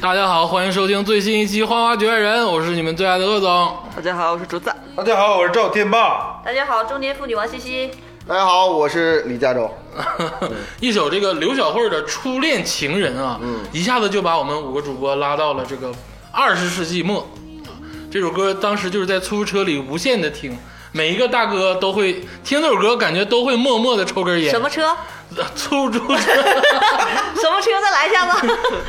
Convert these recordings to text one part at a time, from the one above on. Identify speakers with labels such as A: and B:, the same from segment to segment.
A: 大家好，欢迎收听最新一期《花花绝爱人》，我是你们最爱的鄂总。
B: 大家好，我是竹子。
C: 大家好，我是赵天霸。
D: 大家好，中年妇女王茜茜，
E: 大家好，我是李佳洲。
D: 嗯
A: 一首这个刘小慧的《初恋情人》啊，
D: 嗯
A: 一下子就把我们五个主播拉到了这个二十世纪末。这首歌当时就是在出租车里无限的听，每一个大哥都会听这首歌，感觉都会默默的抽根烟。
D: 什么车？
A: 出租车？
D: 什么车？再来一下 子。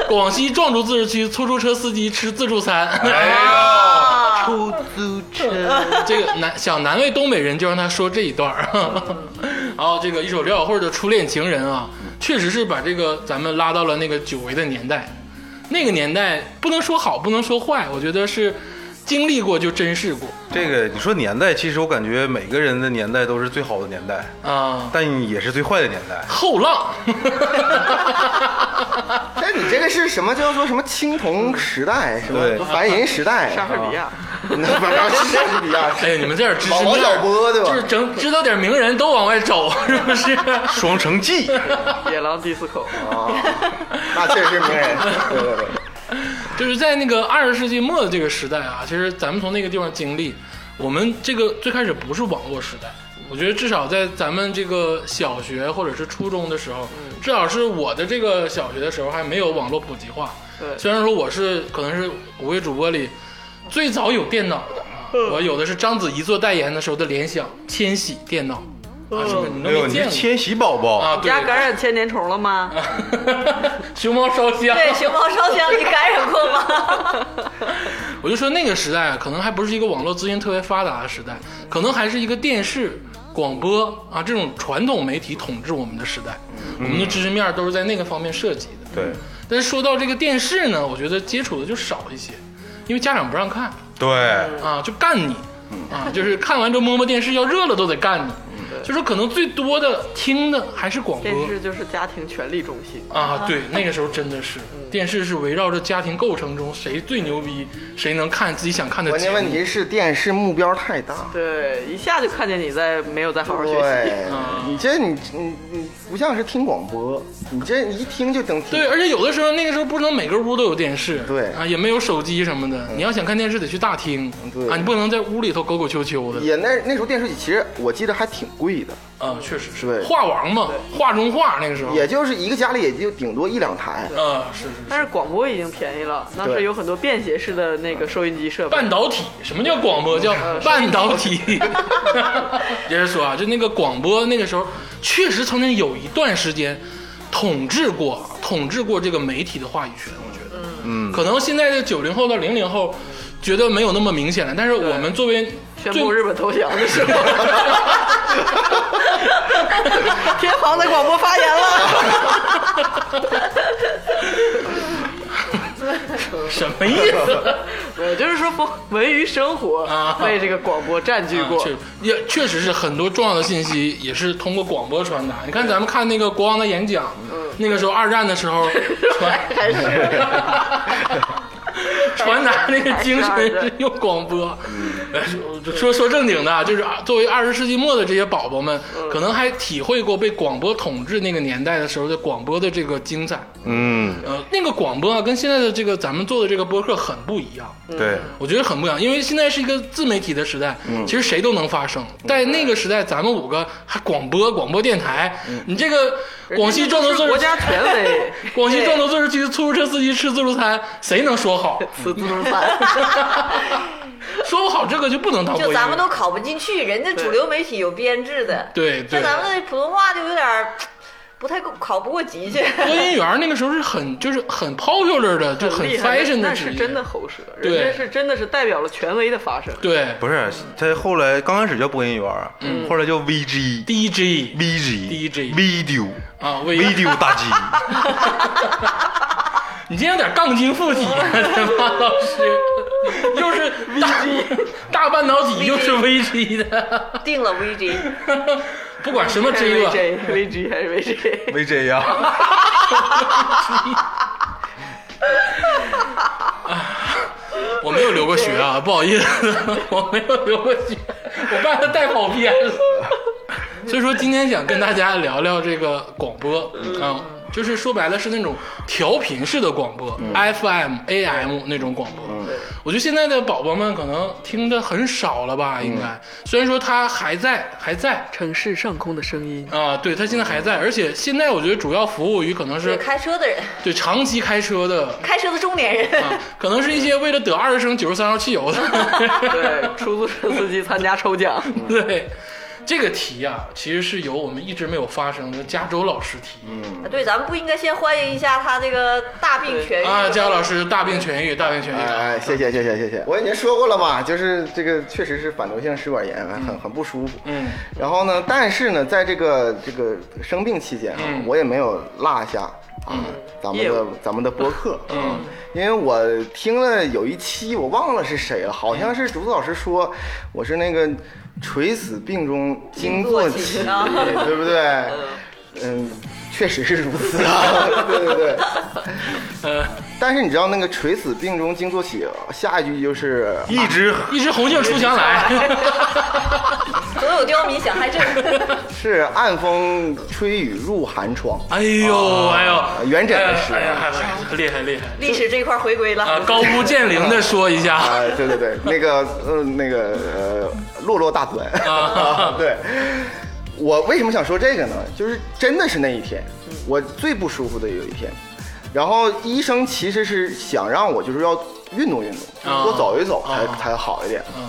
A: 广西壮族自治区出租车司机吃自助餐。
C: 哎
D: 啊
C: 呦，出租车。
A: 这个难想难为东北人，就让他说这一段儿。 然后这个一首刘小慧的《初恋情人》啊，确实是把这个咱们拉到了那个久违的年代。那个年代不能说好，不能说坏，我觉得是经历过就珍视过
C: 这个你说年代，其实我感觉每个人的年代都是最好的年代，
A: 啊。
C: 但也是最坏的年代。
A: 后浪，
E: 哎，你这个是什么叫做什么青铜时代，什
C: 对
E: 么白银时代？啊
B: 莎士比亚，
E: 那不是莎士比亚，
A: 哎呀，你们这点知识面儿
E: 王小波对吧
A: 就是整知道点名人都往外走，是不是？
C: 双城 记，哎
B: 野狼 disco，
E: 那确实是名人。对对对，
A: 就是在那个二十世纪末的这个时代啊，其实咱们从那个地方经历，我们这个最开始不是网络时代，我觉得至少在咱们这个小学或者是初中的时候，至少是我的这个小学的时候还没有网络普及化。
B: 对
A: 虽然说我是可能是五位主播里最早有电脑的啊，我有的是章子怡做代言的时候的联想千禧电脑啊，什么你
C: 哎
A: 都
C: 呦，
A: 没
C: 你
A: 见
C: 是
A: 过
C: 千禧宝宝，
A: 啊？
B: 你家
A: 对，
B: 感染千年虫了吗？
A: 熊猫烧香，
D: 对，熊猫烧香，你感染过吗？
A: 我就说那个时代啊，可能还不是一个网络资讯特别发达的时代，可能还是一个电视、广播啊这种传统媒体统治我们的时代，
E: 嗯
A: 我们的知识面儿都是在那个方面涉及的。
C: 对
A: 但是说到这个电视呢，我觉得接触的就少一些，因为家长不让看
C: 对，
A: 啊，就干你
E: 嗯
A: 啊，就是看完之后摸摸电视，要热了都得干你。就说可能最多的听的还是广播
B: 电视就是家庭权力中心。
A: 啊，对，那个时候真的是电视是围绕着家庭构成中谁最牛逼，谁能看自己想看的
E: 关
A: 节
E: 键
A: 目。
E: 问题是电视目标太大。
B: 对，一下就看见你在没有在好好学习。
E: 对，你这你你你不像是听广播，你这一听就能听。
A: 对，而且有的时候那个时候不能每个屋都有电视，
E: 对嗯
A: 啊，也没有手机什么的。你要想看电视得去大厅，
E: 对
A: 啊，你不能在屋里头狗狗秋秋的
E: 也那那时候电视机其实我记得还挺贵的，
A: 啊，确实是
E: 对
A: 画王嘛，画中画那个时候，
E: 也就是一个家里也就顶多一两台。
A: 啊，是是是。
B: 但是广播已经便宜了，当时
E: 对
B: 有很多便携式的那个收音机设备。
A: 半导体，什么叫广播？叫半导体。 接着说啊，就那个广播，那个时候确实曾经有一段时间统治过，统治过这个媒体的话语权。我觉得，嗯，可能现在的九零后到零零后觉得没有那么明显了，但是我们作为
B: 宣
A: 最
B: 布日本投降的时候， 天皇的广播发言了。
A: 什么意思？
B: 我就是说风，文娱生活
A: 啊
B: 被这个广播占据过
A: 啊。确也确实是很多重要的信息也是通过广播传达。你看咱们看那个国王的演讲，那个时候二战的时候传
B: 还是
A: 传达那个精神是用广播。哎说说说正经的啊，就是啊作为二十世纪末的这些宝宝们，可能还体会过被广播统治那个年代的时候的广播的这个精彩。
C: 嗯，
A: 呃，那个广播啊，跟现在的这个咱们做的这个播客很不一样。
C: 对，
A: 我觉得很不一样，因为现在是一个自媒体的时代，其实谁都能发声。在那个时代，咱们五个还广播、广播电台，你这个广西壮族
B: 是
A: 自
B: 国
A: 治
B: 家权威，
A: 广西壮族自治区出租车司机吃自助餐，谁能说好？
B: 此自 助餐。
A: 说不好这个就不能当播
D: 就
A: 音。
D: 咱们都考不进去，人家主流媒体有编制的，
A: 对对
D: 那，咱们的普通话就有点儿不太够考不过级去。
A: 播音员那个时候是很就是很 popular 的，就很
B: 厉害
A: fashion 的
B: 那
A: 职
B: 是
A: 业，
B: 真的喉舌，
A: 对
B: 人家是真的是代表了权威的发声。
A: 对
C: 不是他后来刚开始叫播音员，啊
A: 嗯
C: 后来叫 VG。
A: DJ
C: VG
A: DJ
C: video
A: 啊，为
C: video 大鸡，
A: 你今天有点杠精附体啊，咱们老师，又是 VG 大半导体，又是 VG 的。
D: 定了 VG，
A: 不管什么 J 吧，
B: VJ VG 还是 VJ？
C: 没这样。
A: 我没有留过学 啊，不好意思， 我没有留过学， 我把他带跑
D: 嗯
A: 偏了。所以说今天想跟大家聊聊这个广播啊、就是说白了是那种调频式的广播、f
D: 嗯
A: m AM 那种广播。我觉得现在的宝宝们可能听的很少了
D: 嗯
A: 吧，应该。虽然说它还在，还在。
B: 城市上空的声音，
A: 啊，对，它现在还在，而且现在我觉得主要服务于可能
D: 嗯对
A: 是
D: 开车的人，
A: 对长期开车的，
D: 开车的中年人，
A: 啊， 可能是一些为了得二十升九十三号汽油的，
B: 对，出租车司机参加抽奖，
A: 对。这个题呀、其实是由我们一直没有发生的加州老师提、
D: 啊对，咱们不应该先欢迎一下他这个大病痊愈
A: 啊，
D: 吗
A: 加州老师大病痊愈，大病痊愈。
E: 哎哎，谢谢谢谢谢谢，我已经说过了嘛，就是这个确实是反流性食管炎，很很不舒服。
A: 嗯，
E: 然后呢，但是呢，在这个这个生病期间啊，
A: 嗯
E: 我也没有落下啊、咱们
B: 业
E: 的
B: 务
E: 咱们的播客。嗯，因为我听了有一期，我忘了是谁了，好像是竹子老师说我是那个垂死病中惊坐起，
D: 惊坐起
E: 对不对？嗯，确实是如此啊， 对对对。
A: 呃，
E: 但是你知道那个垂死病中惊坐起，下一句就是
C: 一直
A: 一枝红杏出墙来，
D: 总有刁民想害朕。
E: 是暗风吹雨入寒窗。
A: 哎呦哎呦，
E: 元稹的诗
A: 哎呀，哎呀哎呀厉害厉害
D: 历史这一块回归了，
A: 啊！高屋建瓴的说一下
E: 啊，对 对对，那个呃，那个呃，落落大端。
A: 啊
E: 对，我为什么想说这个呢？就是真的是那一天，我最不舒服的有一天，然后医生其实是想让我就是要运动运动，
A: 啊
E: 多走一走才
A: 啊
E: 才好一点。
A: 嗯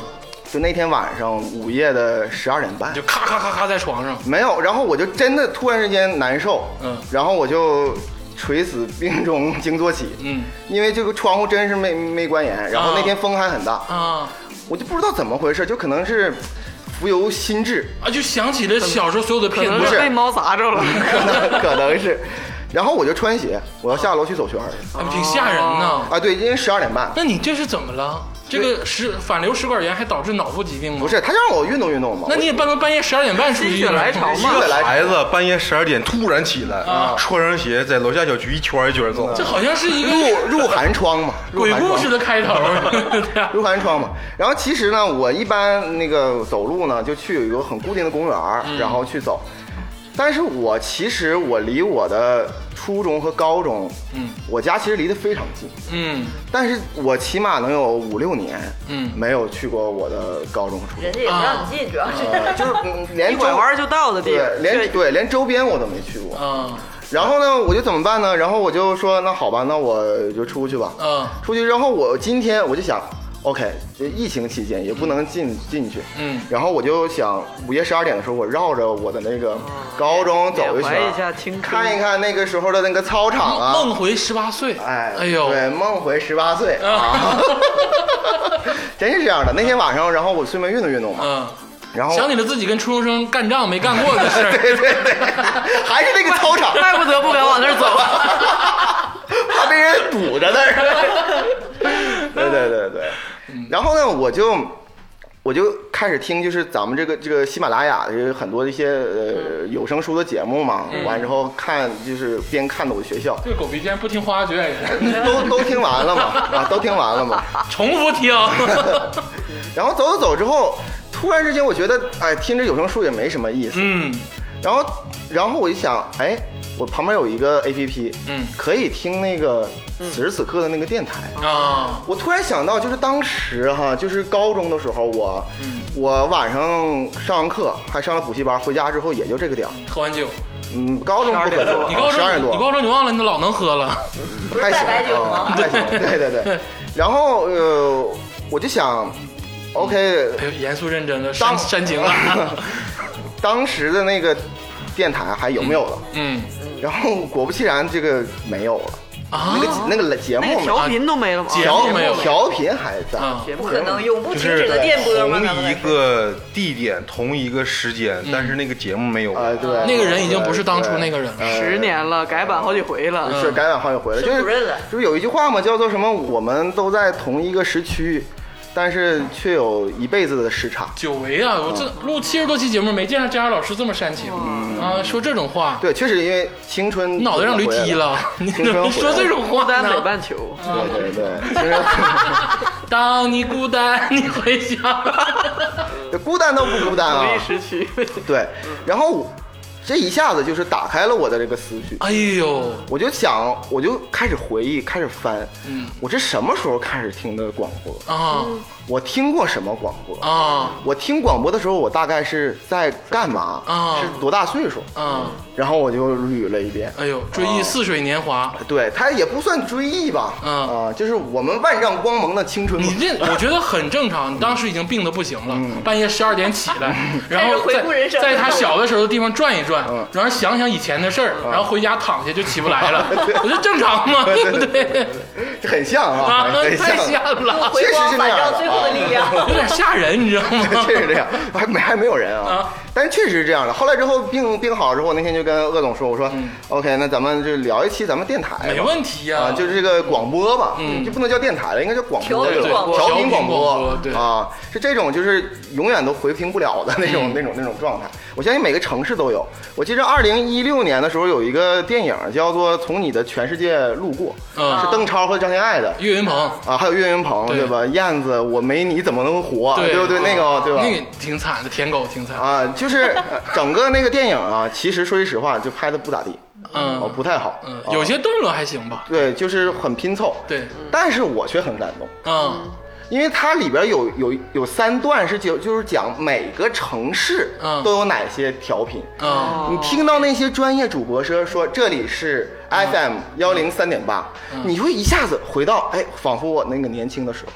E: 就那天晚上午夜的十二点半
A: 就，咔咔咔咔在床上，
E: 没有，然后我就真的突然之间难受，
A: 嗯
E: 然后我就垂死病中惊坐起，
A: 嗯
E: 因为这个窗户真是没没关严，然后那天风还很大，
A: 啊
E: 我就不知道怎么回事，就可能是浮游 心智，
A: 啊，就想起了小时候所有的
B: 可
A: 片
B: 能
A: 段
B: 是被猫砸着了。
E: 可能可能是，然后我就穿鞋，我要下楼去走圈儿去，
A: 啊，挺吓人呢。
E: 啊，对，因为十二点半，
A: 那你这是怎么了？这个食反流食管炎还导致脑部疾病吗？
E: 不，是他让我运动运动嘛，
A: 那你也半到半夜十二点半出去
B: 心血来潮嘛
E: 我本来
C: 孩子半夜十二点突然起来，
A: 啊
C: 穿上鞋在楼下小区一圈一圈走，
A: 这好像是一个
E: 入入寒窗嘛，入
A: 鬼
E: 寒窗
A: 故事的开头， 对啊
E: 入寒窗嘛。然后其实呢，我一般那个走路呢，就去有一个很固定的公园儿，然后去走。但是我其实我离我的初中和高中，
A: 嗯，
E: 我家其实离得非常近，
A: 嗯
E: 但是我起码能有五六年，
A: 嗯
E: 没有去过我的高中和初中
D: 人，家也不让你进，主要是。
E: 呃就是嗯连
B: 一
E: 周
B: 拐弯就到的地
E: 对，
B: 儿，
E: 连对连周边我都没去过。
A: 啊
E: 然后呢，我就怎么办呢？然后我就说，那好吧，那我就出去吧。
A: 啊
E: 出去，然后我今天我就想，OK，这疫情期间也不能进、进去，
A: 嗯
E: 然后我就想午夜十二点的时候，我绕着我的那个
A: 嗯
E: 高中走一
B: 缅怀
E: 圈，
B: 一下青春
E: 看一看那个时候的那个操场啊，
A: 梦回十八岁，
E: 哎，
A: 哎呦，
E: 对，梦回十 八岁啊，真是这样的。那天晚上，然后我顺便运动运动嘛，
A: 嗯，
E: 然后
A: 想起了自己跟初中生干仗没干过的事儿，
E: 对对对， 还是那个操场，
B: 怪不得不敢往那儿走。
E: 怕被人堵着那儿。 对对对对，
A: 嗯
E: 然后呢，我就我就开始听，就是咱们这个这个喜马拉雅的很多的一些
A: 嗯。
E: 呃有声书的节目嘛，完之后看就是边看的我学校
A: 这个狗逼竟然不听花学院，
E: 都都听完了嘛，啊，都听完了嘛。
A: 重复 听，
E: 然后走走走之后，突然之间我觉得，哎，听着有声书也没什么意思。
A: 嗯
E: 然后，然后我就想，哎，我旁边有一个 A P P，
A: 嗯
E: 可以听那个此时此刻的那个电台。
A: 啊
E: 我突然想到，就是当时哈，就是高中的时候，我，我晚上上完课还上了补习班，回家之后也就这个点儿。
A: 喝完酒，
E: 嗯，高中不喝酒，
A: 你高
E: 十二点
A: 中你
E: 多，
A: 高中你忘了你老能喝了，
D: 不是
E: 太
D: 带白
E: 行
D: 酒
E: 了，
D: 吗？
E: 太行了，对 对对。然后呃，我就想，OK，
A: 哎呦严肃认真的
E: 当
A: 煽煽情了，
E: 当时的那个电台还有没有了？
A: 嗯
E: 然后果不其然，这个没有了，
A: 啊
E: 那个那个节目
B: 那个
E: 没
B: 调频都没了吗？啊
A: 姐
E: 调
A: 节目没有了
E: 调频还在，
A: 啊
B: 节
D: 不
B: 目
D: 可能永
C: 就
D: 不停
C: 是
D: 止的电波吗？
C: 同
D: 咱们
C: 一个地点、同一个时间，
A: 嗯
C: 但是那个节目没有。
E: 啊，对，
A: 那个人已经不是当初那个人了
E: 对呃
B: 十年了，改版好几回了。
E: 是改版好几回了，就是
D: 是主任了
E: 就是有一句话嘛，叫做什么？我们都在同一个时区，但是却有一辈子的时差。
A: 久违啊！我这录七十多期节目，没见着佳佳老师这么煽情啊，说这种话，
E: 对，确实因为青春
A: 你 脑袋让驴踢 了，你怎么说这种
B: 孤
A: 话
B: 单北
A: 呢？
B: 半球，
E: 回来了。对对对，青 春
A: 当你孤单，你回家。
E: 孤单都不孤单
B: 同
E: 啊
B: 一。时区。
E: 对，然后我这一下子就是打开了我的这个思绪，
A: 哎呦，
E: 我就想，我就开始回忆，开始翻，
A: 嗯
E: 我这什么时候开始听的广播？
A: 啊
E: 我听过什么广播？
A: 啊
E: 我听广播的时候，我大概是在干嘛？
A: 啊
E: 是多大岁数？
A: 啊！
E: 然后我就捋了一遍。
A: 哎呦，追忆似水年华，
E: 对他也不算追忆吧，
A: 嗯
E: 啊、就是我们万丈光芒的青春嘛
A: 你这我觉得很正常。你当时已经病得不行了，半夜十二点起来，然后
D: 开始回顾
A: 在
D: 人生
A: 在他小的时候的地方转一转
E: 嗯，
A: 然后想想以前的事儿，然后回家躺下就起不来了。我觉得正常嘛，对不对？
E: 这很像啊，
A: 啊，
E: 很
A: 太
E: 像，
A: 吓了，
D: 回
E: 确实
D: 光
E: 是那
D: 返
E: 样的啊
D: 照最后的啊力量。
A: 有点吓人，你知道吗？
E: 确实 这样，还没还没有人啊
A: 啊，
E: 但确实是这样的。后来之后病病好之后，我那天就跟鄂总说，我说、OK，那咱们就聊一期咱们电台吧，
A: 没问题呀、
E: 啊，就是这个广播吧，
A: 嗯
E: 就不能叫电台了，应该叫广播
D: 调频广播
E: 调
A: 调频
E: 频广
A: 广播对
E: 啊，是这种就是永远都回听不了的那
A: 嗯
E: 种、那种那种状态。我相信每个城市都有。我记得二零一六年的时候有一个电影叫做《从你的全世界路过》，
A: 嗯
E: 是邓超和张天爱的。
A: 岳云鹏，
E: 啊，还有岳云鹏
A: 对啊
E: 对吧？燕子，我没你怎么能活？啊对不对？那个哦对吧？
A: 嗯那个挺惨的，舔狗挺惨。
E: 啊，就是呃整个那个电影啊，其实说句实话，就拍的不咋地，
A: 嗯
E: 哦，不太好，
A: 嗯，
E: 啊
A: 有些段落还行吧。
E: 对，就是很拼凑，
A: 对，
E: 但是我却很感动，
A: 嗯
E: 因为它里边有有有三段是就就是讲每个城市
A: 嗯
E: 都有哪些调频。
A: 嗯
E: 你听到那些专业主播说说这里是
A: 嗯
E: FM 幺零三点八，你会一下子回到哎，仿佛我那个年轻的时候。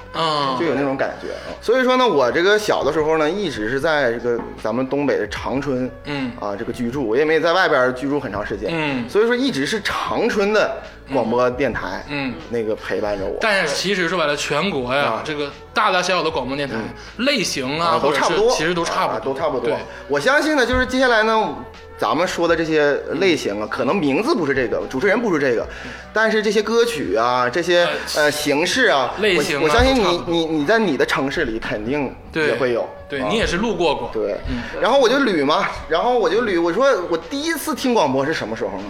E: 就
A: 嗯，
E: 有那种感觉啊。所以说呢，我这个小的时候呢，一直是在这个咱们东北的长春，
A: 嗯
E: 啊，这个居住，我也没在外边居住很长时间，
A: 嗯
E: 所以说一直是长春的广播电台，
A: 嗯嗯，
E: 那个陪伴着我。
A: 但是其实说白了，全国呀
E: 啊，嗯
A: 这个大大小小的广播电台类型啊，
E: 都
A: 或者是
E: 差不多，
A: 其实都差不
E: 啊
A: 多，
E: 都差不多
A: 对，。
E: 我相信呢，就是接下来呢，咱们说的这些类型啊，可能名字不是这个，主持人不是这个，
A: 嗯
E: 但是这些歌曲啊，这些呃形式啊，
A: 类型啊
E: 我我相信
A: 都差
E: 你
A: 不
E: 你你在你的城市里肯定
A: 对
E: 也会有，
A: 对
E: 啊
A: 你也是路过嗯过，
E: 对，然后我就捋嘛，然后我就捋，我说我第一次听广播是什么时候呢？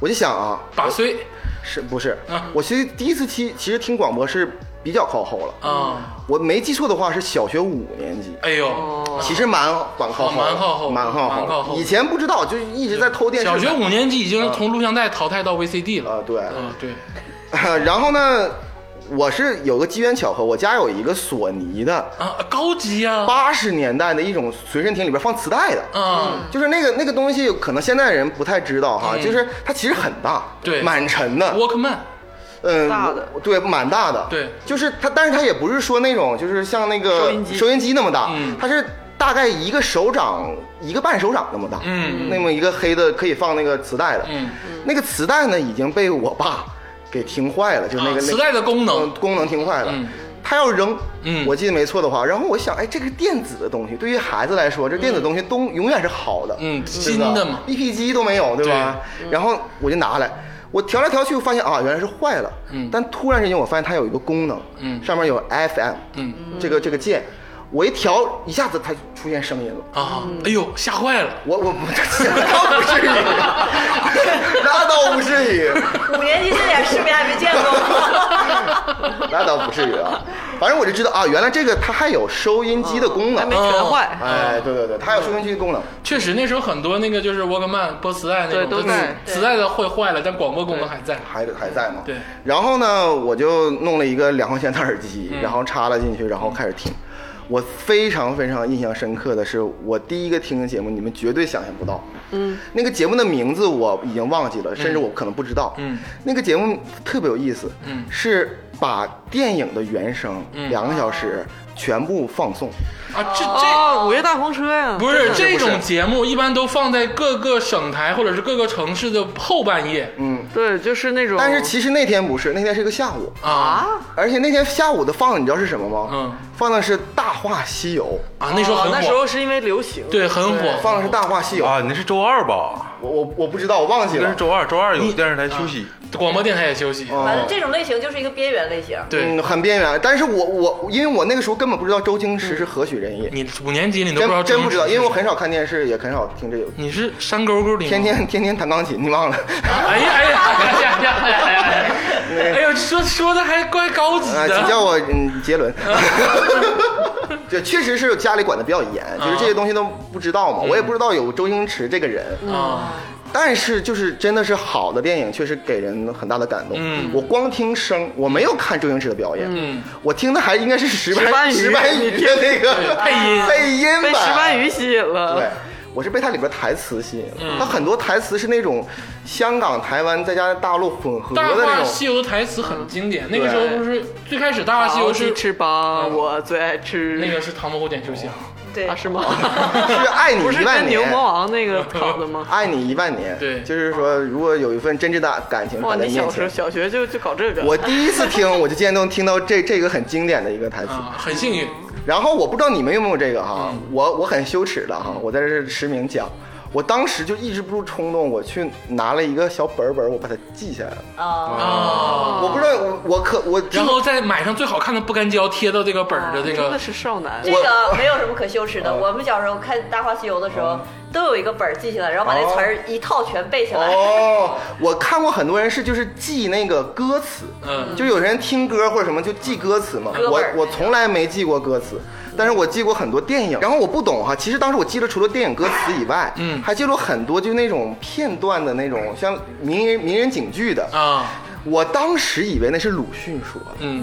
E: 我就想啊，
A: 把虽
E: 是不是
A: 嗯啊？
E: 我其实第一次听，其实听广播是比较靠后了。嗯
A: 啊，
E: 我没记错的话是小学五年级，
A: 哎呦，哦
E: 其实蛮蛮靠后的，
A: 蛮靠后的
E: 蛮靠
A: 蛮靠后
E: 后
A: 的
E: 的。以前不知道，就一直在偷电视
A: 小
E: 看。
A: 学五年级已经从录像带淘汰到 VCD 了
E: 啊，，对。
A: 嗯，对，
E: 然后呢，我是有个机缘巧合，我家有一个索尼的
A: 啊，高级呀，
E: 八十年代的一种随身听，里边放磁带的。
A: 啊，
E: 就是那个那个东西，可能现在人不太知道哈，
A: 嗯
E: 就是它其实很大，
A: 对
E: 蛮沉的，
A: Walkman，
E: 嗯，
B: 大的
E: 我，对，蛮大的，
A: 对
E: 就是它，但是它也不是说那种就是像那个
B: 收音机
E: 那么大，
A: 嗯
E: 它是大概一个手掌一个半手掌那么大，
A: 嗯
E: 那么一个黑的可以放那个磁带的，
A: 嗯，
E: 那个磁带呢已经被我爸给听坏了，就那
A: 啊
E: 个、
A: 磁带的功能
E: 嗯功能听坏了。
A: 嗯
E: 他要扔，
A: 嗯
E: 我记得没错的话，然后我想，哎，这个电子的东西对于孩子来说，这电子东西都永远是好的，
A: 嗯
E: 对吧
A: 新的嘛嗯
E: ，EP 机都没有，对吧？然后我就拿来，我调来调去，我发现啊，原来是坏了，
A: 嗯
E: 但突然之间我发现它有一个功能，
A: 嗯
E: 上面有 FM，
A: 嗯，
E: 这个这个键，我一调，一下子它就出现声音了。
A: 啊，哎呦，吓坏了，
E: 我 我那倒不至于， 那倒不至于，
D: 五年级这点世面还没见过吗？
E: 那倒不至于啊。反正我就知道啊，原来这个它还有收音机的功
B: 哦还没
E: 能。
B: 全坏，
E: 哎，对对对，它还有收音机的功能。
A: 确实，那时候很多那个就是 Walkman 播磁带那种，
B: 对都
A: 就
B: 在
A: 磁带的会坏了，但广播功能还在。
E: 还还在吗？
A: 对。
E: 然后呢，我就弄了一个两块钱的耳机，
A: 嗯
E: 然后插了进去，然后开始听。我非常非常印象深刻的是，我第一个听的节目，你们绝对想象不到。嗯，那个节目的名字我已经忘记了，甚至我可能不知道。
A: 嗯，
E: 那个节目特别有意思。
A: 嗯
E: 是把电影的原声
A: 嗯
E: 两个小时全部放送。
A: 啊，这这
B: 哦，午夜大风车呀，
A: 不是这
E: 不是
A: 种节目，一般都放在各个省台或者是各个城市的后半夜
E: 嗯，
B: 对，就是那
A: 哦
B: 种，
E: 但是其实那天不是，那天是个下午。
A: 啊
B: 啊，
E: 而且那天下午的放的你知道是什么吗？
A: 嗯，
E: 放的是《大话西游》。
A: 啊，那时候
B: 哦
A: 很
B: 那时
A: 火，
B: 候是因为流行，
A: 对，很火。
E: 放的是《大话西游》
C: 啊，你那是周二吧？
E: 我我我不知道，我忘记
C: 应该是
E: 了。
C: 周二，周二有电视台休息。
A: 广播电台也休息，
E: 哦
D: 反正这种类型就是一个边缘类型。
A: 对
E: 嗯，很边缘。但是我我因为我那个时候根本不知道周星驰是何许人也，
A: 你五年嗯级你都不知道
E: 真真不知
A: 这种事
E: 道，
A: 情
E: 因为我很少看电视，也很少听这个，
A: 你是山沟沟里吗
E: 天天天天弹钢琴，你忘了？
A: 哎呀哎呀哎呀哎呀哎呀哎呀哎呀！哎呦，说说的还怪高级
E: 啊，请
A: 的
E: 叫我嗯杰伦。这确实是家里管的比较严，就是这些东西都不知道嘛，
A: 嗯
E: 我也不知道有周星驰这个人。
A: 啊，
E: 但是就是真的是好的电影，确实给人很大的感动。
A: 嗯
E: 我光听声，我没有看周星驰的表演，
A: 嗯，
E: 我听的还应该是石斑
B: 石
E: 石
B: 斑
E: 斑
B: 鱼
E: 鱼的那个
A: 配音
E: 配音
B: 被
E: 版
B: 石斑鱼嗯吸引了。
E: 对，我是被它里边台词吸引了，它很多台词是那种香港、台湾再加上大陆混合
A: 《大
E: 的那
A: 话
E: 种。
A: 西游》台词很经典，那个时候不是最开始《大话西游
B: 好》鸡
A: 是嗯
B: 翅膀，我最爱吃
A: 那个是唐伯虎点秋香，
D: 对
B: 啊？，是吗？
E: 是爱 你
B: 不是
E: 一万
B: 跟牛
E: 年，
B: 魔王 那个跑的 吗？
E: 爱你一万年。
A: 对
E: 就是说，如果有一份真挚的感情
B: 哇，
E: 摆在
B: 你小
E: 面
B: 时候
E: 前，
B: 小学就就搞这个，
E: 我第一次听，我就今天都能听到这这个很经典的一个台词。
A: 啊，很幸运，
E: 然后我不知道你们有没有这个哈，
A: 嗯
E: 我我很羞耻的哈，我在这儿实名讲，我当时就抑制不住冲动，我去拿了一个小本儿本儿，我把它记下来了。
D: 啊，
A: 啊，
E: 我不知道我我可我
A: 然后再买上最好看的不干胶贴到这个本儿的这
B: 真的
A: 个，
B: 是少男
D: 这。个没有什么可羞耻的。我们小时候看《大话西游》的时
A: 哦
D: 候，都有一个本儿记下来，然后把那词儿一套全背下来。
E: 哦，我看过很多人是就是记那个歌词，
A: 嗯
E: 就有人听歌或者什么就记歌词嘛。
D: 歌
E: 我
D: 本儿
E: 我从来没记过歌词，
A: 嗯
E: 但是我记过很多电影。然后我不懂哈，其实当时我记了除了电影歌词以外，
A: 嗯
E: 还记了很多就那种片段的那种像名人名人警句的。
A: 啊，
E: 我当时以为那是鲁迅说的，
A: 嗯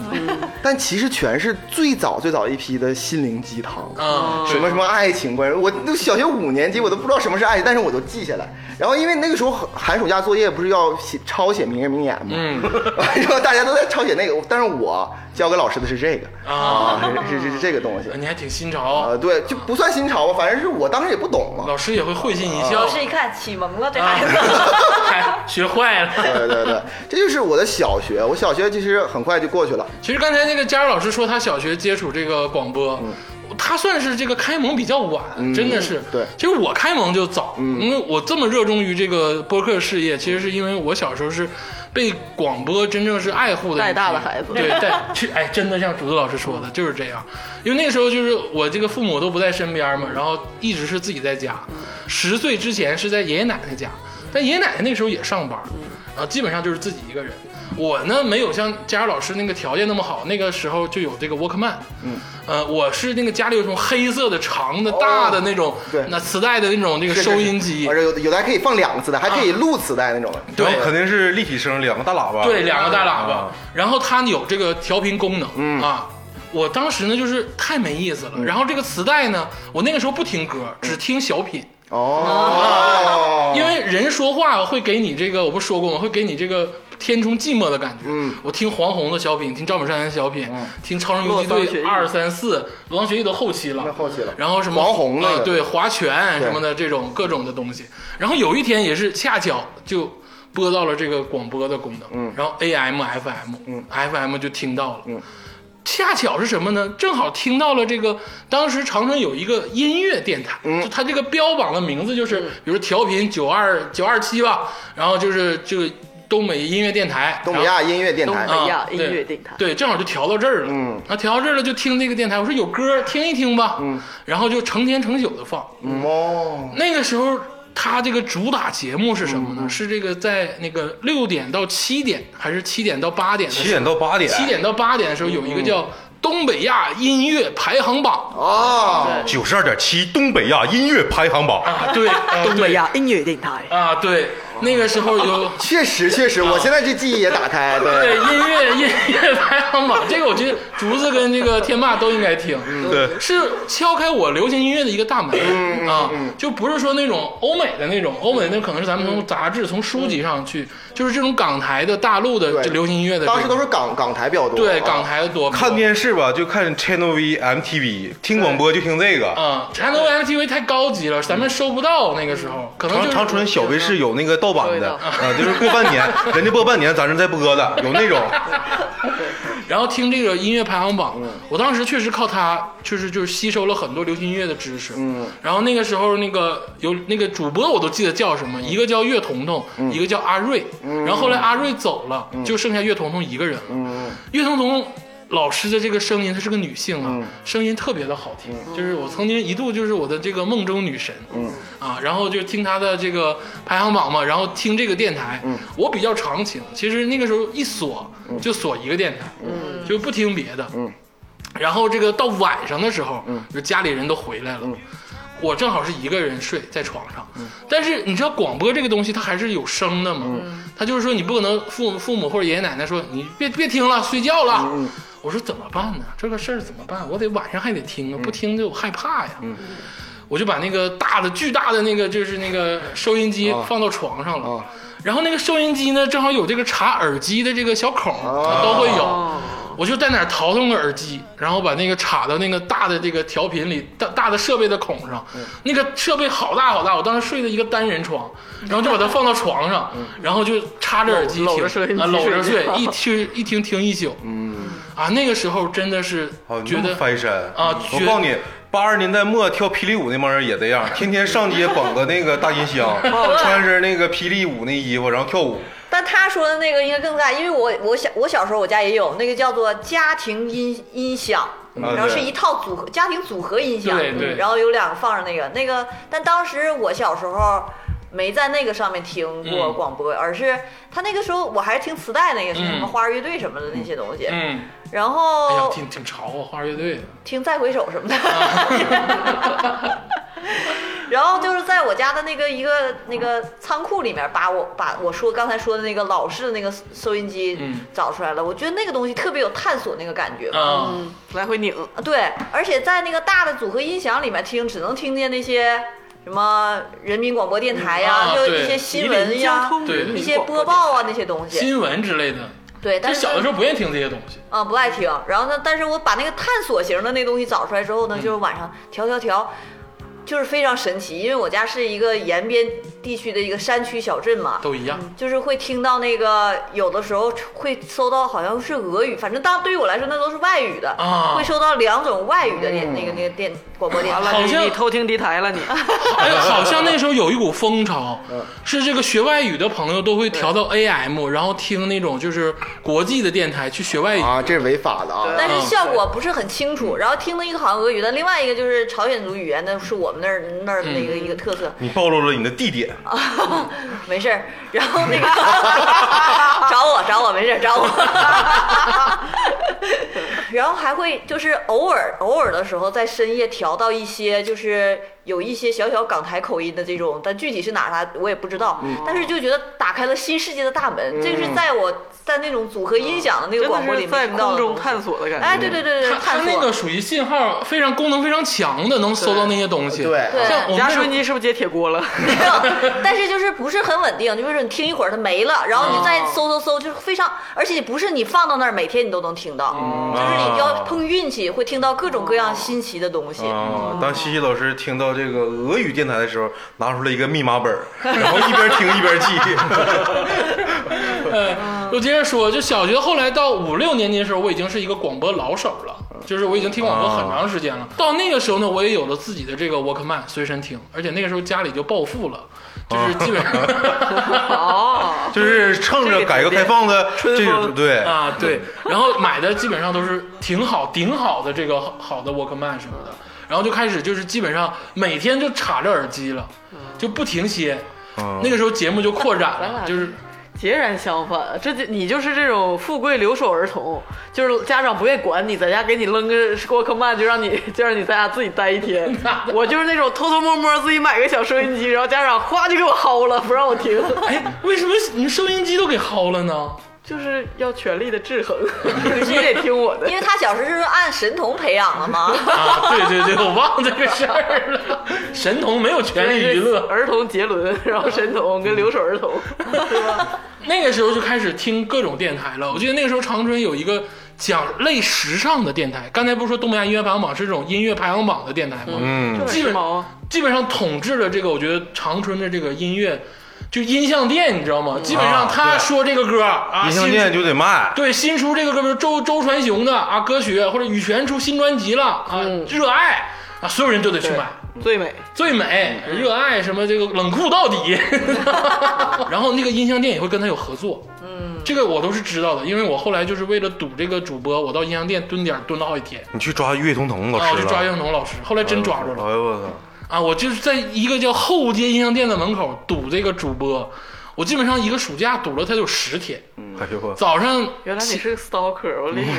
E: 但其实全是最早最早一批的心灵鸡汤。
A: 啊，
E: 什么什么爱情观，我都小学五年级，我都不知道什么是爱情，但是我都记下来。然后因为那个时候寒暑假作业不是要写抄写名人名言吗？
A: 嗯
E: 然后大家都在抄写那个，但是我教给老师的是这个
A: 啊，
E: 是是是这个东西
A: 呃你还挺新潮，
E: 啊，对，就不算新潮吧，反正是我当时也不懂嘛。
A: 老师也会会心一笑
D: 老，师一看启蒙了，这
A: 啊
D: 孩子。，
A: 还学坏了。
E: 对对对，这就是我的小学，我小学其实很快就过去了。
A: 其实刚才那个佳儿老师说，他小学接触这个广播，他算是这个开蒙比较晚，真的是。
E: 嗯对
A: 其实我开蒙就早，
E: 嗯
A: 因为我这么热衷于这个播客事业，其实是因为我小时候是被广播真正是爱护的一批
B: 带大的孩子
A: 对，带去哎，真的像竹子老师说的，就是这样。因为那个时候就是我这个父母都不在身边嘛，然后一直是自己在家。十岁之前是在爷爷奶奶家，但爷爷奶奶那时候也上班，然后基本上就是自己一个人。我呢没有像佳儿老师那个条件那么好，那个时候就有这个 Walkman，嗯，呃，我是那个家里有一种黑色的长的大的那种，
E: 哦对
A: 那磁带的那种那个
E: 是是
A: 收音机，啊
E: 而且有的有的还可以放两次的，还可以录磁带那种的。
A: 对
C: 然后肯定是立体声，两个大喇叭。
A: 对，两个大喇叭
C: 啊，
A: 然后它有这个调频功能、
E: 嗯
A: 啊。我当时呢就是太没意思了，然后这个磁带呢，我那个时候不听歌，只听小品，
E: 哦，
A: 因为人说话会给你这个，我不是说过吗？会给你这个填充寂寞的感觉。
E: 嗯，
A: 我听黄宏的小品，听赵本山的小品，听《超人游击
B: 洛桑学
A: 队
B: 艺》
A: 二三四，罗桑学艺都后期
E: 那
A: 了。
E: 后期了。
A: 然后什么
E: 黄宏那个
A: 啊对划拳
E: 对
A: 什么的这种各种的东西。然后有一天也是恰巧就播到了这个广播的功能，
E: 嗯
A: 然后 AM、FM，
E: 嗯
A: ，FM 就听到了，
E: 嗯
A: 恰巧是什么呢？正好听到了这个，当时长春有一个音乐电台，
E: 嗯
A: 就它这个标榜的名字就是，比如调频九二九二七吧，然后就是这个东北音乐电台，啊
E: 东北亚音乐电
B: 东
E: 台
B: 北，亚音乐电台，
A: 对，正好就调到这儿了。
E: 嗯，
A: 啊，调到这儿了就听这个电台，我说有歌听一听吧。嗯，然后就成天成宿的放。
E: 嗯哦，
A: 那个时候他这个主打节目是什么呢？
E: 嗯
A: 是这个在那个六点到七点，还是七点到八点的时候？
C: 七点到八点，
A: 七点到八点的时候有一个叫东北亚音乐排行榜。
E: 哦，
C: 九十二点七东北亚音乐排行榜。
A: 啊， 对，啊
B: 东北亚音乐电台。
A: 对啊，对，那个时候有
E: 确实确实，我现在这记忆也打开，
A: 啊对
E: 对，
A: 音乐音乐排行榜，这个我觉得竹子跟这个天霸都应该听。
E: 嗯
C: 对，
A: 是敲开我流行音乐的一个大门、啊，
E: 嗯
A: 就不是说那种欧美的那种，欧美那可能是咱们从杂志、从书籍上去，就是这种港台的、大陆的
E: 对
A: 这流行音乐的这种，
E: 当时都是港港台比较多，
A: 对
E: 啊
A: 港。台的多。
C: 看电视吧，就看 Channel V、MTV，听广播就听这个。
A: 啊，Channel MTV 太高级了，
E: 嗯
A: 咱们收不到那个时候，可能就
C: 长
A: 是
C: 长春小卫视有那个盗版的，
B: 收不到
C: 啊，就是过半年，人家播半年，咱这再播的，有那种。
A: 然后听这个音乐排行榜，我当时确实靠它，就是就是吸收了很多流行音乐的知识。嗯，然后那个时候那个有那个主播我都记得叫什么，一个叫岳彤彤，一个叫阿瑞。然后后来阿瑞走了，就剩下岳彤彤一个人了。岳彤彤老师的这个声音，她是个女性啊，声音特别的好听，就是我曾经一度就是我的这个梦中女神，嗯啊，然后就听她的这个排行榜嘛，然后听这个电台，我比较长情，其实那个时候一锁就锁一个电台，就不听别的，然后这个到晚上的时候，就家里人都回来了，我正好是一个人睡在床上。但是你知道广播这个东西，它还是有声的嘛，它就是说你不可能父母父母或者爷爷奶奶说你别别听了，睡觉了。我说怎么办呢？这个事儿怎么办？我得晚上还得听啊，不听就我害怕呀。我就把那个大的、巨大的那个就是那个收音机放到床上了。
E: 啊
A: 然后那个收音机呢，正好有这个插耳机的这个小孔，
E: 哦
A: 都会有。
B: 哦，
A: 我就在哪儿淘腾个耳机，然后把那个插到那个大的这个调频里，大大的设备的孔上。那个设备好大好大，我当时睡的一个单人床，然后就把它放到床上，然后就插着耳机
B: 搂搂着
A: 听
B: 睡
A: 啊，搂着
B: 睡
A: 睡，一听 一听听一宿。嗯，啊，那个时候真的是
C: 哦，你
A: 觉
C: 这么
A: 得
C: 翻身
A: 啊
C: 我
A: 觉
C: 告诉你，八十年代末跳霹雳舞那帮人也这样，天天上街绑个那个大金 箱，穿身那个霹雳舞那衣服，然后跳舞。
D: 但他说的那个应该更大，因为我我小我小时候我家也有那个叫做家庭音音响。然后是一套组合家庭组合音响，
A: 嗯对对
D: 然后有两个放着那个那个，但当时我小时候没在那个上面听过
A: 嗯
D: 广播，而是他那个时候我还是听磁带那个是
A: 嗯
D: 什么花儿乐队什么的那些东西，
A: 嗯，
D: 然
A: 哎呀，
D: 后
A: 挺挺潮啊，花儿乐队的。
D: 听再回首什么
A: 啊
D: 的。 然后就是在我家的那个一个那个仓库里面，把我把我说刚才说的那个老式的那个收音机
A: 嗯
D: 找出来了。我觉得那个东西特别有探索那个感觉。
A: 啊、
B: 嗯，来回拧，
D: 啊对，而且在那个大的组合音响里面听，只能听见那些什么人民广播电台呀、
A: 啊
D: 就
A: 对
D: 一些
B: 吉
D: 新
B: 林
D: 闻
B: 交
D: 呀、
B: 通
A: 对
B: 人
D: 一
B: 民
D: 些
B: 广播
D: 播报啊那些东西。
A: 新闻之类的。
D: 对，但
A: 就是小的时候不愿意听这些东西。
D: 啊、不爱听。然后呢，但是我把那个探索型的那东西找出来之后呢，就是晚上调调调，就是非常神奇，因为我家是一个延边地区的一个山区小镇嘛。
A: 都一样。
D: 就是会听到那个，有的时候会搜到好像是俄语，反正当对于我来说那都是外语的，
A: 啊
D: 会收到两种外语的电、那个那个电广播电
B: 完
D: 台。
B: 了，
A: 好
B: 你
A: 像
B: 你偷听敌台了 你。
A: 哎，好像那时候有一股风潮，
E: 嗯
A: 是这个学外语的朋友都会调到 AM，然后听那种就是国际的电台去学外语。
E: 啊，这是违法的啊！
D: 但是效果不是很清楚，然后听的一个好像俄语，但另外一个就是朝鲜族语言，那是我们那儿那儿的一个、一个特色。
C: 你暴露了你的地点，
D: 没事儿，然后那个找我找我没事儿找我，然后还会就是偶尔偶尔的时候在深夜调到一些就是有一些小小港台口音的这种，但具体是哪啥我也不知道，但是就觉得打开了新世界的大门，这个是在我在那种组合音响的那个广
B: 真
D: 播
B: 的
D: 里
B: 是
D: 面
B: 在
D: 听到
B: 空
D: 的
B: 中
D: 东西。
B: 探索的感觉。
D: 哎，对对对对，
A: 它它
D: 探索
A: 那个属于信号非常功能非常强的，能搜到那些东西。
E: 对
D: 对
A: 像我们
B: 夹
A: 那
B: 收
A: 种
B: 音机是不是接铁锅 了？
D: 没有，但是就是不是很稳定，就是你听一会儿它没了，然后你再搜搜搜，就是非常，而且你不是你放到那儿每天你都能听到，
A: 嗯
D: 就是你要碰运气，会听到各种各样新奇的东西。
A: 嗯
C: 啊，当西西老师听到这个俄语电台的时候，拿出了一个密码本儿，然后一边听一 边记。
D: 嗯
A: 呃，我接着说，就小学后来到五六年级的时候，我已经是一个广播老手了，
E: 嗯
A: 就是我已经听广播很长时
E: 啊
A: 间了。到那个时候呢，我也有了自己的这个 Walkman 随身听，而且那个时候家里就暴富了，就是基本 上、
B: 哦，
C: 就是趁着改革开放的
B: 春
C: 这
B: 风
C: 种对
A: 啊， 对，然后买的基本上都是挺好、顶好的这个好的 Walkman 什么的，然后就开始就是基本上每天就插着耳机了，就不停歇。
C: 嗯
A: 那个时候节目就扩展
B: 咱
A: 了，
B: 俩
A: 就是
B: 截然相反，这就你就是这种富贵留守儿童，就是家长不愿意管你，在家给你扔个沃克曼，就让你就让你在家自己待 一天。我就是那种偷偷摸摸自己买个小收音机，然后家长哗就给我薅了，不让我听，
A: 哎，为什么你收音机都给薅了呢？
B: 就是要权力的制 衡，你得听我的
D: 因。为他小时候是按神童培养的 嘛，
A: 啊，对对对，我忘这个事儿了。神童没有权利娱乐，
B: 儿童杰伦，然后神童跟留守儿童，
A: 嗯
B: 对吧？
A: 那个时候就开始听各种电台了。我记得那个时候长春有一个讲类时尚的电台，刚才不是说东亚音乐排行榜是这种音乐排行榜的电台吗？
C: 嗯，
B: 这
A: 基本
B: 时髦啊
A: 基本上统治了这个，我觉得长春的这个音乐，就音像店，你知道吗？
C: 嗯
A: 基本上他说这个歌啊，
C: 啊音像
A: 新
C: 店
A: 出
C: 就得卖。
A: 对新出这个歌，比如周周传雄的啊歌曲，或者羽泉出新专辑了啊，
C: 嗯
A: 热爱啊，所有人都得去买。
B: 最美。
A: 最美、
C: 嗯
A: 热爱什么这个冷酷到 底， 然后那个音像店也会跟他有合作，嗯，这个我都是知道的，因为我后来就是为了赌这个主播，我到音像店蹲点儿蹲了好几天，
C: 你去抓岳童童老
A: 啊，
C: 师
A: 我就抓
C: 了
A: 袁彤老师，后来真抓住了，
C: 哎呦我操！
A: 啊，我就是在一个叫后街音像店的门口堵这个主播，我基本上一个暑假堵了他有十天。
C: 哎呦我操！
A: 早上
B: 原来你是个 stalker，我理解。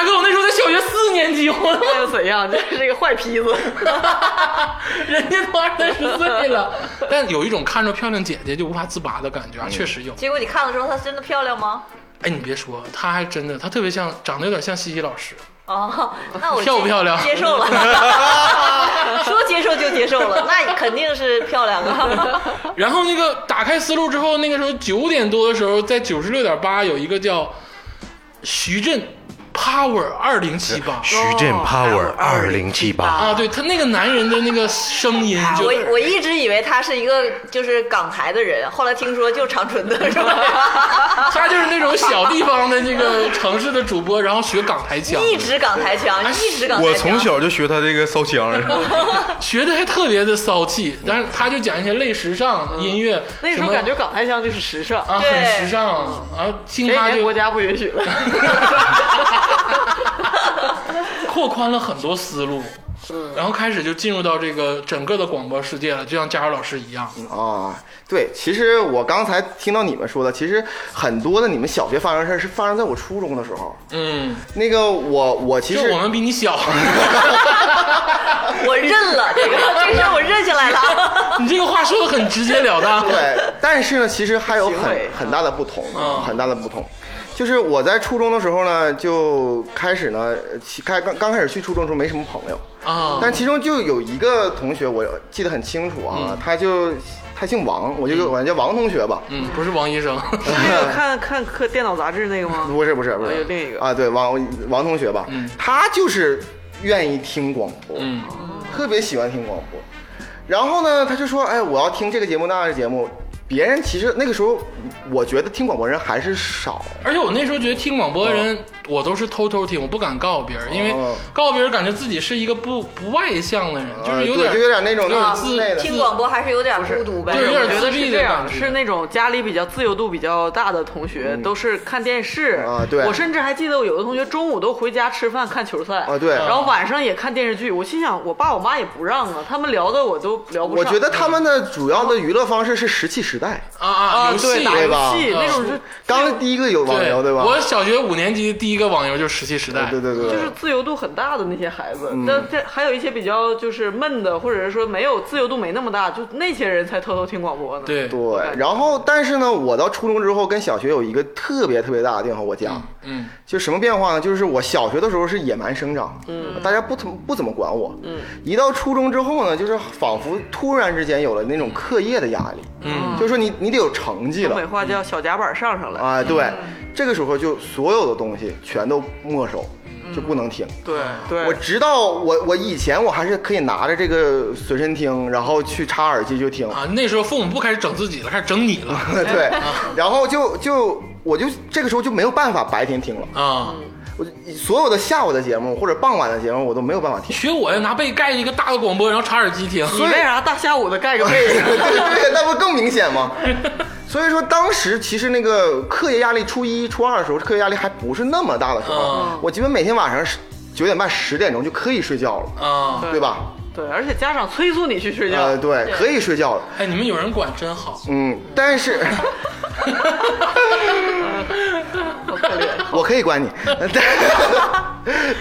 A: 哥，我那时候才小学四年级，我
B: 那又怎样？这是一个坏坯 子，
A: 人家都二三十岁了。但有一种看着漂亮姐姐就无法自拔的感觉啊，确实有。
D: 结果你看的时候，她真的漂亮吗？
A: 哎，你别说，她还真的，她特别像，长得有点像西西老师。
D: 哦，那我
A: 漂不漂亮
D: 接 受了，说接受就接受了，那肯定是漂 亮啊。
A: 然后那个打开思路之后，那个时候九点多的时候，在九十六点八有一个叫徐震 Power 二零七八
C: 徐震 Power 二零七八，
A: 啊，对他那个男人的那个声音就，
D: 啊我我一直以为他是一个就是港台的人，后来听说就长春的，是 吧？
A: 他就是那种小地方的那个城市的主播，然后学港台腔，
D: 一直港台腔，
B: 啊
D: 一 直港台
C: 我
D: 腔。
C: 从小就学他这个烧香，
A: 学的还特别的骚气，但是他就讲一些类时尚音乐，
B: 那时
A: 什
B: 候
A: 么
B: 感觉港台腔就是时尚，
A: 啊很
D: 对
A: 时尚，然后听
B: 前几
A: 他
B: 年
A: 就
B: 国家不允许 了。
A: 拓宽了很多思路，然后开始就进入到这个整个的广播世界了，就像佳茹老师一样，
E: 啊，对，其实我刚才听到你们说的，其实很多的你们小学发生的事儿是发生在我初中的时候。
A: 嗯，
E: 那个我我其
A: 就
E: 实
A: 我们比你 小，
D: 我认了这个，这事儿我认下来了。
A: 你这个话说的很直截了当，
E: 对，但是呢，其实还有
B: 行
E: 很
B: 为
E: 很大的不同
A: 嗯，
E: 很大的不同。就是我在初中的时候呢，就开始呢，其开刚刚开始去初中的时候没什么朋友，
B: 嗯
A: 啊，
E: 但其中就有一个同学，我记得很清楚啊，
B: 嗯
E: 他就他姓王，我就管他叫王同学吧。
A: 嗯，不是王医 生，
B: 那
E: 嗯
B: 个看看课电脑杂志那个吗？
E: 不是不是不
B: 还有
E: 是
B: 另一个
E: 啊，对王王同学吧，
A: 嗯
E: 他就是愿意听广播，
A: 嗯
E: 特别喜欢听广播。然后呢，他就说：“哎，我要听这个节目那个节目。”别人其实那个时候，我觉得听广播人还是少。
A: 而且我那时候觉得听广播的人，我都是偷偷听，我不敢告别人，因为
E: 哦
A: 告别人感觉自己是一个不不外向的人，就是
E: 呃
A: 有
E: 对
A: 点
E: 就有点那种那
A: 啊
E: 种自内的。
D: 听广播还是有点孤独呗
A: 对，有点
B: 我觉得
A: 自
B: 是
A: 闭
B: 这
A: 的
B: 样，
A: 感觉
B: 是那种家里比较自由度比较大的同学，都是看电视
E: 嗯啊对
B: 我甚至还记得我有的同学中午都回家吃饭看球赛
E: 啊对
B: 然后晚上也看电视剧。我心想，我爸我妈也不让啊，他们聊的我都聊不上。
E: 我觉得他们的主要的娱乐方式是石器时代，
A: 啊啊
B: 啊，
A: 游
B: 对，
A: 戏
B: 打
E: 对
B: 游
E: 吧
B: 戏嗯
A: 啊
B: 那种是
E: 刚第一个有网游对吧？
A: 我小学五年级第一个网游就是《石器时代》，
E: 对对对，
B: 就是自由度很大的那些孩子，
E: 嗯
B: 但这还有一些比较就是闷的，或者是说没有自由度没那么大，就那些人才偷偷听广播呢。，
A: 对
E: 对。然后，但是呢，我到初中之后跟小学有一个特别特别大的变化，我家。
A: 嗯
E: 就什么变化呢？就是我小学的时候是野蛮生长，嗯，大家不怎么不怎么管我，嗯，一到初中之后呢，就是仿佛突然之间有了那种课业的压力，嗯，就是说你你得有成绩
B: 东北
E: 了
B: 话叫小夹板上上来。
E: 啊，对，这个时候就所有的东西全都没收，就不能听。
B: 对对，
E: 我直到我我以前我还是可以拿着这个随身听，然后去插耳机就听，
A: 啊，那时候父母不开始整自己了，开始整你了
E: 对，然后就就我就这个时候就没有办法白天听了，
A: 啊。
E: 我就所有的下午的节目或者傍晚的节目我都没有办法听。
A: 学我呀，拿被盖一个大的广播，然后插耳机听。
B: 你为啥大下午的盖个被子？
E: 对对对，那不更明显吗？所以说，当时其实那个课业压力，初一、初二的时候，课业压力还不是那么大的时候
A: 嗯，
E: 我基本每天晚上十九点半、十点钟就可以睡觉了，
A: 啊，
E: 对吧？
B: 对，而且家长催促你去睡觉，
E: 呃，对，可以睡觉了。
A: 哎，你们有人管真好。
E: 嗯，但是
B: 好可怜。
E: 我可以管你， 但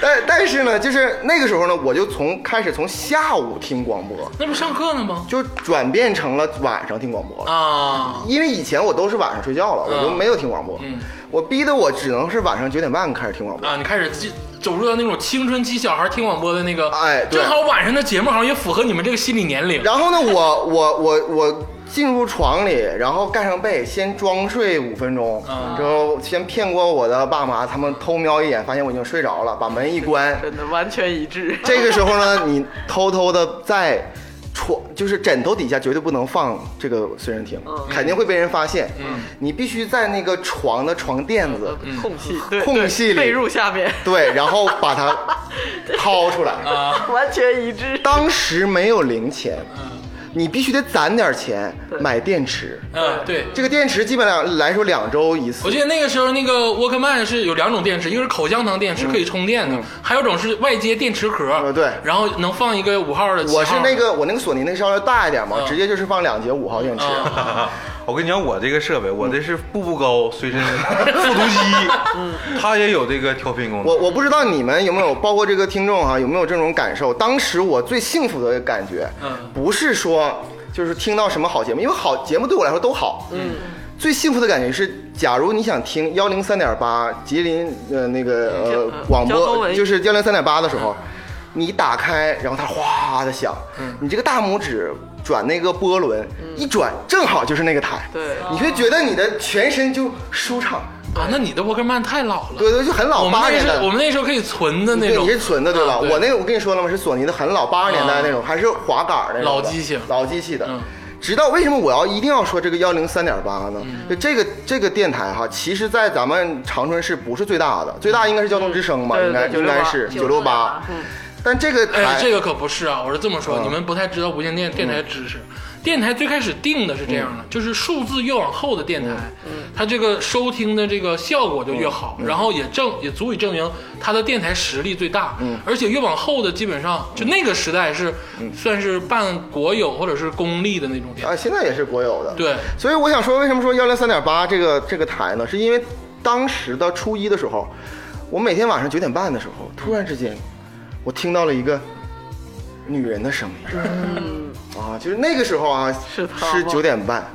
E: 但但是呢，就是那个时候呢，我就从开始从下午听广播，
A: 那不上课呢吗？
E: 就转变成了晚上听广播了。
A: 啊，
E: 因为以前我都是晚上睡觉了，我就没有听广播。
A: 嗯
E: 我逼得我只能是晚上九点半开始听广播。
A: 啊，你开始进走入到那种青春期小孩听广播的那个，
E: 哎对
A: 正好晚上的节目好像也符合你们这个心理年龄。
E: 然后呢，我我我我进入床里，然后盖上被，先装睡五分钟，
A: 啊
E: 之后先骗过我的爸妈，他们偷瞄一眼，发现我已经睡着了，把门一关。
B: 真的完全一致。
E: 这个时候呢，你偷偷的在床，就是枕头底下绝对不能放这个随身听，肯定会被人发现。嗯，你必须在那个床的床垫子。
B: 呃空隙，对，
E: 嗯空
B: 对
E: 隙里
B: 被褥下面，
E: 对，然后把它掏出来。
A: 啊，
B: 完全一致。
E: 当时没有零钱，你必须得攒点钱
B: 对
E: 买电池。
A: 嗯，对。
E: 这个电池基本上来说两周一
A: 我
E: 次，
A: 记得那个时候，那个 Walkman 是有两种电池，一个是口香糖电池可以充电的，还有一种是外接电池壳，
E: 嗯呃对
A: 然后能放一个五号的。
E: 我是
A: 7号的
E: 那个我那个索尼那个稍微大一点嘛，
A: 嗯
E: 直接就是放两节五号电池。
A: 啊，
C: 我跟你讲，我这个设备，我这是步步高随 身复读机，它也有这个调频功
E: 我
C: 能。
E: 我不知道你们有没有，包括这个听众哈、有没有这种感受？当时我最幸福的感觉，
A: 嗯
E: 不是说就是听到什么好节目，因为好节目对我来说都好，嗯。最幸福的感觉是，假如你想听幺零三点八吉林呃那个
A: 嗯
E: 呃
B: 交呃
E: 广
B: 交通
E: 播，
B: 文
E: 就是幺零三点八的时候，你打开，然后它哗的响，
A: 嗯
E: 你这个大拇指转那个波轮，一转正好就是那个台，
B: 对
E: 你会觉得你的全身就舒畅，
A: 啊，那你的沃克曼太老了，
E: 对对，就很老
A: 我们
E: 八
A: 那
E: 年
A: 是
E: 代。
A: 我们那时候可以存的那
E: 对，
A: 种
E: 你，是存的对吧？
A: 啊对啊
E: 我那个我跟你说了吗？是索尼的很老，八十年代那种，还是滑杆儿那种的
A: 老机型
E: 老机器的。
A: 嗯
E: 直到为什么我要一定要说这个幺零三点八呢？
A: 嗯
E: 就这个这个电台哈，其实，在咱们长春市不是最大的，最大应该是交通之声吧，
B: 嗯对
E: 应该
B: 对
E: 应该是九六八嗯
D: 968。
E: 但这个台
A: 哎，这个可不是啊！我是这么说，
E: 嗯
A: 你们不太知道无线电电台知识。电台最开始定的是这样的，
E: 嗯
A: 就是数字越往后的电台，它这个收听的这个效果就
E: 嗯
A: 越好，然后也证也足以证明它的电台实力最大。
E: 嗯
A: 而且越往后的基本上就那个时代是算是半国有或者是公立的那种电台。
E: 啊，现在也是国有的。
A: 对，
E: 所以我想说，为什么说幺零三点八这个这个台呢？是因为当时的初一的时候，我每天晚上九点半的时候，突然之间，我听到了一个女人的声音。啊，就是那个时候啊，
B: 是她吗
E: 九点半。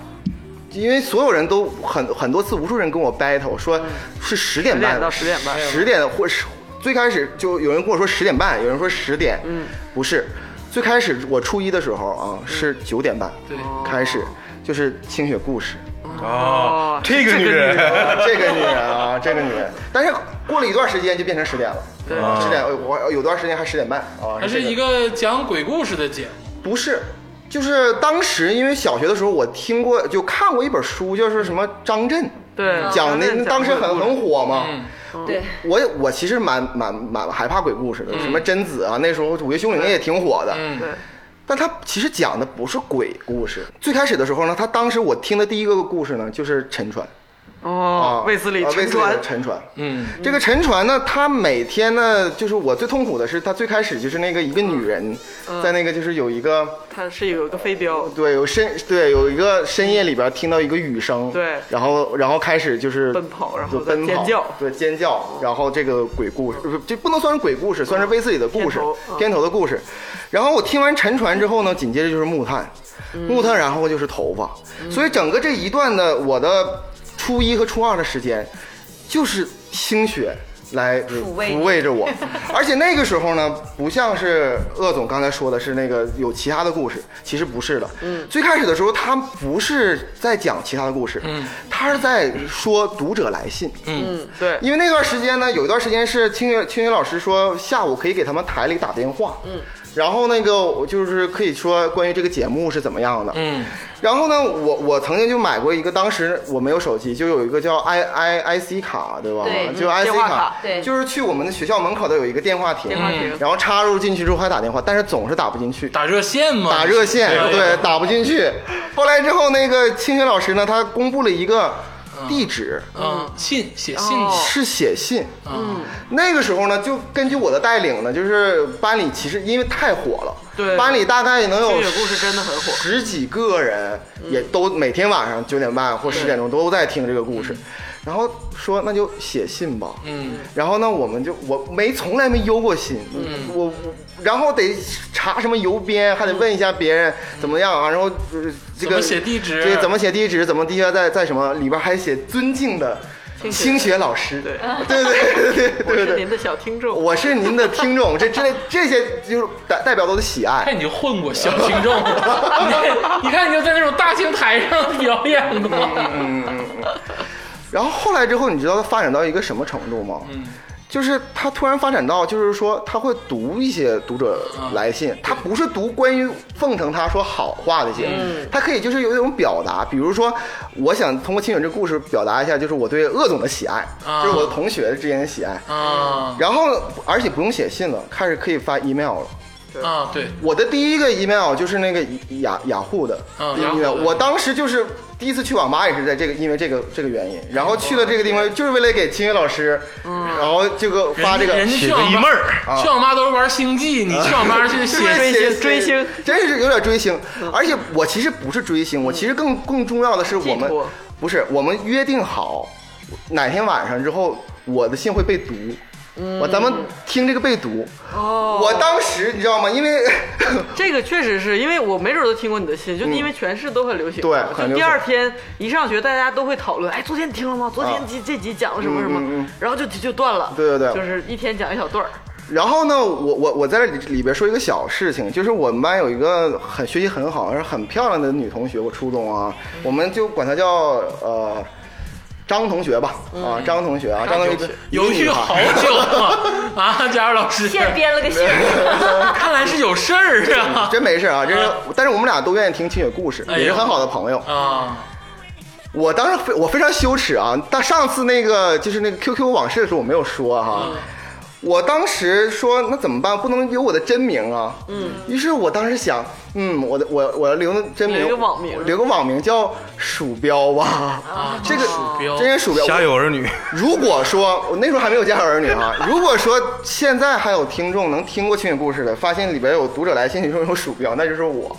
E: 因为所有人都很很多次，无数人跟我 battle 说是十点半
B: 10到10点半
E: 十点或是最开始就有人跟我说十点半，有人说十点，嗯，不是，最开始我初一的时候啊是九点半，
A: 对
E: 开始就是清雪故事，
C: 啊，这个女 人，
E: 啊这个女人啊，这个女人，但是过了一段时间就变成十点了，
B: 对
E: 啊十点，我我有段时间还十点半啊，
A: 它是
E: 这
A: 一个讲鬼故事的节目，
E: 不是，就是当时因为小学的时候，我听过就看过一本书，就是什么张震，
B: 对
E: 讲
B: 张
E: 那
B: 震
E: 当时
B: 讲鬼
E: 很
B: 故事
E: 很火嘛。
A: 嗯
D: 对，
E: 我也我其实蛮蛮蛮害怕鬼故事
B: 嗯
E: 的，什么贞子啊，那时候《午夜凶铃》也挺火的。
A: 嗯，
B: 对，
E: 但他其实讲的不是鬼故事。最开始的时候呢，他当时我听的第一个故事呢，就是沉船啊
B: 哦，，卫斯理
E: 啊卫
B: 沉
E: 斯理的
B: 船，
E: 沉船。
A: 嗯，
E: 这个沉船呢，他每天呢，就是我最痛苦的是，他最开始就是那个一个女人，
B: 嗯
E: 在那个就是有一个
B: 它是有一个飞镖，
E: 对，有深对有一个深夜里边听到一个雨声，
B: 对
E: 然后然后开始就是
B: 奔跑然后
E: 就奔跑
B: 再尖叫哦
E: 对尖叫，然后这个鬼故事不是这不能算是鬼故事，算是威斯里的故事
B: 片头嗯
E: 片头的故事。然后我听完沉船之后呢，紧接着就是木炭，
B: 嗯
E: 木炭，然后就是头发，所以整个这一段的我的初一和初二的时间，就是清雪。来呃
D: 抚慰
E: 抚慰着 我，而且那个时候呢，不像是鄂总刚才说的是那个有其他的故事，其实不是的。嗯，最开始的时候他不是在讲其他的故事，
A: 嗯，
E: 他是在说读者来信。
B: 嗯，对，
E: 因为那段时间呢，有一段时间是清月清月老师说下午可以给他们台里打电话，嗯，然后那个我就是可以说关于这个节目是怎么样的，
A: 嗯，
E: 然后呢，我我曾经就买过一个，当时我没有手机，就有一个叫 i i i c 卡，对吧？
D: 对
E: 就 i c
B: 电话
E: 卡
B: 卡，
D: 对
E: 就是去我们的学校门口的有一个电话亭，
B: 电话亭
E: 然后插入进去之后还打电话，但是总是打不进去，
A: 打热线嘛，
E: 打热线，
A: 对
E: 对，打不进去。后来之后，那个清学老师呢，他公布了一个地址，
A: 嗯，信写信
B: 哦
E: 是写信。
A: 嗯，
E: 那个时候呢，就根据我的带领呢，就是班里其实因为太火了，
B: 对
E: 班里大概能有
B: 清雪故事真的很火
E: 十几个人
A: 嗯
E: 也都每天晚上九点半或十点钟都在听这个故事，然后说那就写信吧，
A: 嗯，
E: 然后呢，我们就我没从来没邮过信，
A: 嗯
E: 我我然后得查什么邮编，还得问一下别人怎么样啊，然后呃这
A: 嗯怎
E: 个
A: 么写地址
E: 对，怎么写地址，怎么地下在在什么里边还写尊敬的清雪老师，
B: 对
E: 对对对对
B: 我
E: 对
B: 是
E: 对
B: 您。的小听众，
E: 我是您的听众，这这这些就是代代表我的喜爱。
A: 看你就混过小听众， 你你看你就在那种大型台上表演过，
E: 嗯然后后来之后，你知道它发展到一个什么程度吗？
A: 嗯
E: 就是他突然发展到，就是说他会读一些读者来信，他不是读关于奉承他说好话的信，他可以就是有一种表达，比如说我想通过清雪这故事表达一下，就是我对鄂总的喜爱，
A: 啊
E: 就是我的同学之间的喜爱。
A: 啊，
E: 然后而且不用写信了，开始可以发 email 了。
A: 啊，对，
E: 我的第一个 email 就是那个雅雅虎的
A: 嗯
E: email，、
A: 雅虎的
E: 我当时就是第一次去网吧也是在这个因为这个这个原因，然后去了这个地方就是为了给清月老师，然后这个发这个
A: 嗯人家去
E: 写
A: 网吧
E: 妹儿啊
A: 去。网吧都是玩星际，你去网吧去写
B: 追
E: 对
B: 星追星，
E: 写真是有点追星，而且我其实不是追星，我其实更更重要的是我
B: 寄
E: 们
B: 托
E: 不是我们约定好，哪天晚上之后我的信会被读，我咱们听这个被读。
B: 哦
E: 我当时你知道吗？因为
B: 这个确实是因为我没准都听过你的信，就因为全市都很流行。
E: 嗯对
B: 就
E: 很流行
B: 第二天一上学，大家都会讨论，哎，昨天你听了吗？昨天这这集讲了什么什么，
E: 啊嗯嗯嗯
B: 然后就就断了。
E: 对对对
B: 就是一天讲一小段儿。
E: 然后呢，我我我在这里里边说一个小事情，就是我们班有一个很学习很好，而且很漂亮的女同学，我初中啊，我们就管她叫呃张同学吧，啊张同学啊，张同学
A: 犹豫好久啊！ 啊，佳儿老师，
D: 现编了个信儿，
A: 看来是有事儿啊！
E: 真没事啊，这是，但是我们俩都愿意听清雪故事，
A: 哎呦
E: 也是很好的朋友。
A: 啊，
E: 我当时非我非常羞耻啊，但上次那个就是那个 QQ 往事的时候我没有说哈、
A: 嗯
E: 我当时说那怎么办？不能有我的真名啊。嗯。于是我当时想，嗯，我的我我留的真名，
B: 留一个网名
E: 留个网名叫鼠标吧。啊，这个
A: 鼠标
E: 真是鼠标。
C: 家有儿女，
E: 如果说我那时候还没有家有儿女啊， 如果说现在还有听众能听过情景故事的，发现里边有读者来信，你说有鼠标，那就是我，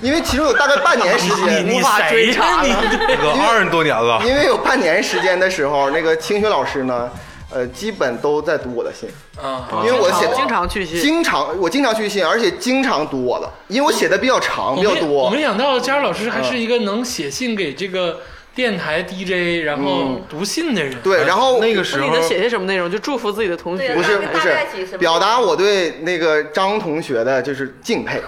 E: 因为其中有大概半年时 间，
A: 你
B: 无法
A: 谁
B: 追查
A: 呀 你？
C: 这个二十多年了，
E: 因为有半年时间的时候，那个清雪老师呢，呃，基本都在读我的信，
A: 啊，
E: 因为我写的
B: 经常去信
E: 经常我经常去信，而且经常读我的，因为我写的比较长，比较
A: 我
E: 多
A: 没。想到佳儿老师还是一个能写信给这个电台 DJ，然后读信的人。
E: 嗯对，然后
C: 那个时
B: 那
C: 候
B: 你能写些什么内容？就祝福自己的同学。
D: 对
E: 不是
D: 大概
E: 不
D: 大概几十
E: 是
D: 分
E: 表达我对那个张同学的就是敬 佩，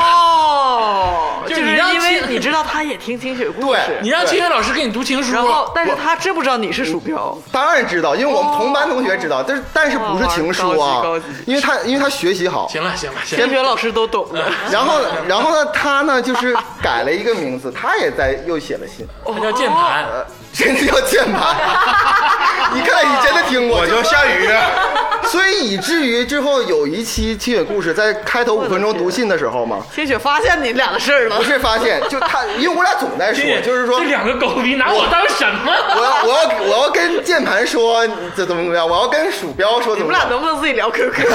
B: 哦，
A: 就
B: 就是是
A: 你让清
B: 因为你知道他也听清雪故
E: 对
A: 你
B: 事，
A: 让清雪老师给你读情书
B: 然，后但是他知不知道你是鼠标？
E: 当然知道，因为我们同班同学知道，但是但是不是情书啊
B: 哦哇高级高级，
E: 因为他因为他学习好，
A: 行了行了行
B: 清
A: 了，
B: 雪老师都懂 的。
E: 然后然后呢他呢就是改了一个名字，他也在又写了信，
A: 他叫键盘。
E: 呃，真的要键盘，你看来你真的听过，
C: 我叫夏雨，
E: 所以以至于之后有一期清雪故事在开头五分钟读信的时候嘛，
B: 清雪发现你俩的事儿了
E: 不，是发现就他，因为我俩总在说
A: 清雪，
E: 就是说
A: 这两个狗逼拿我当什么？
E: 我要我要我要跟键盘说这怎么怎么样，我要跟鼠标说
B: 你们
E: 怎么
B: 俩
E: 样。
B: 能不能自己聊 QQ？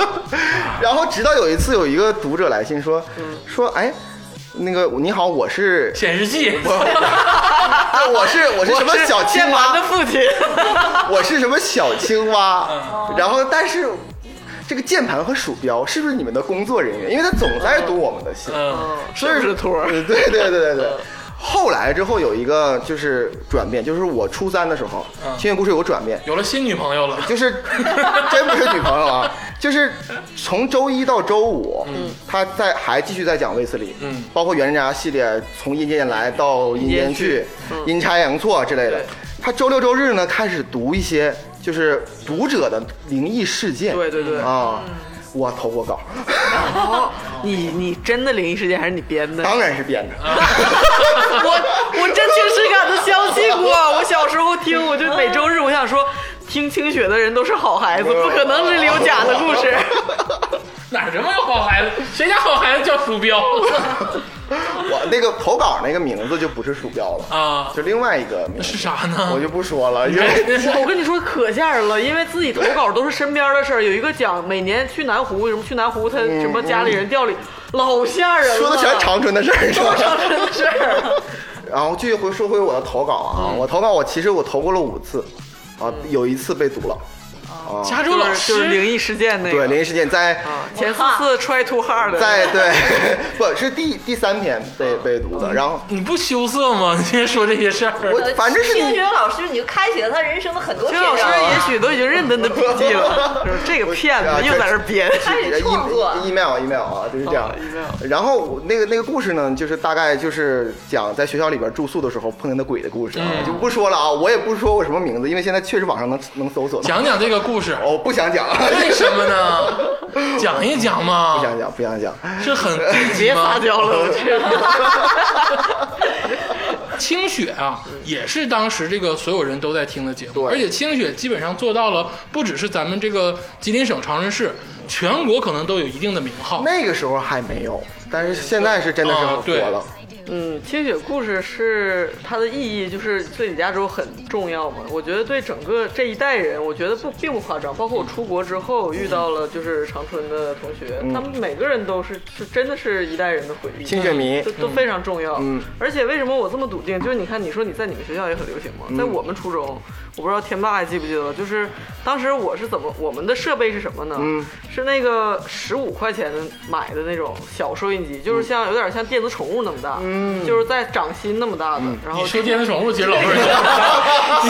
E: 然后直到有一次有一个读者来信说说哎，那个你好，我是
A: 显示器，
E: 哎我是我是什么小青
B: 键盘
E: 蛙
B: 的，父亲，
E: 我是什么小青蛙，然后但是。这个键盘和鼠标是不是你们的工作人员？因为他总在读我们的信，
A: 嗯，
E: 所以
B: 是不是托儿
E: 对对对对对。后来之后有一个就是转变，就是我初三的时候，
A: 嗯
E: 青云故事有个转变，
A: 有了新女朋友了。
E: 就是真不是女朋友啊，就是从周一到周五，他在还继续在讲卫斯理，
A: 嗯
E: 包括袁家系列，从阴间来到阴间去，阴差阳错之类的
A: 对。
E: 他周六周日呢开始读一些就是读者的灵异事件，
B: 对对对
E: 啊，我投过稿，
B: 哦，你你真的灵异事件还是你编的？
E: 当然是编的。
B: 我我真情实感的相信过。
E: 啊
B: 我小时候听，我就每周日我想说，听清雪的人都是好孩子，不可能是有假的故
E: 啊
B: 事。
A: 哪这么有好孩子？谁家好孩子叫鼠标
E: 我那个投稿那个名字就不是鼠标了，
A: 啊？
E: 就另外一个名字
A: 是啥呢？
E: 我就不说了，因为
B: 我我跟你说可吓人了，因为自己投稿都是身边的事儿。有一个讲每年去南湖，什么去南湖，他什么家里人掉里，老吓人了。
E: 嗯说的全是长春的事儿，是吧？
B: 真的是 儿。
E: 然后继续回说回我的投稿啊，我投稿我其实我投过了五次，啊，有一次被读了，啊，
A: 加州
B: 就
A: 老
B: 是就是灵
A: 师，
B: 异事件那个。
E: 对，灵异事件在
B: 啊前四次 try too hard 的
E: 在对， 不是第第三篇被被读的，然后
A: 你不羞涩吗？你今天说这些事儿，
E: 我反正是
D: 清学老师，你就开启了他人生的很多
B: 这
D: 篇
B: 老师
D: 章啊
B: 也许都已经认得你的笔记了，就是这个骗
E: 啊
B: 子又在这儿编。
D: 开始创作，
E: e email email 啊，就是这样
B: 啊。，email
E: 然后我那个那个故事呢，就是大概就是讲在学校里边住宿的时候碰见的鬼的故事啊，就不说了啊，我也不说我什么名字，因为现在确实网上能能搜索到。
A: 讲讲这个故事，
E: 哦，不想讲，
A: 为什么呢？讲一讲嘛
E: 不，想讲，不想讲。
A: 是很低级
B: 别
A: 吗
B: 撒？娇了，我去！
A: 清雪啊，也是当时这个所有人都在听的节目，
E: 对
A: 而且清雪基本上做到了，不只是咱们这个吉林省长春市，全国可能都有一定的名号。
E: 那个时候还没有，但是现在是真的是很
A: 啊
E: 火
A: 对
E: 了。
B: 嗯，清雪故事是它的意义，就是对李家洲很重要嘛。我觉得对整个这一代人，我觉得不并不夸张。包括我出国之后遇到了就是长春的同学，他们每个人都是是真的是一代人的回忆，
E: 嗯清雪迷
B: 都都非常重要。嗯，而且为什么我这么笃定？就是你看，你说你在你们学校也很流行嘛，在我们初中，我不知道天霸还记不记得，就是当时我是怎么，我们的设备是什么呢？是那个十五块钱买的那种小收音机，就是像有点像电子宠物那么大，嗯，就是在掌心那么大的，然后
A: 你说电子宠物，其实老多人讲，
E: 啊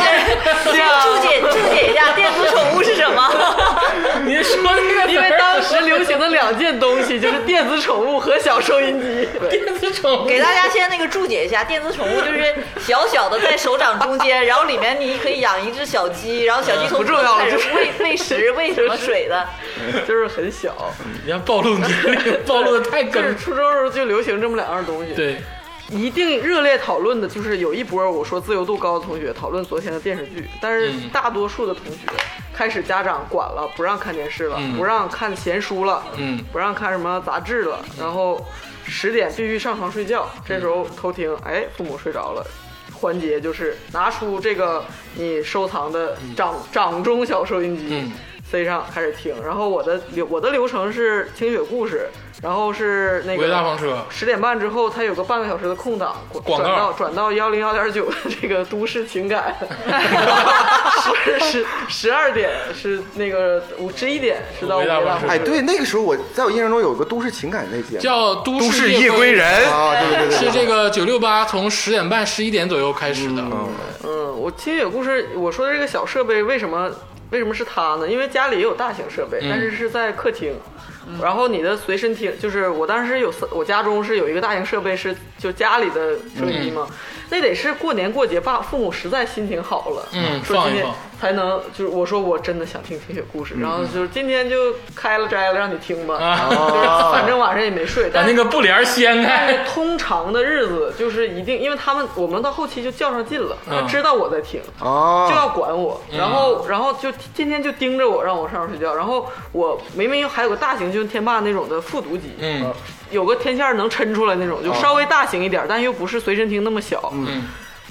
D: 注解注解一下，电子宠物是什么？
A: 你 说那个词
B: 因为
A: 儿，
B: 当时流行的两件东西就是电子宠物和小收音机，
A: 电子宠物
D: 给大家先那个注解一下，电子宠物就是小小的在手掌中间，然后里面你可以养一只小鸡，然后小鸡
B: 嗯
D: 从
B: 不重要了
D: 开始
B: 就是
D: 喂喂食、喂什么水的。
B: 就是很小，
A: 你看暴露年龄，暴露的太
B: 就
A: 跟
B: 是
A: 儿。
B: 初中时候就流行这么两样东西，。
A: 对，
B: 一定热烈讨论的就是有一波我说自由度高的同学讨论昨天的电视剧，但是
A: 嗯
B: 大多数的同学开始家长管了，不让看电视了，
A: 嗯
B: 不让看闲书了，
A: 嗯
B: 不让看什么杂志了，然后十点必须上床睡觉，这时候偷听，哎，父母睡着了。环节就是拿出这个你收藏的掌掌中小收音机，
A: 嗯
B: 塞上开始听。然后我的流我的流程是听雪故事，然后是那个
A: 维拉房车，
B: 十点半之后，它有个半个小时的空档，转
A: 广告
B: 转到转到幺零幺点九的这个都市 情感，十十十二点是那个五十一点是到
A: 维拉
B: 维
A: 晚
B: 拉
A: 市
E: 哎，对，那个时候我在我印象中有个都市情感类节目
A: 叫《都
C: 都
A: 市
C: 市夜归
A: 人
C: 人，
E: 啊，对对对》，
A: 是
E: 对，
A: 这个九六八从十点半、十一点左右开始的。
B: 嗯，我清雪故事我说的这个小设备为什么为什么是它呢？因为家里也有大型设备，但
A: 嗯
B: 是是在客厅。然后你的随身听，就是我当时有三，我家中是有一个大型设备，是就家里的收音机
A: 嗯
B: 嘛，那得是过年过节爸父母实在心情好了，
A: 嗯
B: 说
A: 放一
B: 今天
A: 放嗯
B: 才能就是我说我真的想听听雪故事，然后就是今天就开了摘了让你听吧，
A: 啊
B: 就是反正晚上也没睡，
A: 把
B: 但
A: 那个布帘儿掀
B: 但是
A: 开，
B: 通常的日子就是一定，因为他们我们到后期就较上劲了，他
A: 嗯
B: 知道我在听，
A: 哦
B: 就
E: 啊，
B: 要管我，然后然后就天天就盯着我，让我上床睡觉。然后我明明还有个大型，就是天霸那种的复读机，
A: 嗯，哦
B: 有个天线儿能抻出来那种，就稍微大型一点，但又不是随身听那么小。
A: 嗯，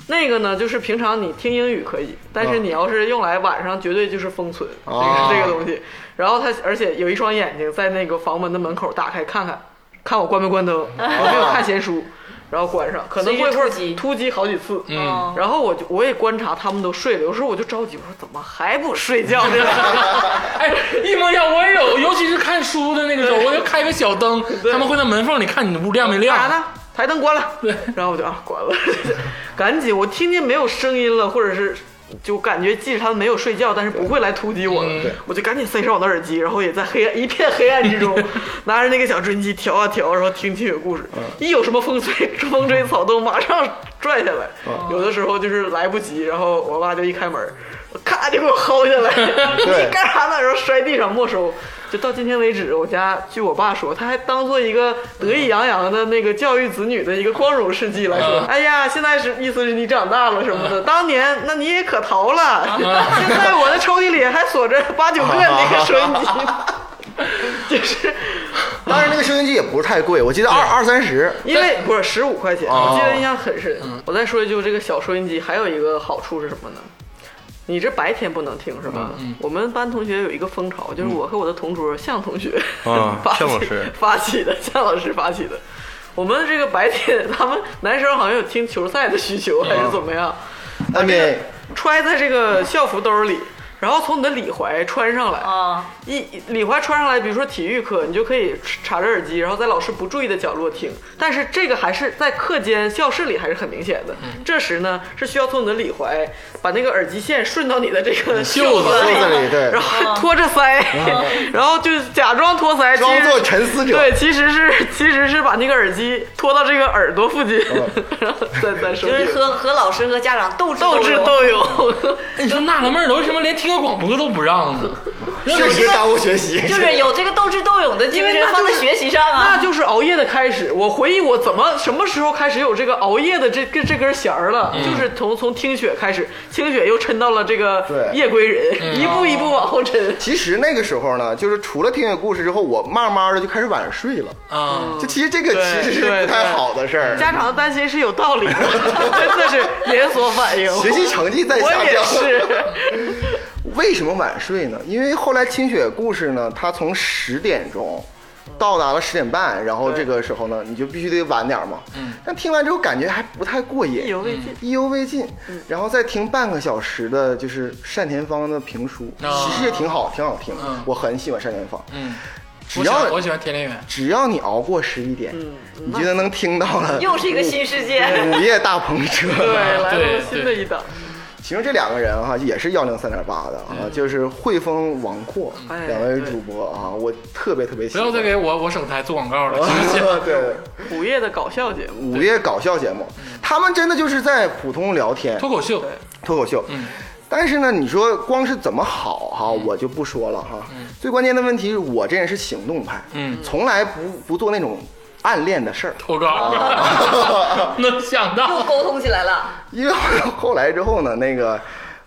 B: 那个呢，就是平常你听英语可以，但
A: 哦
B: 是你要是用来晚上，绝对就是封存，这
E: 哦
B: 个这个东西。然后他而且有一双眼睛在那个房门的门口打开看看，看我关没关灯，
A: 哦
B: 我没有看闲书，然后关上，可能过一会儿
D: 随时突击
B: 突击好几次，嗯
D: 哦
B: 然后我就我也观察他们都睡了，有时候我就着急，我说怎么还不睡觉呢？
A: 哎，一模一样，我也有，尤其是看书的那个时候，我就开个小 灯，他们会在门缝里看你屋亮没亮。
E: 啊
B: 干啥呢？台灯关了。
A: 对
B: 然后我就啊关了， 赶紧我听见没有声音了，或者是。就感觉即使他们没有睡觉，但是不会来突击我了，我就赶紧塞上我的耳机，然后也在黑暗一片黑暗之中，拿着那个小收音机调啊调，然后听听雪故事。一有什么风吹 风吹草动，马上拽下来。有的时候就是来不及，然后我爸就一开门，咔就给我薅下来，
E: 对
B: 你干啥呢？然后摔地上没收。就到今天为止，我家据我爸说，他还当做一个得意洋洋的那个教育子女的一个光荣事迹来说。
A: 嗯
B: 哎呀，现在是意思是你长大了什么的， 当年那你也可淘了。 现在我的抽屉里还锁着八九个那个收音机，就是
E: 当时那个收音机也不是太贵，我记得二二三十，
B: 因为不是十五块钱，
E: 哦
B: 我记得印象很深。
C: 嗯
B: 我再说一句，这个小收音机还有一个好处是什么呢？你这白天不能听是
C: 嗯
B: 吧？我们班同学有一个风潮，就是我和我的同桌向同学、
C: 啊
B: 发起
C: 向老师
B: 发起的， 向老师发起的。我们这个白天，他们男生好像有听球赛的需求，还是
C: 啊
B: 怎么样？
E: ，NBA
B: 揣在这个校服兜里，然后从你的里怀穿上来
D: 啊，
B: 一里怀穿上来，比如说体育课，你就可以插着耳机，然后在老师不注意的角落听。但是这个还是在课间教室里还是很明显的。
E: 嗯
B: 这时呢，是需要从你的里怀把那个耳机线顺到你的这个
A: 袖
B: 袖
A: 子
E: 嗯袖
B: 里，
E: 子里，对嗯
B: 然，
D: 嗯
B: 后托着腮， 然后就假装托腮，其
E: 装
B: 实
E: 作沉思者，
B: 对，其实是其实是把那个耳机托到这个耳朵附近，
E: 哦
B: 然后再再说
D: 就。是和和老师和家长斗智
B: 斗智
D: 勇。
B: 斗勇。
A: 哎你说纳了闷儿了，为什么连听个广播都不让呢？
E: 确实耽误 学习。
D: 就是有这个斗智斗勇的精
B: 因为
D: 神
B: 那
D: 放
B: 就
D: 在
B: 是
D: 学习上
B: 那
D: 啊。
B: 就是熬夜的开始。我回忆我怎么什么时候开始有这个熬夜的这这这根弦儿了，
E: 嗯
B: 就是从从听雪开始，听雪又抻到了这个
E: 对嗯
B: 夜归人，一步一步往后抻。
E: 其实那个时候呢，就是除了听雪故事之后，我慢慢的就开始晚睡了。
A: 啊，
E: 就其实这个
B: 对
E: 其实是
B: 对
E: 不太
B: 对
E: 好的事儿。
B: 家长的担心是有道 理的，真的是连锁反应。
E: 学习成绩在
B: 我
E: 下
B: 也
E: 降。
B: 是，
E: 为什么晚睡呢？因为后来清雪故事呢，它从十点钟到达了十点半，然后这个时候呢，你就必须得晚点儿嘛。嗯。但听完之后感觉还不太过
B: 意
E: 瘾，
B: 犹未尽。
E: 意犹未尽。然后再听半个小时的，就是单田芳的评书，
A: 啊
E: 其实也挺好，挺好听
A: 嗯。
E: 我很喜欢单田芳。
A: 嗯，
E: 只
A: 我喜欢
E: 要
A: 我喜欢田连元，
E: 只要你熬过十一点，你就能听到了
D: 又是一个新世界，
E: 午夜大篷车。
B: 对，来 到
A: 对
B: 了新的一档。
E: 其实这两个人哈、也是幺零三点八的啊，
A: 嗯
E: 就是汇丰、王阔、
B: 哎
E: 两位主播啊，我特别特别
A: 不
E: 喜欢。
A: 要再给我我省台做广告了，行不行？
E: 对
B: 午夜的搞笑节目，
E: 午夜搞笑节目，他们真的就是在普通聊天
A: 嗯脱口秀，
E: 脱口秀。
A: 嗯
E: 但是呢，你说光是怎么好哈、我就不说了哈、最关键的问题是我这人是行动派，
A: 嗯
E: 从来不不做那种暗恋的事儿。
A: 脱稿，
E: 啊
A: 能想
D: 又
A: 到
D: 沟通起来了。
E: 因为后来之后呢，那个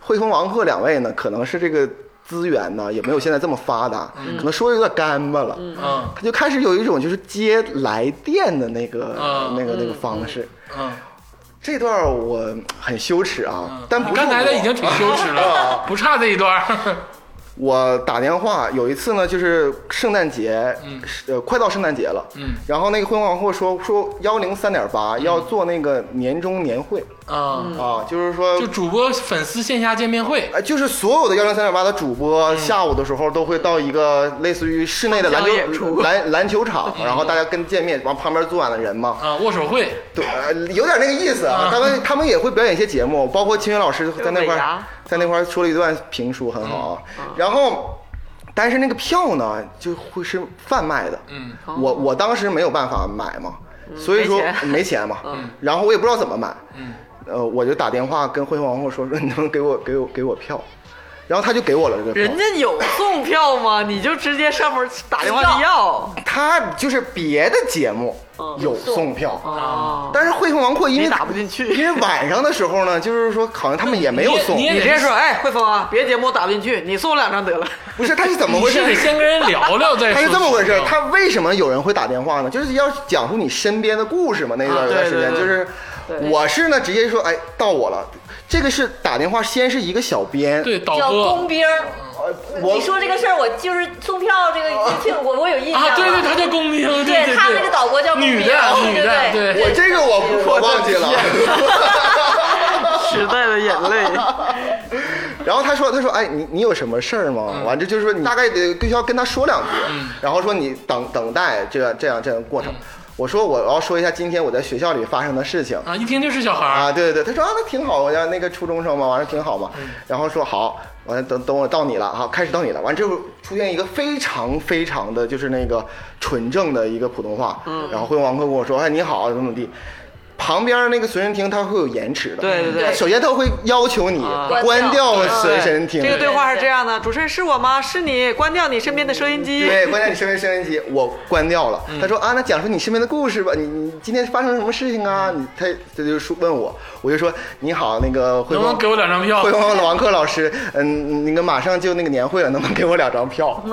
E: 汇丰、王鹤两位呢，可能是这个资源呢也没有现在这么发达，可能说的有点干巴了，
A: 嗯
E: 他就开始有一种就是接来电的那个、
A: 嗯
E: 那个那个方式。
A: 嗯，
E: 这段儿我很羞耻啊，但不是
A: 刚才
E: 我
A: 的已经挺羞耻了，不差这一段儿。
E: 我打电话有一次呢，就是圣诞节，是呃，快到圣诞节了，
A: 嗯
E: 然后那个婚王后说说幺零三点八要做那个年终年会、
A: 啊，
E: 啊，就是说
A: 就主播粉丝线下见面会，
E: 哎，就是所有的幺零三点八的主播，下午的时候都会到一个类似于室内的篮
B: 放枪演
E: 球
B: 出
E: 篮篮球场，然后大家跟见面，往旁边坐满了人嘛。
A: 啊，握手会，
E: 对，呃有点那个意思啊。他们他们也会表演一些节目，包括清源老师在那
B: 就是尾
E: 块儿
B: 牙嗯
E: 在那块儿说了一段评书，很好啊。然后，但是那个票呢，就会是贩卖的。
A: 嗯，
E: 我我当时没有办法买嘛，所以说
B: 哦嗯没钱嗯
E: 没 钱嘛，然后我也不知道怎么买，呃，我就打电话跟辉煌王后说说你能给我给我给我票，然后他就给我了这个票
B: 人，家有送票吗？你就直接上门打电话要
E: 他就是别的节目有送票，
B: 啊！
E: 但是辉煌王后因为
B: 嗯你打不进去
E: 因为晚上的时候呢，就是说好像他们也没有送
A: 你，也
B: 你直接说，哎，汇丰啊，别节目我打不进去，你送我两张得了。
E: 不是他是怎么
A: 你
E: 回
A: 是
E: 事
A: 得？先跟人聊聊 再说。
E: 他是这么回事，
A: 啊
E: 他为什么有人会打电话呢？就是要讲述你身边的故事嘛。那段
B: 啊
E: 有段时
B: 对
E: 间，
B: 对对
E: 就是我是呢，直接说，哎，到我了。这个是打电话，先是一个小编，
A: 对导
D: 叫工
A: 播
D: 兵儿，
E: 我
D: 你说这个事儿，我就是送票这个，听我我有印象了。
A: 啊，对对，他叫工兵，对
D: 对
A: 对，
D: 他那个导播叫工兵
A: 女的
D: 对
A: 女
D: 对
A: 的，
D: 对
E: 我这个我不我忘记了。
B: 时代的眼泪，
E: 然后他说：“他说，哎，你你有什么事儿吗？完这就是说你大概得必须要跟他说两句，然后说你等等待这样这样这样的过程。我说我要说一下今天我在学校里发生的事情。
A: 啊，一听就是小孩儿，
E: 啊，对对对，他说啊，那挺好，我家那个初中生嘛，完了挺好嘛。
B: 嗯
E: 然后说好，完了等等我到你了，好，开始到你了。完之后出现一个非常非常的就是那个纯正的一个普通话，
B: 嗯
E: 然后辉煌会跟我说，哎，你好，怎么怎么地。旁边那个随身听它会有延迟的，
B: 对对对
E: 它首先它会要求你
B: 啊
E: 关
D: 关
E: 掉
D: 掉
E: 随身听，
B: 这个对
E: 对
B: 话是这样的：主持人是我吗？是你，关掉你身边的收音机。
E: 关掉你身边收音机，我关掉了。
B: 嗯
E: 他说啊，那讲述你身边的故事吧，你你今天发生什么事情
B: 嗯
E: 啊？你他他就说问我，我就说你好，那个辉
A: 能不
E: 煌
A: 能给我两张 票
E: 汇？丰王克老师，嗯，那个马上就那个年会了，能不能给我两张票？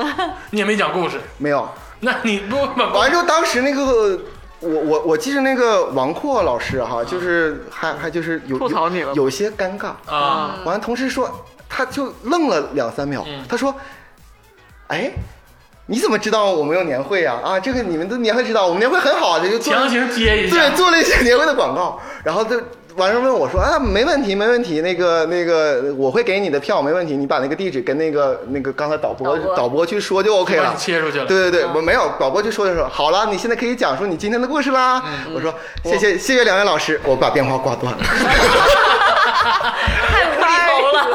A: 你也没讲故事，
E: 没有。
A: 那你不把
E: 完之后，当时那个我我我记得那个王阔老师哈，就是还还就是有
B: 吐槽你了
E: 有有些尴尬。
A: 啊，
E: 完了，同事说他就愣了两三秒，
B: 嗯
E: 他说：“哎。”你怎么知道我们有年会啊？啊，这个你们的年会知道，我们年会很好啊的，就做
A: 强行接一下，
E: 对，做了一些年会的广告，然后就完事问我说啊，没问题，没问题，那个那个我会给你的票，没问题，你把那个地址跟那个那个刚才导播
D: 导播
E: 去说就 OK
A: 把
E: 了
A: 你。切出去了，嗯
E: 对对对，我没有导播就说就说好了，你现在可以讲述你今天的故事啦。
A: 嗯
E: 我说谢谢谢谢两位老师，我把电话挂断 了。
D: 太无厘头了。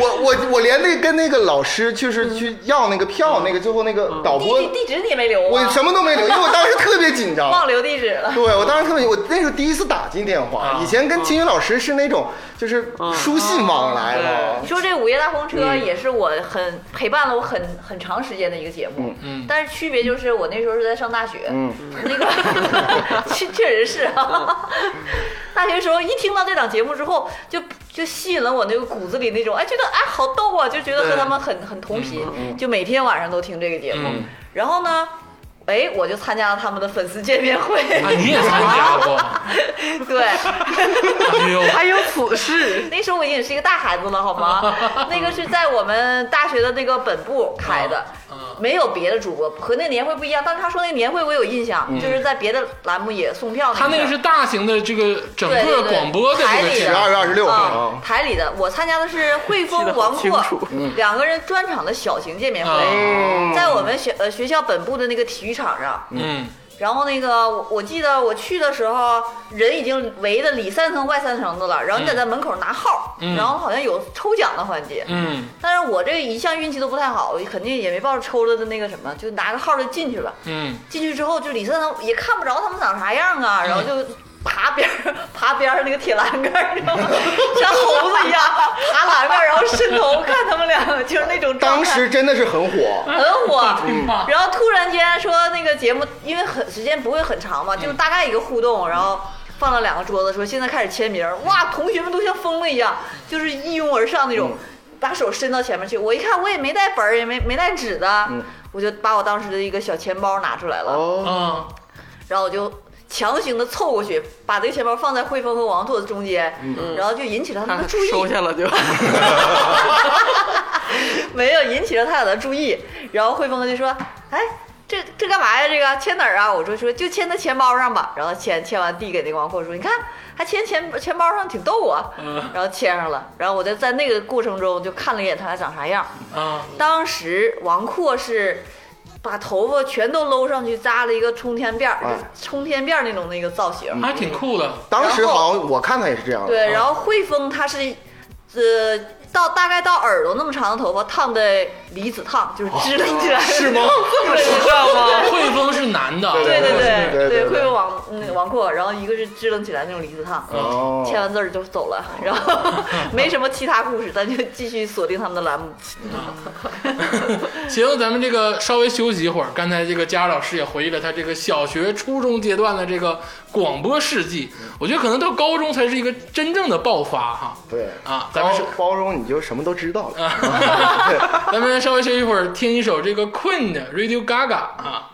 E: 我我我连那跟那个老师就是去要那个
A: 嗯
E: 票，那个最后那个导播
D: 地地地址你也没留
E: 我
D: 啊？
E: 什么都没留，因为我当时特别紧张。
D: 忘留地址了。
E: 对，我当时特别，我那时候第一次打进电话，
A: 啊
E: 以前跟金宇老师是那种就是书信往来嘛
D: 你。说这《午夜大风
A: 嗯
D: 车》也是我很陪伴了我很很长时间的一个节目，
A: 嗯
D: 但是区别就是我那时候是在上大学，
E: 嗯，
D: 那个 确确实是啊，
A: 嗯
D: 大学时候一听到这档节目之后，就就吸引了我那个骨子里那种，哎，觉得哎好逗啊，就觉得和他们很很同频，就每天晚上都听这个节目，
A: 嗯
D: 然后呢。哎，我就参加了他们的粉丝见面会，
A: 啊，你也参加过？
D: 对，
A: 哎呦，
B: 还有此 事，
D: 那时候我已经是一个大孩子了，好吗？那个是在我们大学的那个本部开的，
A: 嗯
D: 没有别的主播，和那年会不一样。但是他说那年会我有印象，就是在别的栏目也送票。
A: 嗯他那个是大型的这个整
D: 对对
A: 个
D: 对
A: 广播的这
D: 台
A: 个
D: 里
A: 节
D: 的，
A: 目
E: 12月26号啊
D: 啊，台里的。我参加的是汇丰王
B: 记得
D: 阔
B: 好清楚
A: 嗯
D: 两个人专场的小型见面会，
A: 啊
D: 在我们学呃学校本部的那个体育场上。
A: 嗯
D: 然后那个我我记得我去的时候，人已经围的里三层外三层的了，然后你得在门口拿号，
A: 嗯
D: 然后好像有抽奖的环节。
A: 嗯
D: 但是我这一向运气都不太好，我肯定也没抱着抽着的那个什么，就拿个号就进去了。
A: 嗯
D: 进去之后，就里三层也看不着他们长啥样啊，然后就爬边儿 爬边上那个铁栏杆儿，你知道吗像猴子一样爬栏杆儿，然后伸头看他们两个，就是那种状
E: 当
D: 态
E: 时真的是很 火，
D: 很火。
A: 妈
D: 然后突然间说那个节目，因为很时间不会很长嘛，就大概一个互动，然后放了两个桌子，说现在开始签名儿。哇，同学们都像疯了一样，就是一拥而上那种，把手伸到前面去。我一看，我也没带本儿，也没没带纸的，我就把我当时的一个小钱包拿出来了，
E: 哦，
A: 啊
D: 然后我就。强行的凑过去，把这个钱包放在汇丰和王拓的中间，然后就引起了他们的注 意。
B: 收下了就。
D: 没有引起了他俩的注意，然后汇丰就说：“哎，这这干嘛呀？这个签哪儿啊？”我说：“说就签他钱包上吧。”然后签签完递给那个王阔说：“你看，还签钱钱包上挺逗啊。”然后签上了，然后我就在那个过程中就看了一眼他俩长啥样。
A: 啊
D: 当时王阔是把头发全都搂上去扎了一个冲天辫儿，
E: 哎
D: 冲天辫儿那种那个造型。
A: 还挺酷的。
E: 当时好像我看他也是这样的。
D: 对，然后汇丰它是，呃，到大概到耳朵那么长的头发烫的离子烫，就是支棱起来、是吗？这么知道吗？
A: 汇丰是男的，
D: 对对
E: 对对对对
D: 汇丰王嗯王阔，然后一个是支棱起来那种离子烫。
A: 啊
E: 哦，
D: 签完字儿就走了，然后没什么其他故事，咱就继续锁定他们的栏目。
A: 行，咱们这个稍微休息一会儿。刚才这个佳儿老师也回忆了他这个小学、初中阶段的这个广播事迹，我觉得可能到高中才是一个真正的爆发哈。
E: 对
A: 啊咱们
E: 高
A: 是啊
E: 高中你就什么都知道了。
A: 咱们稍微休息一会儿，听一首这个 Queen 的 Radio Gaga 啊。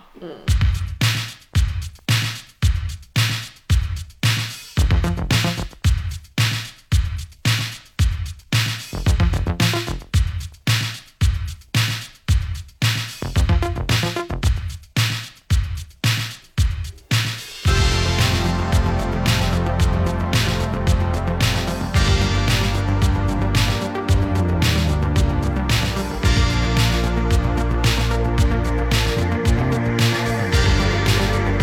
F: Thank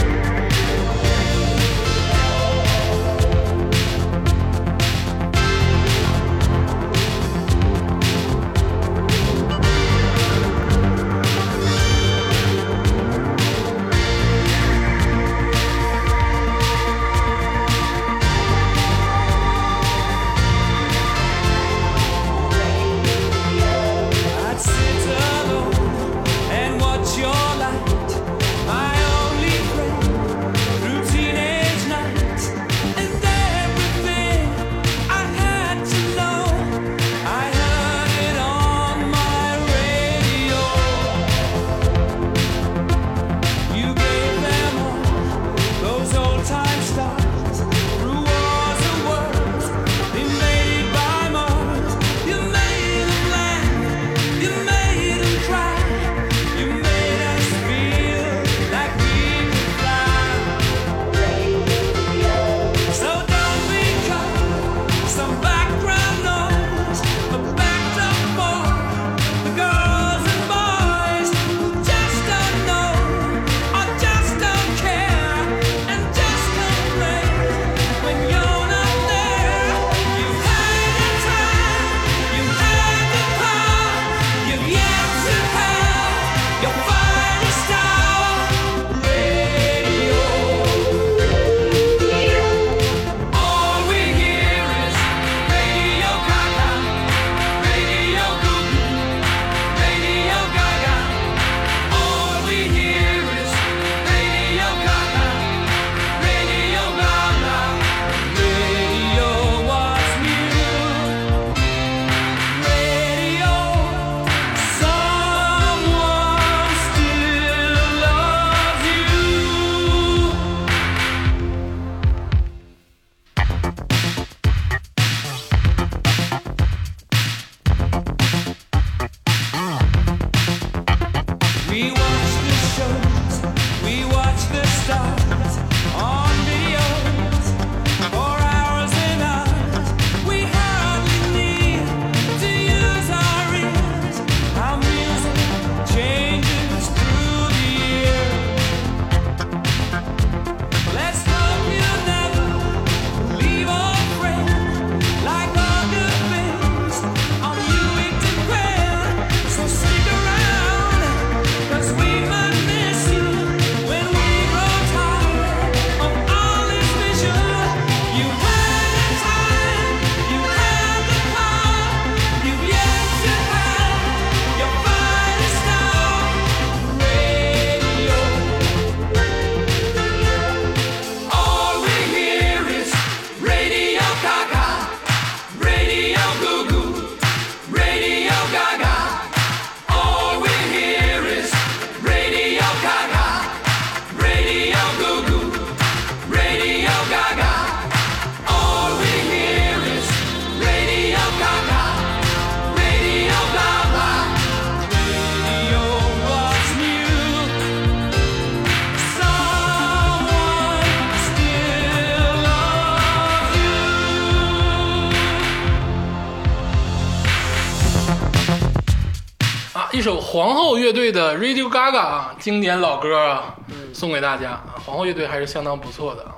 A: 啊一首皇后乐队的 Radio Gaga 啊，经典老歌啊，
E: 嗯
A: 送给大家啊。皇后乐队还是相当不错的啊。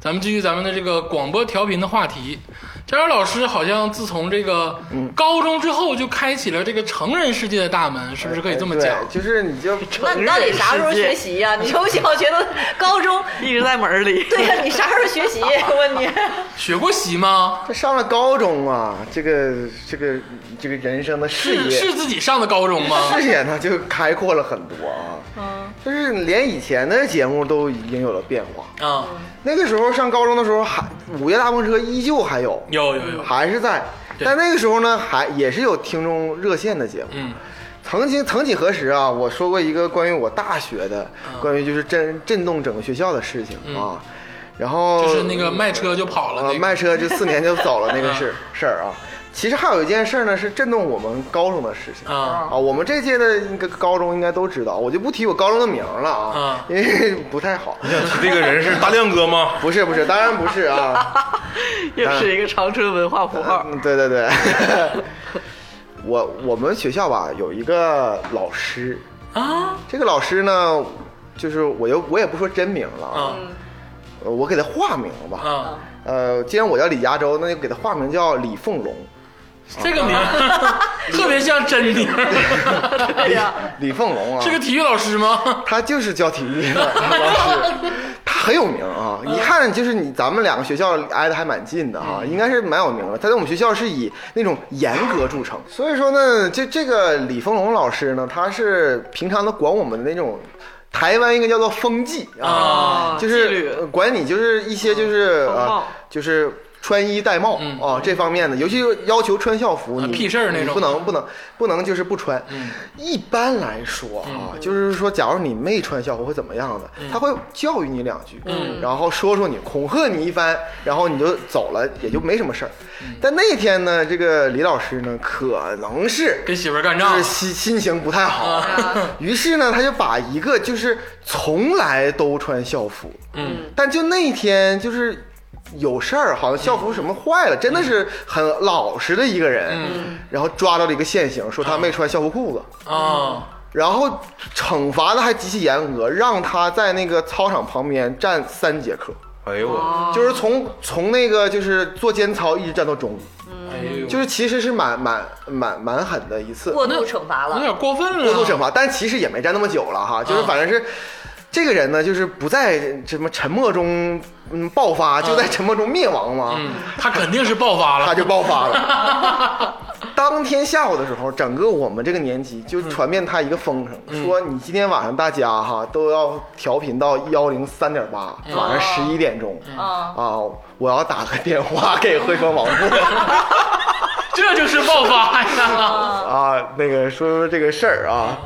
A: 咱们继续咱们的这个广播调频的话题。佳瑶老师好像自从这个
E: 嗯
A: 高中之后就开启了这个成人世界的大门，是不是可以这么讲？
E: 哎对就是 你就
D: 那你到底啥时候学习呀、你从小学到高中，
B: 一直在门儿 里。
E: 嗯
D: 对呀、你啥时候学习？我问你，
A: 学过习吗？
E: 他上了高中啊，这个这个这个人生的
A: 是
E: 视野
A: 是自己上的高中吗？
E: 视野呢就开阔了很多啊。
D: 嗯，
E: 就是连以前的节目都已经有了变化。
A: 啊，
E: 那个时候上高中的时候还《午夜大风车》依旧还有，
A: 有有有，
E: 还是在。
A: 对
E: 但那个时候呢，还也是有听众热线的节目。
A: 嗯
E: 曾经曾几何时啊，我说过一个关于我大学的，
A: 嗯
E: 关于就是震震动整个学校的事情啊。然后
A: 就是那个卖车就跑了
E: 呃，
A: 那个，嗯
E: 卖车就四年就走了那个事 事儿啊。其实还有一件事儿呢，是震动我们高中的事情
A: 啊
E: 我们这届的应该高中应该都知道，我就不提我高中的名儿了啊，
A: 啊
E: 因为不太 好。
C: 这个人是大亮哥吗？
E: 不是不是，当然不是啊，
B: 又是一个长春文化符号。
E: 嗯，对对对， 我我们学校吧有一个老师，
A: 啊
E: 这个老师呢，就是我又我也不说真名了，
A: 啊
E: 呃我给他化名吧，
A: 啊，
E: 呃，既然我叫李加州，那就给他化名叫李凤龙，
A: 这个名儿 特别像真名儿，
E: 嗯
B: 对呀、
E: 李凤龙啊，
A: 是个体育老师吗？
E: 他就是教体育的老师，他很有名啊。一看就是你咱们两个学校挨得还蛮近的啊，应该是蛮有名的。他在我们学校是以那种严格著称，所以说呢，这这个李丰龙老师呢，他是平常的管我们的那种。台湾应该叫做风纪啊
A: 哦
B: 啊，
E: 就
B: 纪律
E: 是呃管你就是一些就是
B: 风
E: 呃
B: 貌
E: 就是穿衣戴帽
A: 嗯
E: 啊这方面的，尤其要求穿校服，
A: 啊
E: 你
A: 屁事儿那
E: 你
A: 种
E: 不能不能不能就是不穿。
A: 嗯
E: 一般来说啊，就是说，假如你没穿校服会怎么样的？
A: 嗯
E: 他会教育你两句，然后说说你，恐吓你一番，然后你就走了，也就没什么事儿。
A: 嗯
E: 但那天呢，这个李老师呢，可能是
A: 跟媳妇儿干
E: 就
A: 仗
E: 是心心情不太好，
A: 啊
E: 于是呢，他就把一个就是从来都穿校服，
A: 嗯，
E: 但就那天就是有事儿，好像校服什么坏了，真的是很老实的一个人，
A: 嗯
E: 然后抓到了一个现行，说他没穿校服裤子。
A: 啊
E: 然后惩罚的还极其严格，让他在那个操场旁边站三节课，
C: 哎呦我，
E: 就是从从那个就是做间操一直站到中午，
A: 哎呦，
E: 就是其实是蛮蛮蛮蛮狠的一次
D: 过度惩
A: 有
D: 罚了，
A: 点过分了，
E: 过度惩罚，但其实也没站那么久了哈，就是反正是。这个人呢，就是不在什么沉默中嗯爆发，就在沉默中灭亡嘛。
A: 嗯，他肯定是爆发
E: 他
A: 了，
E: 就爆发了。当天下午的时候，整个我们这个年级就传遍他一个风声，说你今天晚上大家哈都要调频到幺零三点八，晚上十一点钟、
D: 啊
E: 啊，我要打个电话给汇丰网络
A: 这就是爆发呀！
E: 啊，那个说说这个事儿啊。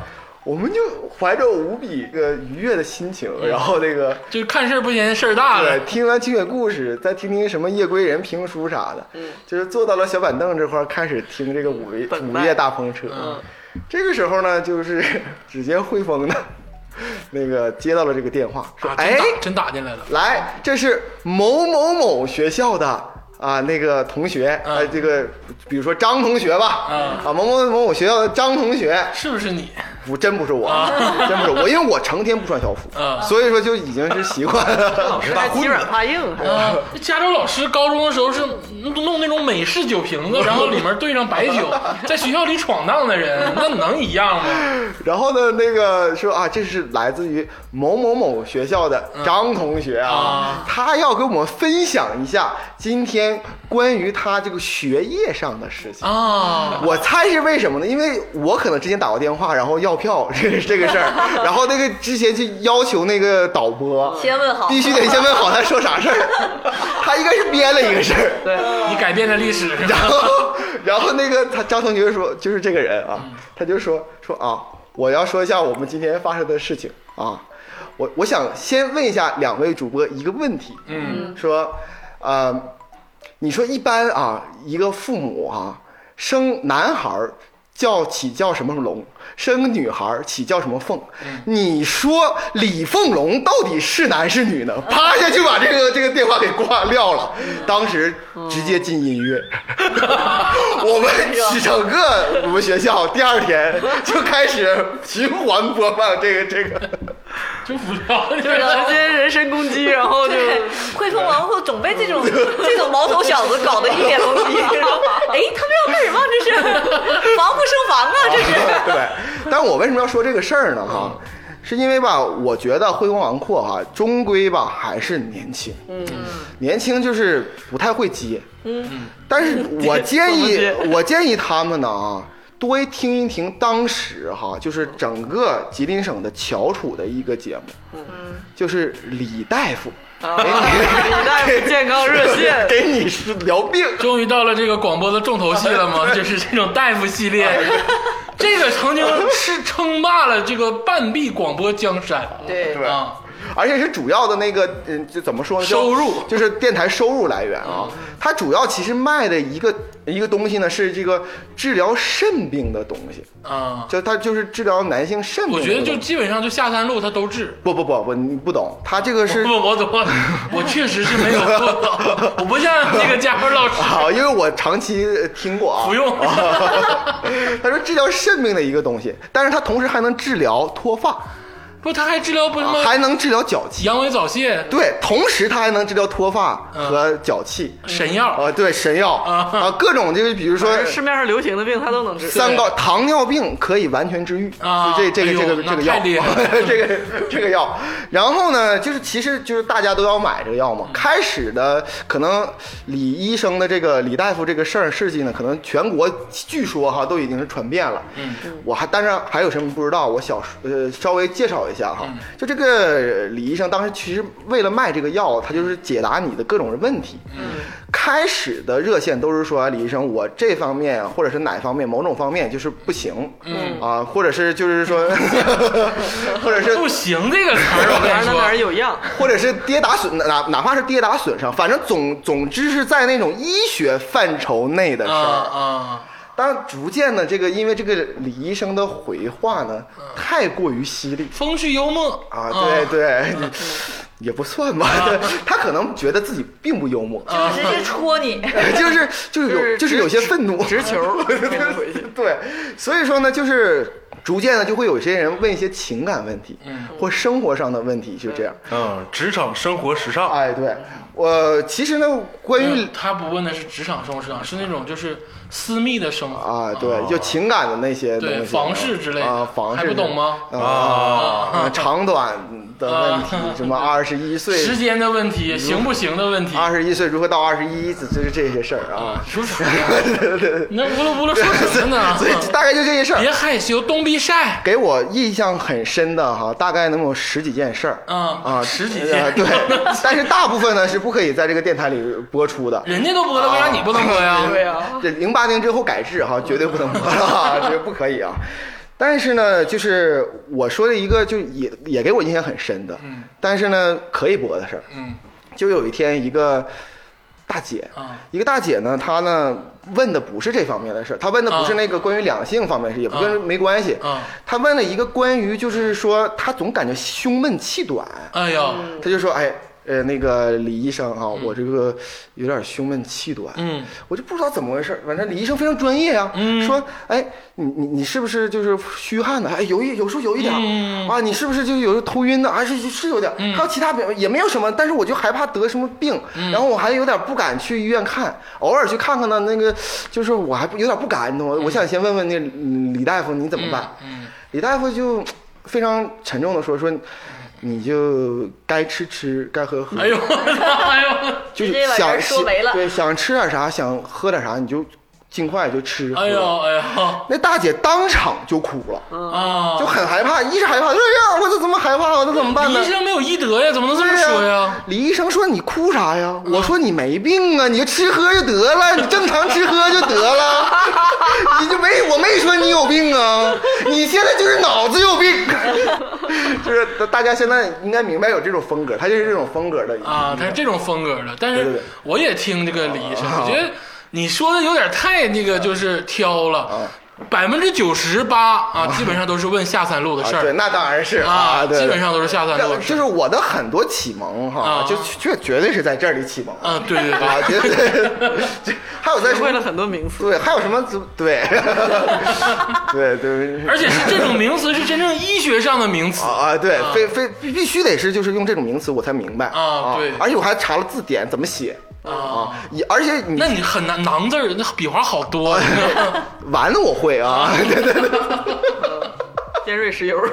E: 我们就怀着无比呃愉悦的心情，然后那个
A: 就看事儿不嫌事儿大
E: 对
A: 了，，
E: 听完清雪故事，再听听什么夜归人评书啥的，
A: 嗯
E: 就是坐到了小板凳这块儿，开始听这个 午夜
B: 等
E: 午
B: 待
E: 夜大风车。
A: 嗯
E: 这个时候呢，就是只见汇丰的那个接到了这个电话，说：“
A: 啊，真
E: 哎
A: 打，真打进来了，
E: 来，这是某某某学校的。”啊，那个同学，
A: 嗯
E: 呃，这个，比如说张同学吧，
A: 嗯
E: 啊，某某某某学校的张同学，
A: 是不是你？
E: 不，真不是我，真不是我，因为我成天不穿校服，
A: 啊嗯
E: 所以说就已经是习惯 了。
B: 老师还欺软怕硬，
E: 嗯
B: 还
A: 啊，加州老师高中的时候是弄那种美式酒瓶子，然后里面兑上白酒，在学校里闯荡的人，那能一样吗？
E: 然后呢，那个说啊，这是来自于某某某学校的张同学啊，
A: 嗯啊
E: 他要跟我们分享一下今天关于他这个学业上的事情。
A: 啊，
E: 我猜是为什么呢？因为我可能之前打过电话，然后要票这个这个事儿，然后那个之前去要求那个导播
D: 先问好
E: 必须得先问好他说啥事儿，他应该是编了一个事儿。
B: 对，
A: 你改变了历史，
E: 然后，然后那个他张同学说，就是这个人啊，他就说说啊，我要说一下我们今天发生的事情啊，我我想先问一下两位主播一个问题，
A: 嗯，
E: 说，呃，你说一般啊，一个父母啊生男孩儿叫起叫什么龙，生个女孩儿起叫什么凤。你说李凤龙到底是男是女呢？啪一下就把这个这个电话给挂撂了，当时直接进音乐。 我们整个我们学校第二天就开始循环播放这个这个。
A: 真服了，
B: 就是直接人身攻击，然后就
D: 对，汇丰王后总被这种这种毛头小子搞得一脸懵 逼。哎，他们要干什么？这是防不胜防啊！这是。
E: 对，但我为什么要说这个事儿呢？哈，是因为吧，我觉得恢宏王阔哈，终归吧还是年轻，嗯，年轻就是不太会接，嗯，但是我建议
B: 接，
E: 我建议他们呢啊。多听一听当时哈，就是整个吉林省的翘楚的一个节目，嗯，就是李大夫，
B: 啊， 李大夫健康热线，
E: 给你是聊病，
A: 终于到了这个广播的重头戏了吗？就是这种大夫系列， 这个曾经是称霸了这个半壁广播江山。
D: 对
E: 对
A: 啊，
E: 而且是主要的那个，嗯，就怎么说呢？叫
A: 收入嗯
E: 就是电台收入来源啊。它主要其实卖的一个一个东西呢，是这个治疗肾病的东西，
A: 啊，
E: 就它就是治疗男性肾病
A: 我
E: 的东
A: 觉
E: 西。
A: 得就基本上就下三路他都治。
E: 不不不不，你不懂，它这个是
A: 不，我怎么，我确实是没有做到，我不像这个加班老师，
E: 啊，因为我长期呃听过啊。
A: 不用。
E: 他说治疗肾病的一个东西，但是它同时还能治疗脱发，
A: 不，他还治疗不什
E: 啊
A: 么
E: 还能治疗脚气。
A: 阳痿早泄、
E: 对，同时它还能治疗脱发
A: 嗯
E: 和脚气。
A: 神药，
E: 啊，对，神药啊，各种就是比如说
B: 市面上流行的病他都 能治。
E: 三高糖尿病可以完全治愈
A: 啊
E: 就这这个
A: 哎
E: 这
A: 呦
E: 个这个药
A: 那太厉害，了
E: 这个这个药。然后呢，就是其实就是大家都要买这个药嘛。
A: 嗯
E: 开始的可能李医生的这个李大夫这个事儿事迹呢，可能全国据说哈都已经是传遍了。嗯，我还但是还有什么不知道？我小呃稍微介绍一下哈，就这个呃李医生当时其实为了卖这个药，他就是解答你的各种问题。开始的热线都是说李医生，我这方面或者是哪方面某种方面就是不行，嗯啊，或者是就是说， 或者是
A: 不行这个词儿，我跟
B: 哪儿
A: 你
B: 哪儿哪儿
A: 说，
B: 有样，
E: 或者是跌打损哪哪怕是跌打损伤，反正总总之是在那种医学范畴内的事
A: 啊
E: 儿。
A: 啊，
E: 但逐渐的这个，因为这个李医生的回话呢，太过于犀利。
A: 风趣幽默
E: 啊，
A: 嗯
E: 对对， 也不算吧，对
A: 啊
E: 他可能觉得自己并不幽默，
B: 哦
D: 就直接戳你。
E: 就是就是有就是有些愤怒，
B: 直 球 给他回去。
E: 对，所以说呢，就是逐渐的就会有些人问一些情感问题，嗯，或生活上的问题，就这样。
C: 嗯，职场生活时尚，
E: 哎，对我其实呢，关于
A: 嗯他不问的是职场生活，职场是那种就是私密的生活
E: 啊，对，就情感的那些东
A: 对
E: 西，
A: 房事之类的
E: 啊，房事
A: 还不懂吗
E: 啊，啊长短的问 题
A: 啊，
E: 什么二十一岁。
A: 时间的问题、行不行的问题，
E: 二十一岁如何到二十一，这这这些事儿啊，
A: 说啥呀？那乌噜乌噜说什么呢？ 啊
E: 所以大概就这些事儿。
A: 嗯别害羞，Don't be shy。
E: 给我印象很深的哈，大概能有十几件事儿，
A: 嗯
E: 啊，
A: 十几件
E: 呃对， 但是大部分呢是不可以在这个电台里播出的。
A: 人家都播了，为啥你不能播 呀？
B: 对呀，
E: 这零八年之后改制哈，绝对不 能播了啊，这个不可以啊。但是呢，就是我说的一个，就也也给我印象很深的，
A: 嗯
E: 但是呢可以播的事儿，
A: 嗯
E: 就有一天一个大姐，
A: 啊
E: 一个大姐呢，她呢问的不是这方面的事儿，她问的不是
A: 啊
E: 那个关于两性方面的事，也不
A: 啊
E: 跟没关系，
A: 啊，
E: 她问了一个关于就是说她总感觉胸闷气短，
A: 哎呦，
E: 她就说哎。呃，那个李医生啊，我这个有点胸闷气短，
A: 嗯，
E: 我就不知道怎么回事儿，反正李医生非常专业啊，说，哎，你你你是不是就是虚汗呢？哎，有一有时候有一点儿、
A: 嗯
E: 啊，你是不是就有时候头晕呢？啊，是是有点儿，还有其他表也没有什么，但是我就害怕得什么病，
A: 嗯
E: 然后我还有点不敢去医院看，偶尔去看看呢，那个就是我还不有点不敢，你懂吗？我想先问问那个李李大夫你怎么办？
A: 嗯
E: 李大夫就非常沉重的说说，你就该吃吃，该喝喝。
A: 哎呦， 哎呦，
E: 就是
D: 直接把
E: 想
D: 人说没了
E: 对，想吃点啥，想喝点啥，你就尽快就吃。
A: 哎
E: 喝
A: 呦，哎呦，
E: 那大姐当场就哭了，
D: 嗯
A: 啊
E: 就！很害怕，一是害怕，哎呀，我这怎么害怕？我这怎么办
A: 李
E: 呢
A: 医？生没有医德呀，怎么能这么
E: 对
A: 说呀？
E: 啊
A: 嗯
E: 李医生说：“你哭啥呀？”我说：“你没病啊，你就吃喝就 得了，你正常吃喝就得了，你就没我没说你有病啊，你现在就是脑子有 病。”就是大家现在应该明白有这种风格，他就是这种风格的
A: 啊，他是这种风格的，但
E: 对对啊
A: 是
E: 对啊
A: 我也听这个李医生，我觉得你说的有点太那个就是挑了。百分之九十八啊，基本上都是问下三路的事
E: 啊对，
A: 儿
E: 那当然是
A: 啊，
E: 对，
A: 基本上都是下三路的事
E: 就
A: 儿
E: 是我的很多启蒙哈
A: 啊，
E: 就确绝对是在这里启蒙的
A: 啊，对对对，
E: 啊，绝对。 这还有在
B: 学
E: 什
B: 会了
E: 么？
B: 很多名词。
E: 对，还有什么？ 对，对对。
A: 而且是这种名词是真正医学上的名词
E: 啊，啊，对，非非必必须得是就是用这种名词我才明白
A: 啊对
E: 而且我还查了字典怎么写啊，也而且你
A: 那你很难囊字儿，那笔画好多，
E: 啊 完了我会啊，对对对，
B: 尖锐 石油，
D: 油，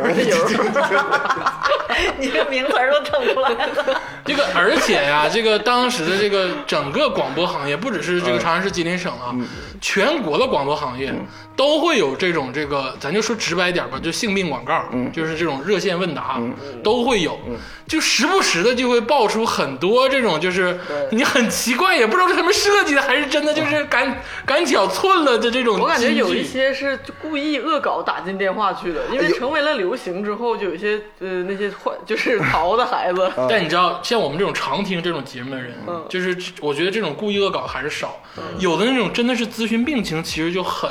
D: 你这名词儿都整出来 了。
A: 这个，而且呀、这个当时的这个整个广播行业，不只是这个长安市、吉林省啊，全国的广播行业都会有这种这个，咱就说直白点吧，就性病广告，就是这种热线问答、都会有，就时不时的就会爆出很多这种，就是你很奇怪，也不知道是他们设计的还是真的，就是赶赶巧寸了的这种。
B: 我感觉有一。些是故意恶搞打进电话去的，因为成为了流行之后，就有一些呃那些坏就是淘的孩子，
A: 但你知道，像我们这种常听这种节目的人，就是我觉得这种故意恶搞还是少，有的那种真的是咨询病情，其实就很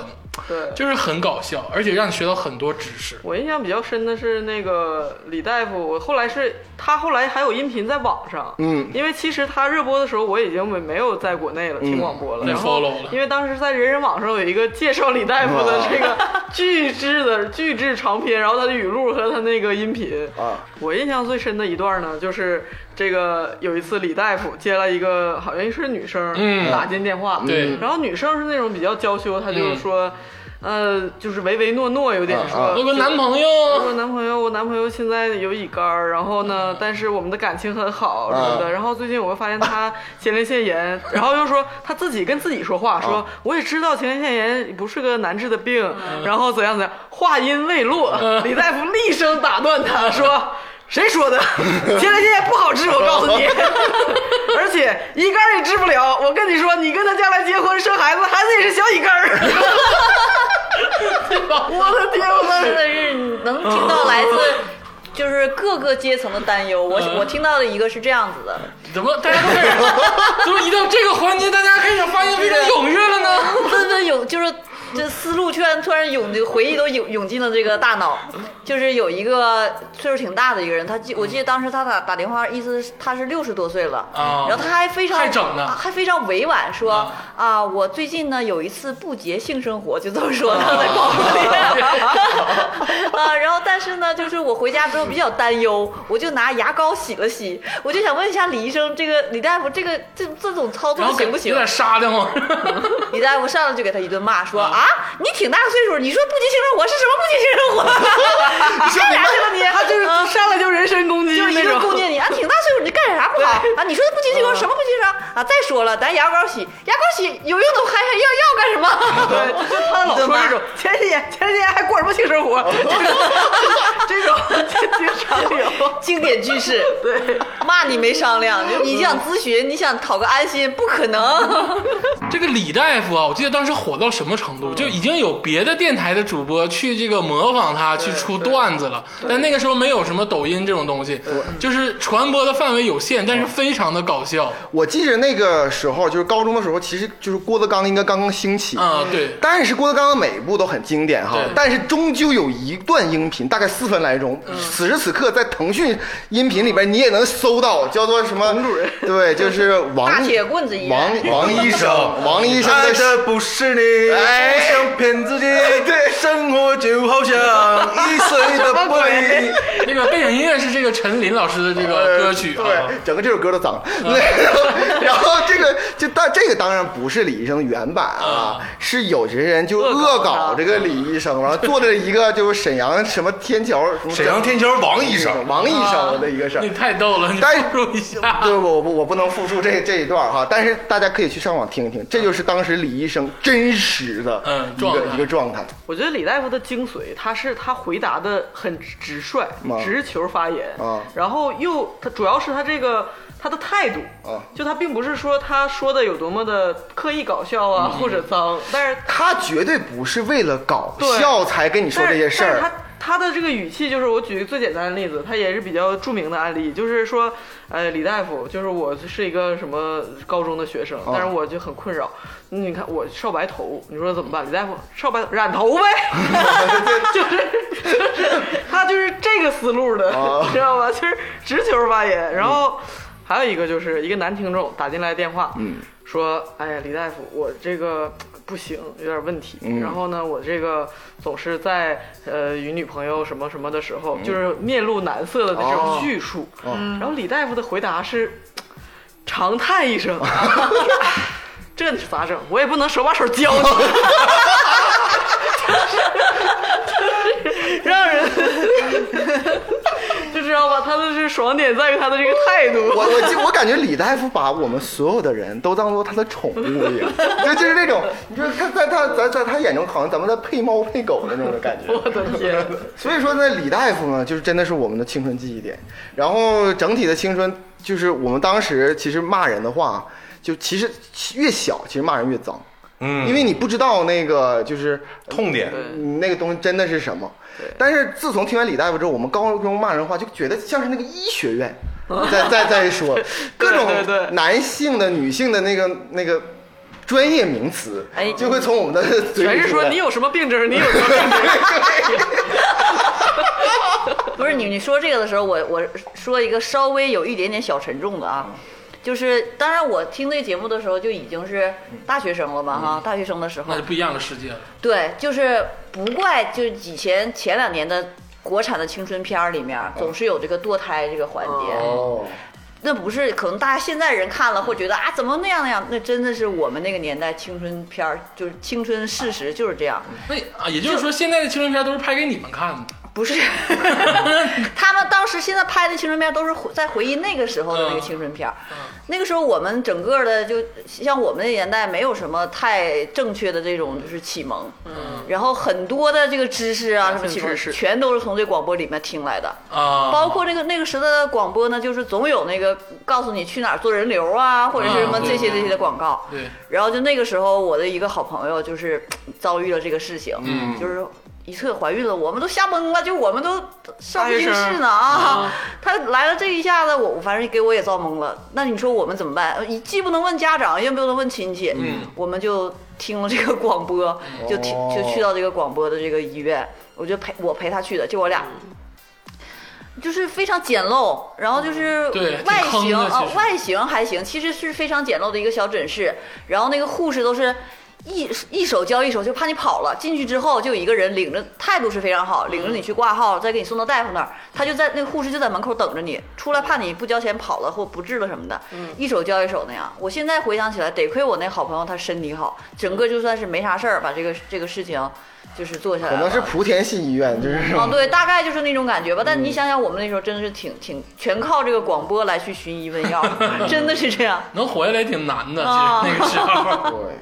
B: 对。
A: 就是很搞笑，而且让你学到很多知识。
B: 我印象比较深的是那个李大夫，我后来是他后来还有音频在网上，嗯，因为其实他热播的时候我已经没没有在国内
E: 嗯
B: 了，听广播了，
A: 在
B: 然后
A: follow 了
B: 因为当时在人人网上有一个介绍李大夫的这 个巨制的巨制长篇，然后他的语录和他那个音频
E: 啊，
B: 我印象最深的一段呢，就是这个有一次李大夫接了一个好像是女生
A: 嗯
B: 打进电话，
A: 对
B: 然后女生是那种比较娇羞，她就
A: 嗯
B: 说。呃，就是唯唯诺诺，有点说、
E: 啊
A: 我有个男朋友，
B: 我有男朋友，我男朋友现在有乙肝儿，然后呢，但是我们的感情很好什么的。然后最近我又发现他前列腺炎，然后又说他自己跟自己说话，说我也知道前列腺炎不是个难治的病，然后怎样怎样。话音未落，李大夫厉声打断他说。谁说的？前列腺炎不好治，我告诉你，而且乙肝儿也治不了。我跟你说，你跟他将来结婚生孩子，孩子也是小乙肝儿。 我的天，我
D: 真的是你能听到来
B: 哦
D: 自就是各个阶层的担忧。
B: 嗯
D: 我我听到的一个是这样子的，
A: 怎么大家都开始，怎么一到这个环节，大家开始发言非常踊跃了呢？
D: 纷纷涌就是。这思路突然突然涌，就回忆都涌涌进了这个大脑。就是有一个岁数挺大的一个人，他记我记得当时他打打电话，意思是他是六十多岁了，
A: 啊
D: 然后他还非常
A: 太整了
D: 啊还非常委婉说
A: 啊
D: 啊我最近呢有一次不洁性生活，就这么
A: 啊
D: 说他在广播里 啊，然后但是呢，就是我回家之后比较担忧，我就拿牙膏洗了洗，我就想问一下李医生，这个李大夫这个这这种操
A: 然
D: 作
A: 后
D: 行不
A: 有
D: 行？
A: 点沙的慌。
D: 李大夫上来就给他一顿骂，
B: 嗯
D: 说啊，你挺大岁数，你说不洁性生活是什么不洁性生 活？你干啥去了你？嗯
B: 他就是上嗯来就人身攻击
D: 就是
B: 那
D: 一顿
B: 种，嗯
D: 攻击你啊！挺大岁数，你干啥不好啊？你说不洁性生活什么不洁性生活啊？再说了，咱牙膏洗，牙膏洗有用的还还要要干什么？
B: 对，嗯就他老说这种前些年前些年还过什么性生 活，这种经常有。
D: 经典句式，对，骂你没商量，你想咨询，你想讨个安心，不可能。
A: 这个李大夫啊，我记得当时火到什么程度，就已经有别的电台的主播去这个模仿他去出段子了。但那个时候没有什么抖音这种东西，就是传播的范围有限，但是非常的搞笑
E: 我记着那个时候就是高中的时候，其实就是郭德纲应该刚刚兴起
A: 啊。对，
E: 但是郭德纲的每一部都很经典哈
A: 对，
E: 但是终究有一段音频，大概四分来钟，此时此刻在腾讯音频里边你也能搜到，叫做什么？王主任对，就是王
D: 大铁棍子一样
E: 王王医生， 王医生
C: 爱
E: 的
C: 的不是你，
E: 哎
C: 不想骗自己，
E: 对
C: 生活就好像一碎的玻璃。
A: 那个背景音乐是这个陈琳老师的这个歌曲啊。
E: 呃对，整个这首歌都脏了。然后 然后这个就但这个当然不是李医生的原版啊，是有些人就恶搞这个李医生，然后做了一个就是桥沈阳什么天桥什么
C: 沈阳天桥王医生，
E: 王医生的一个事儿
A: 你。太逗了，你
E: 但是
A: 复述一下。
E: 对，我不我不能复述这这一段哈，但是大家可以去上网听一听，这就是当时李医生真实的
A: 嗯
E: 一个
A: 状态
E: 一个状态。
B: 我觉得李大夫的精髓，他是他回答的很直率
E: 啊，
B: 直球发言
E: 啊，
B: 然后又他主要是他这个他的态度
E: 啊，
B: 就他并不是说他说的有多么的刻意搞笑啊或者脏，但是
E: 他绝对不是为了搞
B: 对
E: 笑才跟你说
B: 但
E: 这
B: 是
E: 些事
B: 但是
E: 儿
B: 他，他的这个语气就是，我举一个最简单的例子，他也是比较著名的案例，就是说，呃，李大夫，就是我是一个什么高中的学生，
E: 哦
B: 但是我就很困扰。你看我少白头，你说怎么办？李大夫少白染头 呗， 就是就是他就是这个思路的，
E: 哦
B: 知道吧？就是直球发言。然后还有一个就是一个男听众打进来电话，
E: 嗯
B: 说，哎呀，李大夫，我这个不行，有点问题。然后呢，我这个总是在呃与女朋友什么什么的时候，就是面露难色的那种叙述。然后李大夫的回答是，长叹一声，啊这你咋整？我也不能手把手教你。就是让人 就知道吧，他的是爽点在于他的这个态度。
E: 我我记我感觉李大夫把我们所有的人都当做他的宠物一样，就就是那种，你说他在他在在他眼中好像咱们在配猫配狗的那种感觉。
B: 我的天！
E: 所以说呢，李大夫呢，就是真的是我们的青春记忆点。然后整体的青春，就是我们当时其实骂人的话，就其实越小，其实骂人越脏，
C: 嗯，
E: 因为你不知道那个就是
C: 痛点，
E: 嗯那个东西真的是什么。但是自从听完李大夫之后，我们高中骂人话就觉得像是那个医学 院在在在说各种
B: 对对
E: 男性的、女性的那个那个专业名词
D: 哎，
E: 就会从我们的嘴里
B: 全是
E: 出
B: 说
E: 来
B: 你有什么病症，你有什么病症。
D: 不是你你说这个的时候，我我说一个稍微有一点点小沉重的
A: 嗯
D: 啊，就是当然我听这节目的时候就已经是大学生了吧哈，大学生的时候
A: 嗯那就，不一样的世界了。
D: 对，就是不怪就是以前前两年的国产的青春片儿里面
A: 嗯
D: 总是有这个堕胎这个环节，
E: 哦，
D: 那不是可能大家现在人看了会觉得啊怎么那样那样，那真的是我们那个年代青春片儿就是青春事实就是这样，
A: 那啊，也就是说，现在的青春片都是拍给你们看的。
D: 不 是，他们当时现在拍的青春片都是回在回忆那个时候的那个青春片儿。那个时候我们整个的就像我们那年代没有什么太正确的这种就是启蒙，嗯，然后很多的这个知识啊什么启蒙
B: 知识
D: 全都是从这广播里面听来的，
A: 啊，
D: 包括那个那个时代的广播呢，就是总有那个告诉你去哪儿做人流啊，或者是什么
A: 嗯
D: 这些
A: 嗯
D: 这些的广告。
A: 对，
D: 然后就那个时候，我的一个好朋友就是遭遇了这个事情，
A: 嗯
D: 就是一侧怀孕了，我们都吓懵了，就是我们都少
B: 大
D: 不经事
B: 学
D: 呢
B: 生
D: 啊
B: 啊！
D: 他来了这一下子，我我反正给我也造懵了。那你说我们怎么办？呃你既不能问家长，也不能问亲戚，
A: 嗯哦
D: 我们就听了这个广播，就听就去到这个广播的这个医院，我就陪我陪他去的，就我俩。
A: 嗯
D: 就是非常简陋，然后就是
A: 哦对挺
D: 外
A: 坑
D: 形
A: 的
D: 啊
A: 其，实
D: 外形还行，其实是非常简陋的一个小诊室。然后那个护士都是一一手教一手，就怕你跑了。进去之后就有一个人领着，态度是非常好，领着你去挂号，再给你送到大夫那儿。他就在那个护士就在门口等着你，出来怕你不交钱跑了或不治了什么的，一手教一手那样。我现在回想起来，得亏我那好朋友他身体好，整个就算是没啥事儿，把这个这个事情就是做下来
E: 可
D: 了。
E: 能是莆田系医院，就是这种
D: 哦，对，大概就是那种感觉吧。但
E: 嗯
D: 你想想，我们那时候真的是挺挺全靠这个广播来去寻医问药，真的 是 这样。
A: 能活下来挺难的，
D: 啊
A: 其实那个时 候。
E: 对，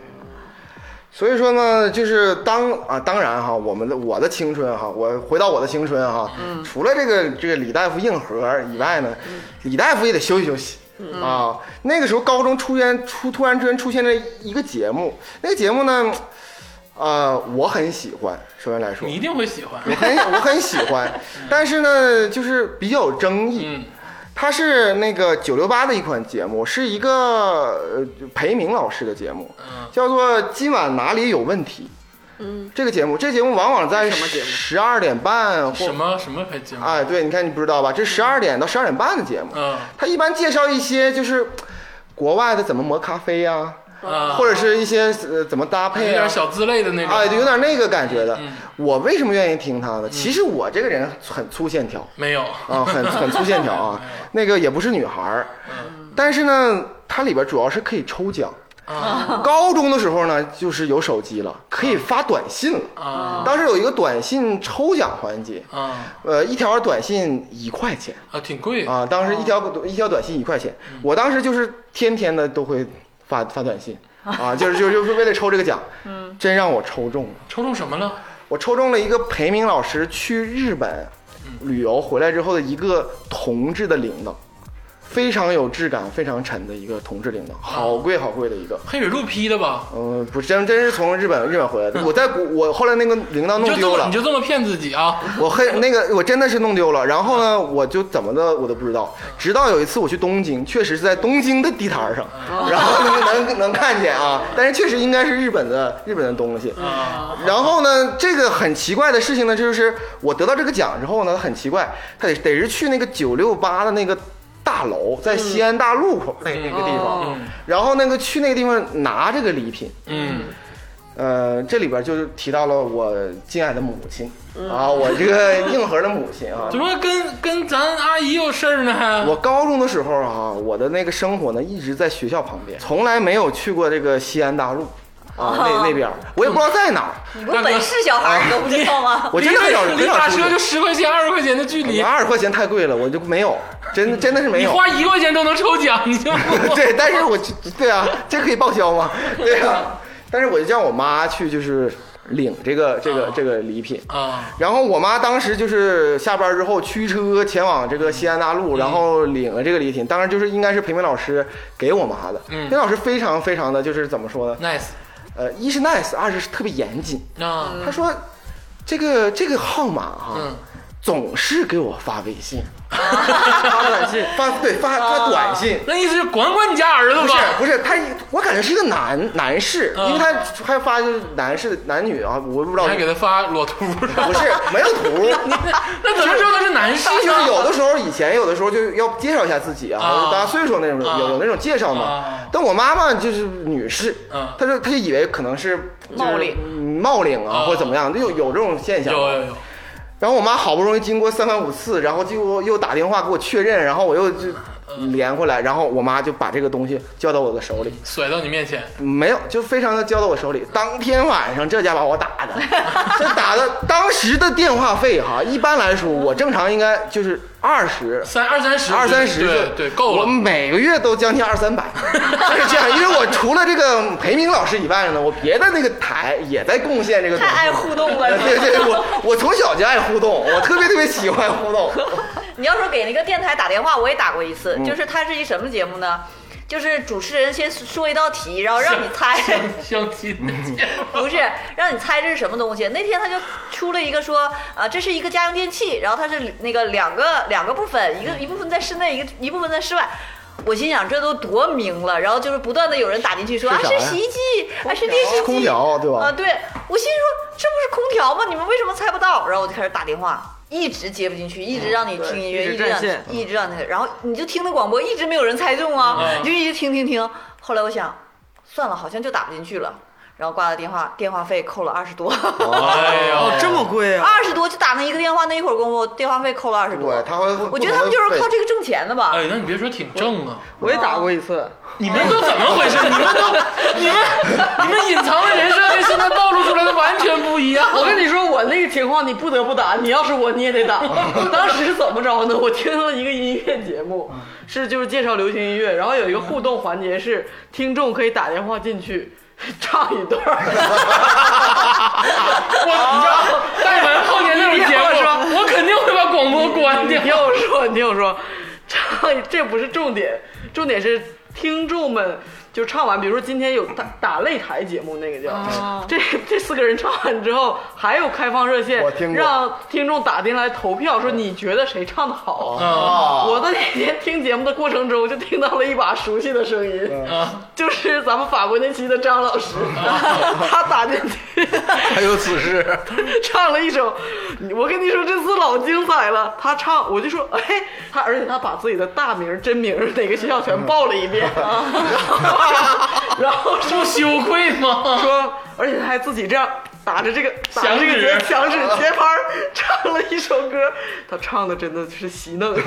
E: 所以说呢，就是当啊，当然哈，我们的我的青春哈，我回到我的青春哈，除了这个这个李大夫硬核以外呢，李大夫也得休息休息。啊，那个时候高中出现出突然之间出现了一个节目，那个节目呢，呃，我很喜欢。首先来说
A: 你，一定会喜欢，
E: 我很 我很喜欢，但是呢，就是比较有争议。
A: 嗯，
E: 它是那个九六八的一款节目，是一个呃裴明老师的节目，
A: 嗯
E: 叫做《今晚哪里有问题》。嗯，这个节目，这个节目往往在
B: 什么节目
E: 十二点半或
A: 什么什么拍节目？
E: 哎，对，你看你不知道吧？这十二点到十二点半的节目，
A: 嗯
E: 它一般介绍一些就是国外的怎么磨咖啡呀、
A: 啊，
E: 或者是一些呃怎么搭
A: 哎有
E: 配啊
A: 点，小资类的那种。
E: 哎，对，有点那个感觉的
A: 嗯。
E: 我为什么愿意听它呢？其实我这个人很粗线条。
A: 没有，
E: 啊，很很粗线 条啊，
A: 嗯
E: 那个也不是女孩儿，但是呢，它里边主要是可以抽奖。
A: 啊
E: 高中的时候呢，就是有手机了，可以发短信了。
A: 啊
E: 当时有一个短信抽奖环节，
A: 啊
E: 呃，一条短信一块钱
A: 啊，挺贵
E: 啊，当时一条一条短信一块钱，
A: 嗯
E: 我当时就是天天的都会发发短 信啊，就是就是就是为了抽这个奖，嗯，真让我抽中了。
A: 抽中什么了？
E: 我抽中了一个裴明老师去日本旅游回来之后的一个铜制的铃铛，非常有质感、非常沉的一个同质铃铛，好贵好贵的一个。
A: 黑水路批的吧？
E: 嗯，不是真真是从日本日本回来的。我在古我后来那个铃铛
A: 你
E: 啊弄
A: 就这
E: 丢
A: 么
E: 了
A: 你，就这么骗自己啊？
E: 我黑 那个我真的是弄丢了。然后呢，我就怎么的我都不知道，直到有一次我去东京，确实是在东京的地摊上，
A: 嗯
E: 然后能能能看见啊，但是确实应该是日本的日本的东西。
A: 啊，
E: 然后呢，这个很奇怪的事情呢，就是我得到这个奖之后呢，很奇怪，他得得是去那个九六八的那个大
A: 嗯
E: 楼，在西安大路口那那个地方，
B: 哦
E: 然后那个去那个地方拿这个礼品。
A: 嗯，
E: 呃，这里边就是提到了我敬爱的母亲、
A: 嗯
E: 啊，我这个硬核的母亲 啊
A: 怎。么跟跟咱阿姨有事儿呢？
E: 我高中的时候啊，我的那个生活呢一直在学校旁边，从来没有去过这个西安大路啊
A: 哦
E: 那那边儿，我也不知道在哪儿。
D: 你不本市小孩儿，你都不知道吗？
E: 我真的很 少
A: 离
E: 很少
A: 打
E: 出去
A: 车就十块钱、二十块钱的距离，
E: 二十块钱太贵了，我就没有，真真的是没
A: 你
E: 有。
A: 花一块钱都能抽奖， 你就
E: 对，但是我对啊，这可以报销吗？对啊，但是我就叫我妈去，就是领这个这个这个礼品。
A: 啊，
E: 然后我妈当时就是下班之后驱车前往这个西安大路，
A: 嗯
E: 然后领了这个礼品。当然就是应该是培梅老师给我妈的。
A: 嗯
E: 培梅老师非常非常的就是怎么说呢？
A: nice
E: 呃，一是 nice，二是是特别严谨。
A: 啊，
E: 她说这个这个号码哈、
A: 嗯，
E: 总是给我发微 信，发短信，发对发
A: 啊
E: 发短信。
A: 那意思是管管你家儿子
E: 不是
A: 吧？
E: 不是，他我感觉是一个男男士，
A: 嗯
E: 因为他还发就是男士男女啊，我不知道
A: 你，还给他发裸图，
E: 不是没有图，
A: 那怎么知道他是男士
E: 就
A: 呢？
E: 是有的时候以前有的时候就要介绍一下自己啊，
A: 啊
E: 大家岁数那种
A: 啊
E: 有有那种介绍嘛
A: 啊。
E: 但我妈妈就是女士
A: 嗯，
E: 她就她就以为可能是就是
D: 冒领
E: 嗯冒领啊
A: 啊
E: 或者怎么样，就有有这种现象。
A: 有有有，
E: 然后我妈好不容易经过三番五次，然后就又打电话给我确认，然后我又就连回来，然后我妈就把这个东西交到我的手里，
A: 甩到你面前，
E: 没有，就非常的交到我手里。当天晚上这家把我打的， 这打的当时的电话费哈，一般来说我正常应该就是二十。
A: 三二三十，
E: 二三十
A: 对对，够
E: 我
A: 了。
E: 每个月都将近二三百，就是这样。因为我除了这个裴明老师以外呢，我别的那个台也在贡献这个东
D: 太
E: 西。
D: 爱互动了，
E: 对对，我我从小就爱互动，我特别特别喜欢互动。
D: 你要说给那个电台打电话，我也打过一次，
E: 嗯
D: 就是它是一什么节目呢？就是主持人先说一道题，然后让你猜，
A: 相亲的节目
D: 不是让你猜这是什么东西。那天他就出了一个说，啊，这是一个家用电器，然后它是那个两个两个部分，一个
E: 嗯
D: 一部分在室内，一个一部分在室外。我心想这都多明了，然后就是不断的有人打进去说啊
E: 是啥呀
D: 是洗衣机，啊是电视机，
E: 空调对吧
D: 啊对，我心说这不是空调吗？你们为什么猜不到？然后我就开始打电话，一直接不进
E: 嗯
D: 去，一直让你听音乐，
B: 对一
D: 一
B: 直
D: 直
B: 占
D: 让
B: 线
D: 一直让那个，然后你就听那广播，一直没有人猜中啊，
A: 嗯
D: 你就一直听听听。后来我想，算了，好像就打不进去了，然后挂了电话，电话费扣了二十多，
A: 哎呦
B: 哦，这么贵啊！
D: 二十多就打那一个电话，那一会儿功夫电话费扣了二十多
E: 对，。他会。
D: 我觉得他们就是靠
E: 对。
D: 这个挣钱的吧。
A: 哎，那你别说挺正啊，
B: 我也打过一次，
A: 你们都怎么回 事？你们都你们你们隐藏的人设跟现在暴露出来的完全不一样。
B: 我跟你说，我那个情况你不得不打，你要是我你也 得打。当时怎么着呢？我听到一个音乐节目，是就是介绍流行音乐，然后有一个互动环节是听众可以打电话进去唱一段儿。
A: 我你知道，但凡碰见那种节目，我肯定会把广播关
B: 你听
A: 掉。
B: 我说，你听我说，唱这不是重点，重点是听众们就唱完，比如说今天有打打擂台节目那个叫，这这四个人唱完之后，还有开放热线
E: 我听，过
B: 让听众打进来投票，说你觉得谁唱的好。
A: 啊
C: 哦
B: 我在那天听节目的过程中，就听到了一把熟悉的声音，
E: 嗯
A: 啊！
B: 就是咱们法国那期的张老 师，他打进去，
C: 还有此事，
B: 唱了一首，我跟你说这次老精彩了。他唱，我就说，哎，他而且他把自己的大名、真名、哪个学校全报了一 遍，然后
A: 不羞愧吗？
B: 说，而且他还自己这样打着这个打着这
A: 响
B: 个节
A: 指
B: 响指节拍儿唱了一首歌，他唱的真的就是洗弄，各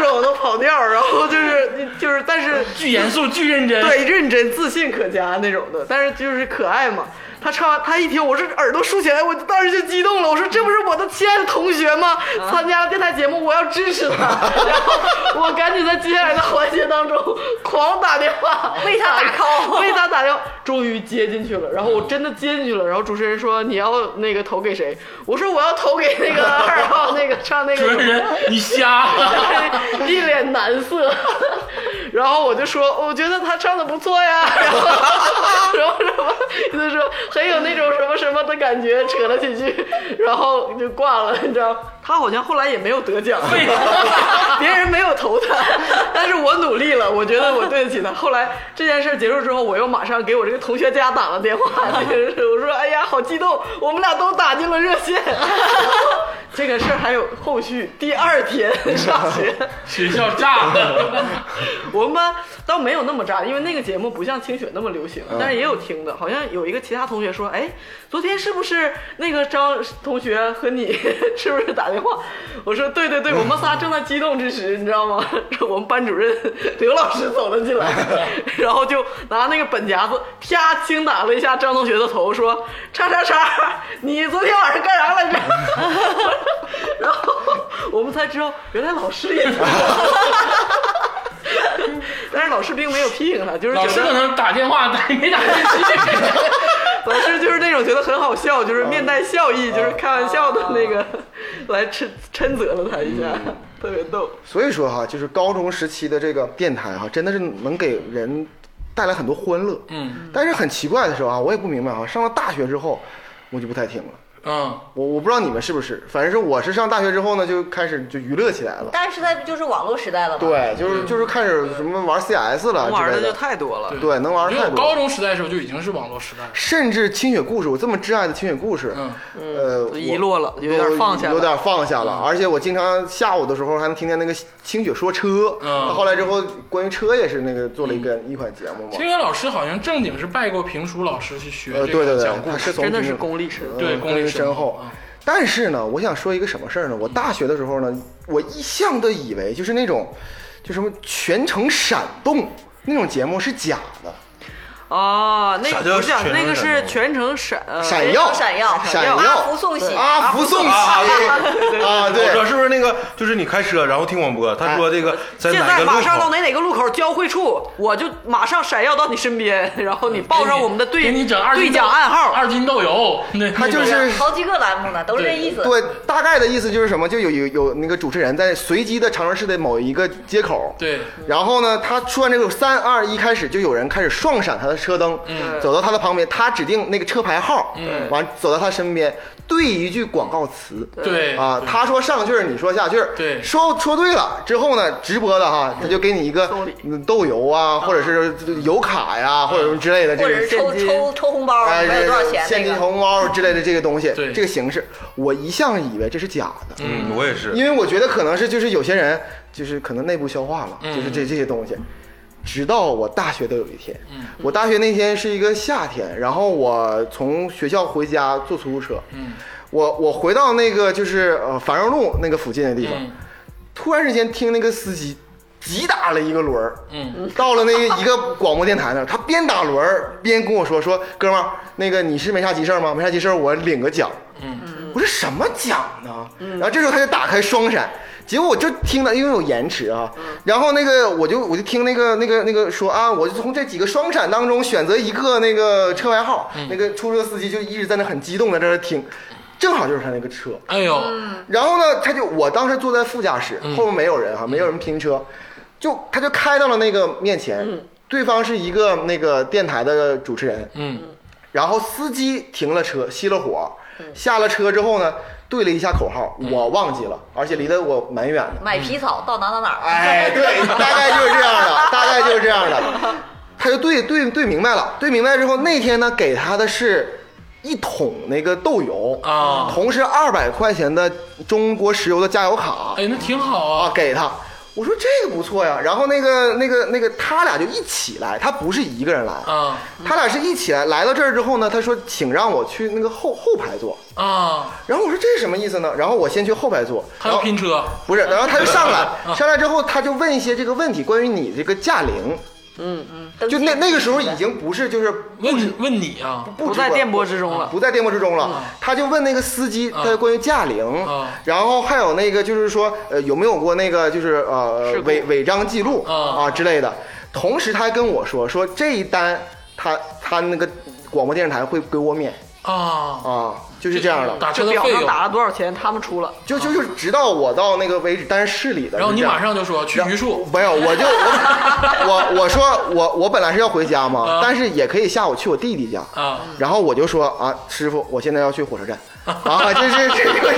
B: 种都跑调儿，然后就是就是，但是
A: 巨严肃，巨认真。
B: 对，认真、自信可嘉那种的，但是就是可爱嘛。他唱完，他一听，我这耳朵竖起来，我当时就激动了。我说这不是我的亲爱的同学吗？
D: 啊
B: 参加了电台节目，我要支 持他。然后我赶紧在接下来的环节当中狂打电话
D: 为他打 call
B: 为他打电话，终于接进去了。然后我真的接进去了。然后主持人说你要那个投给谁？我说我要投给那个二号那个唱那个
A: 主持人，你瞎了。
B: 一脸难色。然后我就说，我觉得他唱的不错呀，然后什么什么，就说很有那种什么什么的感觉，扯了几句，然后就挂了，你知道吗。他好像后来也没有得 奖，别人没有投他， 但是我努力了，我觉得我对得起他。 后来这件事结束之后，我又马上给我这个同学家打了电话，就是我说，哎呀，好激动，我们俩都打进了热线。 这个事儿还有后续，第二天上学。
A: 学校炸了，
B: 我们班倒没有那么炸，因为那个节目不像清雪那么流行，但是也有听的。好像有一个其他同学说：“哎，昨天是不是那个张同学和你 是不是打电话？”我说：“对对对，我们仨正在激动之时，你知道吗？” 我们班主任刘老师走了进来，然后就拿那个本夹子啪轻打了一下张同学的头，说：“叉叉叉， 你昨天晚上干啥来着？” 然后我们才知道，原来老师也知道。 但是老师并没有批评他，就是
A: 老师
B: 觉
A: 可
B: 得
A: 能打电话打没打进去。
B: 老师就是那种觉得很好笑，就是面带笑意，就是开玩笑的那个， 来抻抻责了他一下， 特别逗。
E: 所以说哈，就是高中时期的这个电台哈，真的是能给人带来很多欢乐。
A: 嗯，
E: 但是很奇怪的时候啊，我也不明白哈，上了大学之后，我就不太听了。
A: 嗯，
E: 我我不知道你们是不是，反正是我是上大学之后呢，就开始就娱乐起来了。
D: 但是现在不就是网络时代了吗？
E: 对，就是就是开始什么玩 CS 了
B: 玩
E: 之
B: 的
E: 类
B: 就
E: 啊的，
B: 太多了，
E: 对，能玩
A: 因
E: 太
A: 为我高
E: 多。
A: 中时代的时候就已经是网络时代了。
E: 甚至清雪故事，我这么挚爱的清雪故事，
A: 嗯
E: 呃，我
B: 遗落了，有点放下
E: 有
B: 了。
E: 点放下了。而且我经常下午的时候还能听见那个清雪说车。
A: 嗯
E: 后来之后，关于车也是那个做了一个一款节目嘛。
A: 清源老师好像正经是拜过评书老师去学
E: 呃，
A: 这
E: 对
A: 个
E: 对对
A: 讲，故
E: 他
A: 事，
E: 是从
B: 真的是
E: 平
B: 功力深，
A: 对
E: 嗯
A: 功力深
E: 深
A: 厚
E: 厚
A: 啊。
E: 但是呢，我想说一个什么事儿呢？我大学的时候呢，我一向都以为就是那种，就什么全程闪动那种节目是假的，
B: 哦，那
C: 啥
B: 个不
C: 叫
B: 是
C: 全程
B: 那个
C: 闪
B: 是
C: 动
B: 全程闪呃
E: 闪耀，
D: 闪耀
E: 闪
B: 耀
E: 耀，
D: 啊阿福送喜
E: 阿福送喜 啊，
C: 我知道
E: 对，
C: 是不是那个，就是你开车然后听广播，他说这个在
B: 现
C: 哪
B: 在
C: 个路
B: 马上到
C: 口，
B: 哪哪个路口交汇处，我就马上闪耀到你身边，然后你报上我们的
A: 给
B: 对
A: 你整二斤
B: 对讲
A: 豆
B: 暗号，
A: 二斤豆油，那
E: 他就是
D: 好几个栏目呢，都是这意思。
E: 对，大概的意思就是什么？就有有有那个主持人在随机的长春市的某一个街口，
A: 对
E: 然后呢，他说完这个三二一开始，就有人开始双闪他的车灯，
A: 嗯
E: 走到他的旁边，他指定那个车牌号，完走到他身边，对一句广告词。
A: 对
E: 啊，他说上句儿，你说下句儿，
A: 对
E: 说说对了之后呢，直播的哈，他就给你一个
B: 送礼
E: 嗯豆油啊，或者是
A: 嗯
E: 油卡呀，或者什么之类的这
D: 或
E: 种
D: 者是抽
B: 现金
D: 抽抽红包，
E: 哎，
D: 没有多少
E: 这
D: 钱
E: 现
D: 那
E: 金
D: 个。
E: 红包之类的这个东西，
A: 对
E: 这个形式，我一向以为这是假的，
C: 嗯，我也是，
E: 因为我觉得可能是就是有些人就是可能内部消化了，
A: 嗯
E: 就是这这些东西。直到我大学的有一天，
A: 嗯
E: 我大学那天是一个夏天，然后我从学校回家坐出租车，
A: 嗯
E: 我我回到那个就是呃繁荣路那个附近的地方，
A: 嗯
E: 突然之间听那个司机急打了一个轮儿，
A: 嗯，
E: 到了那个一个广播电台那儿，他边打轮儿边跟我说说哥们儿，那个你是没啥急事儿吗？没啥急事儿，我领个奖。
A: 嗯，
E: 我说什么奖呢？然后这时候他就打开双闪，结果我就听到，因为有延迟啊，然后那个我就我就听那个那个那个说啊，我就从这几个双闪当中选择一个那个车牌号，那个出租车司机就一直在那很激动地在那听，正好就是他那个车。
A: 哎呦，
B: 嗯
E: 然后呢，他就我当时坐在副驾驶，后面没有人哈，没有人拼车，就他就开到了那个面前，对方是一个那个电台的主持人，
A: 嗯
E: 然后司机停了车，熄了火，下了车之后呢，对了一下口号，
A: 嗯
E: 我忘记了，而且离得我蛮远 的，
D: 买皮草到哪哪哪儿？
E: 哎，对，大概就是这样 的，大概就是这样的。他就对对对明白了，对明白之后，那天呢给他的是一桶那个豆油
A: 啊
E: 同时二百块钱的中国石油的加油卡
A: 哎，那挺好
E: 啊
A: 啊，
E: 给他。我说这个不错呀，然后那个那个那个他俩就一起来，他不是一个人来，
A: 啊
E: 他俩是一起来。来到这儿之后呢，他说请让我去那个后后排坐，
A: 啊，
E: 然后我说这是什么意思呢？然后我先去后排坐，
A: 还
E: 然后
A: 要拼嗯车，
E: 哦不是，然后他就上来，上来之后他就问一些这个问题，关于你这个驾龄，
B: 嗯嗯，
D: 登
E: 就
D: 记
E: 那那个时候已经不是就是
A: 问问你啊，
E: 不
B: 不
E: 主管
B: 在电波之中了。
E: 啊不在电波之中
A: 嗯
E: 了。他就问那个司机，
A: 啊
E: 他关于驾龄，
A: 啊
E: 然后还有那个就是说，呃，有没有过那个就是呃
B: 事故
E: 违违章记录
A: 啊
E: 啊之类的。同时，他还跟我说，说这一单他他那个广播电视台会归我免
A: 啊，
E: 啊，就是这样的。
A: 打
B: 就
A: 车的
B: 表
A: 费
B: 上
A: 用，
B: 打了多少钱，他们出了。
E: 就就就是直到我到那个为止，但是市里的。
A: 然后
E: 是
A: 你
E: 这样
A: 马上就说去榆树，
E: 没有，我就我我我说我我本来是要回家嘛
A: 啊，
E: 但是也可以下午去我弟弟家
A: 啊。
E: 然后我就说啊，师傅，我现在要去火车站。啊，这是这个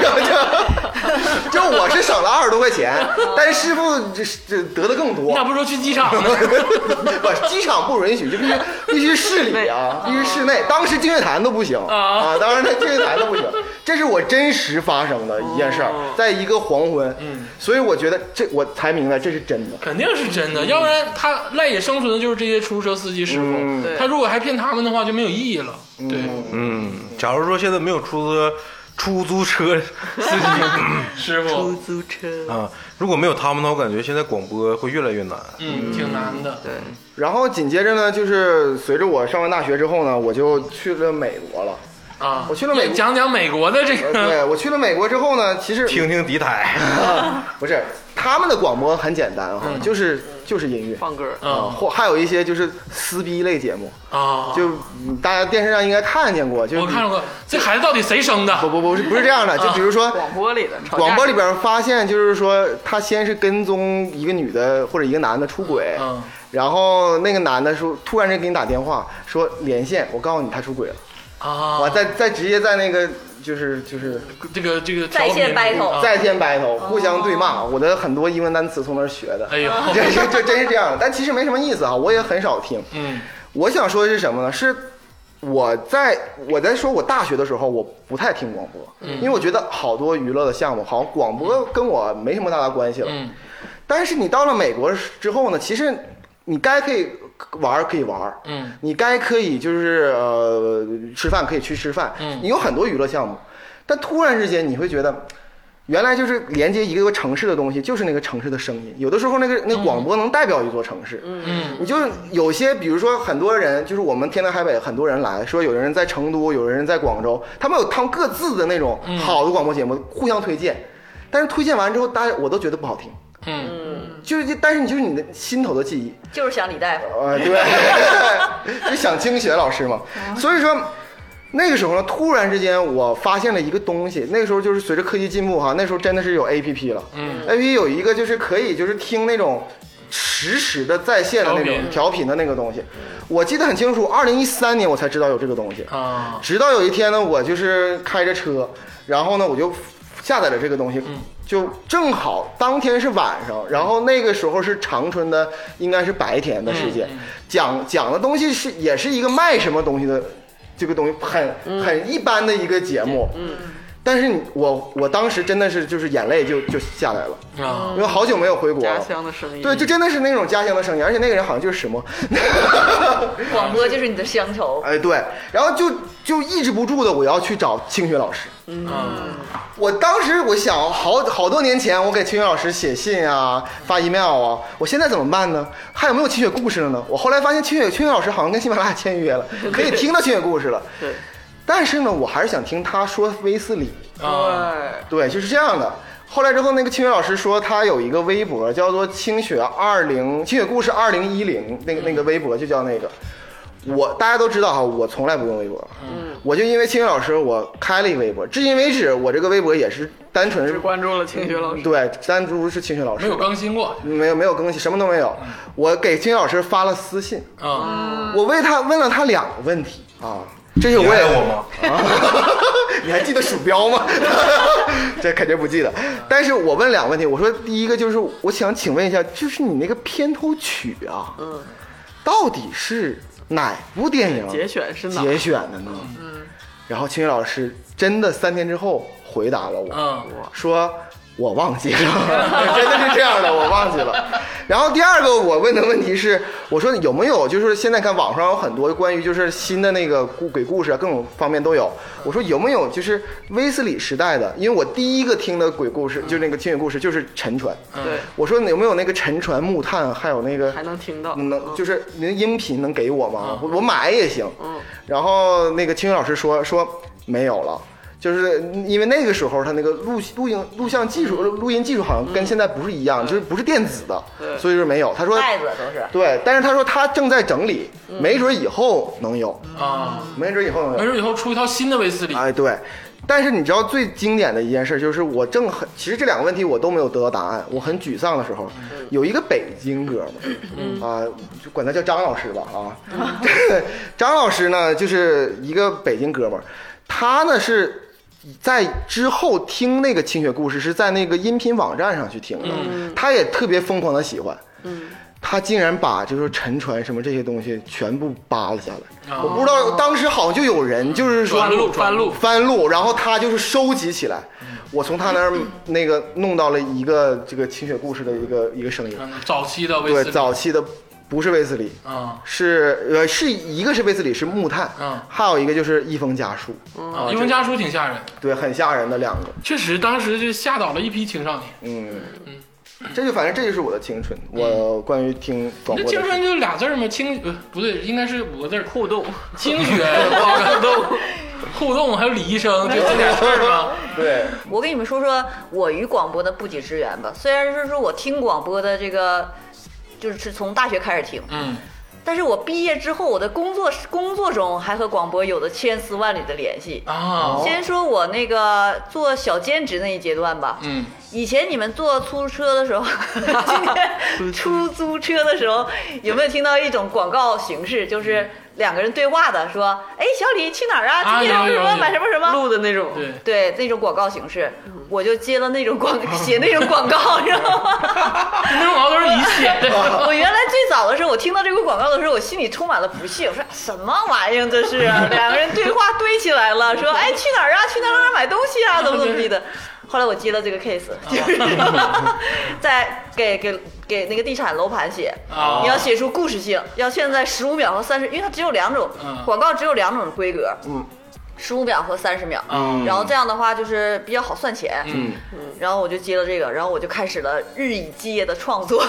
E: 就 就我是省了二十多块钱，但是师傅这这得的更
A: 你
E: 多
A: 咋。不说去机场呢？
E: 不，机场不允许，就必须必须市里啊，必须室内。当时净月潭都不行
A: 啊
E: 啊，当时那净月潭都不行。这是我真实发生的一件事儿，
A: 哦
E: 在一个黄昏。嗯，所以我觉得这我才明白这是真的。
A: 肯定是真的，要不然他赖以生存的就是这些出租车司机师
E: 嗯
A: 傅。
B: 对
A: 他如果还骗他们的话，就没有意义了。对，
C: 嗯，假如说现在没有出租车出租车 司机
A: 师傅，嗯
B: 租车，
C: 啊，如果没有他们的话，我感觉现在广播会越来越难。
A: 嗯，挺难的。对，
E: 然后紧接着呢，就是随着我上完大学之后呢，我就去了美国了。
A: 啊，
E: 我去了美
A: 也讲讲美国的这
E: 呃
A: 个
E: 对我去了美国之后呢，其实
C: 听听敌台，
E: 不是他们的广播很简单哈，
A: 嗯
E: 就是就是音乐
B: 放歌儿。
E: 啊，
A: 啊
E: 或还有一些就是撕逼类节目，
A: 啊，
E: 就嗯大家电视上应该看见过，就是
A: 我看过这孩子到底谁生
E: 不
A: 的？
E: 不不是不是这样的，就比如说。
B: 广播里的哦吵架
E: 广播里边发现，就是说他先是跟踪一个女的或者一个男的出轨，
A: 嗯，
E: 然后那个男的说突然间给你打电话说连线，我告诉你他出轨了，
A: 啊
E: 完，再再直接在那个就是就是
A: 这个这个
D: 在线
A: 调频
D: battle
A: 啊
E: 在线
B: 哦
E: battle，互相对骂。我的很多英文单词从那儿学的
A: 哎，呦，
E: 这这这真是这样的。但其实没什么意思啊，我也很少听。
A: 嗯
E: 我想说的是什么呢？是我在我在说我大学的时候，我不太听广播，
A: 嗯
E: 因为我觉得好多娱乐的项目，好像广播跟我没什么大的关系了。
A: 嗯
E: 但是你到了美国之后呢，其实你该可以玩儿可以玩儿，
A: 嗯
E: 你该可以就是呃吃饭可以去吃饭，
A: 嗯
E: 你有很多娱乐项目，但突然之间你会觉得，原来就是连接一个城市的东西，就是那个城市的声音，有的时候那个那广播能代表一座城市，
A: 嗯
E: 你就是有些比如说很多人就是我们天南海北很多人来说，有人在成都，有人在广州，他们有他们各自的那种
A: 嗯
E: 好的广播节目互相推荐，但是推荐完之后，大家我都觉得不好听，
A: 嗯，
E: 就是但是你就是你的心头的记忆。
D: 就是想李大夫。
A: 哦
E: 呃，对， 就想清雪老师嘛。
A: 哦
E: 所以说，那个时候呢，突然之间我发现了一个东西。那个时候就是随着科技进步哈，那时候真的是有 A P P 了。
A: 嗯
E: ，A P P 有一个就是可以就是听那种实时的在线的那种
A: 调频
E: 调频的那个东西。我记得很清楚，二零一三年我才知道有这个东西。
A: 啊
E: 直到有一天呢，我就是开着车，然后呢，我就下载了这个东西，就正好当天是晚上，然后那个时候是长春的，应该是白天的时间，
A: 嗯嗯
E: 讲讲的东西是也是一个卖什么东西的这个东西，很很一般的一个节目，嗯，但是你我我当时真的是就是眼泪就就下来了，
A: 啊，
E: 因为好久没有回国
B: 家
E: 了。
B: 乡的声音，
E: 对，就真的是那种家乡的声音，而且那个人好像就是什么，
D: 广播就是你的乡愁，
E: 哎，对，然后就就抑制不住的，我要去找清雪老师。
A: 嗯
E: 我当时我想，好好多年前，我给清雪老师写信啊，发 email 啊，我现在怎么办呢？还有没有清雪故事了呢？我后来发现清雪清雪老师好像跟喜马拉雅签约了，可以听到清雪故事了。
B: 对
E: 但是呢，我还是想听他说威斯理。
A: 啊
E: 对，就是这样的。后来之后，那个清雪老师说，他有一个微博叫做“清雪二零清雪故事二零一零”，那个
A: 嗯
E: 那个微博就叫那个。我大家都知道哈，我从来不用微博，嗯，我就因为清雪老师，我开了一个微博。至今为止，我这个微博也是单纯
B: 只
E: 是
B: 关注了清学老师。
E: 对，单独是清雪老师，
A: 没有更嗯新过
E: 没有没有更新，什么都没有。我给清雪老师发了私信，
A: 啊，
E: 我为他问了他两个问题啊，这是我
C: 你
E: 也
C: 爱我吗？
E: 你还记得鼠标吗？ 这肯定不记得。但是我问两个问题，我说第一个就是我想请问一下，就是你那个片头曲啊，
B: 嗯，
E: 到底是哪部电影
B: 节选是哪？
E: 节选的呢？嗯。然后清云老师真的三天之后回答了我，
A: 嗯
E: 说我忘记了，真的是这样的，我忘记了。然后第二个我问的问题是，我说有没有就是现在看网上有很多关于就是新的那个故鬼故事啊，各种方面都有。我说有没有就是威斯里时代的？因为我第一个听的鬼故事就是那个听鬼故事就是沉船。
B: 对，
E: 我说有没有那个沉船、木炭，还有那个
B: 还能听到，
E: 能就是您音频能给我吗？
A: 嗯
E: 我我买也行。
B: 嗯
E: 然后那个青云老师说说没有了。就是因为那个时候，他那个录录影、录像技术、录音技术好像跟现在不是一样，就是不是电子的，
B: 嗯对
E: 所以说没有。他说，
D: 袋子都是。
E: 对，但是他说他正在整理，
B: 嗯
E: 没准以后能有，
A: 啊，
E: 没准以后能
A: 没
E: 有。
A: 准以后出一套新的威斯里，
E: 哎，对。但是你知道最经典的一件事，就是我正很，其实这两个问题我都没有得到答案，我很沮丧的时候，有一个北京哥们儿，啊，就管他叫张老师吧，啊， 张老师呢就是一个北京哥们儿，他呢是在之后听那个清雪故事是在那个音频网站上去听的，他也特别疯狂的喜欢，他竟然把就是沉船什么这些东西全部扒了下来，
A: 哦
E: 我不知道当时好像就有人就是说
A: 转录转录
E: 翻录，然后他就是收集起来。
A: 嗯
E: 我从他那儿那个弄到了一个这个清雪故事的一个一个声音，
A: 嗯，早期的威
E: 对，
A: 斯里，
E: 早期的不是卫斯理，
A: 啊
E: 是呃是一个是卫斯理是木炭，
A: 嗯
E: 还有一个就是一封家书，
A: 啊，一封家书挺吓人，
E: 对，很吓人的两个，
A: 确实当时就吓倒了一批青少年。
E: 嗯，这就反正这就是我的青春，我关于听广
A: 这
E: 播的
A: 嗯青
E: 事
A: 春就俩字儿嘛，清呃不对，应该是五个字 儿，
B: 互动，
A: 清学互动，互动还有李医生，就这俩字儿吗？
E: 对，
D: 我给你们说说我与广播的不解之缘吧。虽然是说我听广播的这个，就是从大学开始听，
A: 嗯，
D: 但是我毕业之后，我的工作工作中还和广播有着千丝万缕的联系。
A: 啊，
D: 先说我那个做小兼职那一阶段吧，
A: 嗯，
D: 以前你们坐出租车的时候，今天出租车的时候有没有听到一种广告形式，就是两个人对话的，说，哎，小李去哪儿啊？
A: 啊
D: 今天
A: 有
D: 什
A: 有
D: 么
A: 有
D: 买什么什么？
B: 录的那种，
A: 对，
D: 对那种广告形式，我就接了那种广写那种广告，你知道吗？
A: 那种毛都是你写的，
D: 我原来最早的时候，我听到这个广告的时候，我心里充满了不屑，我说什么玩意儿这是、 啊？两个人对话堆起来了，说哎去哪儿啊？去哪儿哪儿买东西 啊？怎么怎么地的。后来我接了这个 case，就是在给给给那个地产楼盘写，
A: 哦
D: 你要写出故事性，要现在十五秒和三十，因为它只有两种
A: 嗯
D: 广告，只有两种规格，
E: 嗯，
D: 十五秒和三十秒，
A: 嗯
D: 然后这样的话就是比较好算钱，
A: 嗯，
D: 然后我就接了这个，然后我就开始了日以继夜的创 作。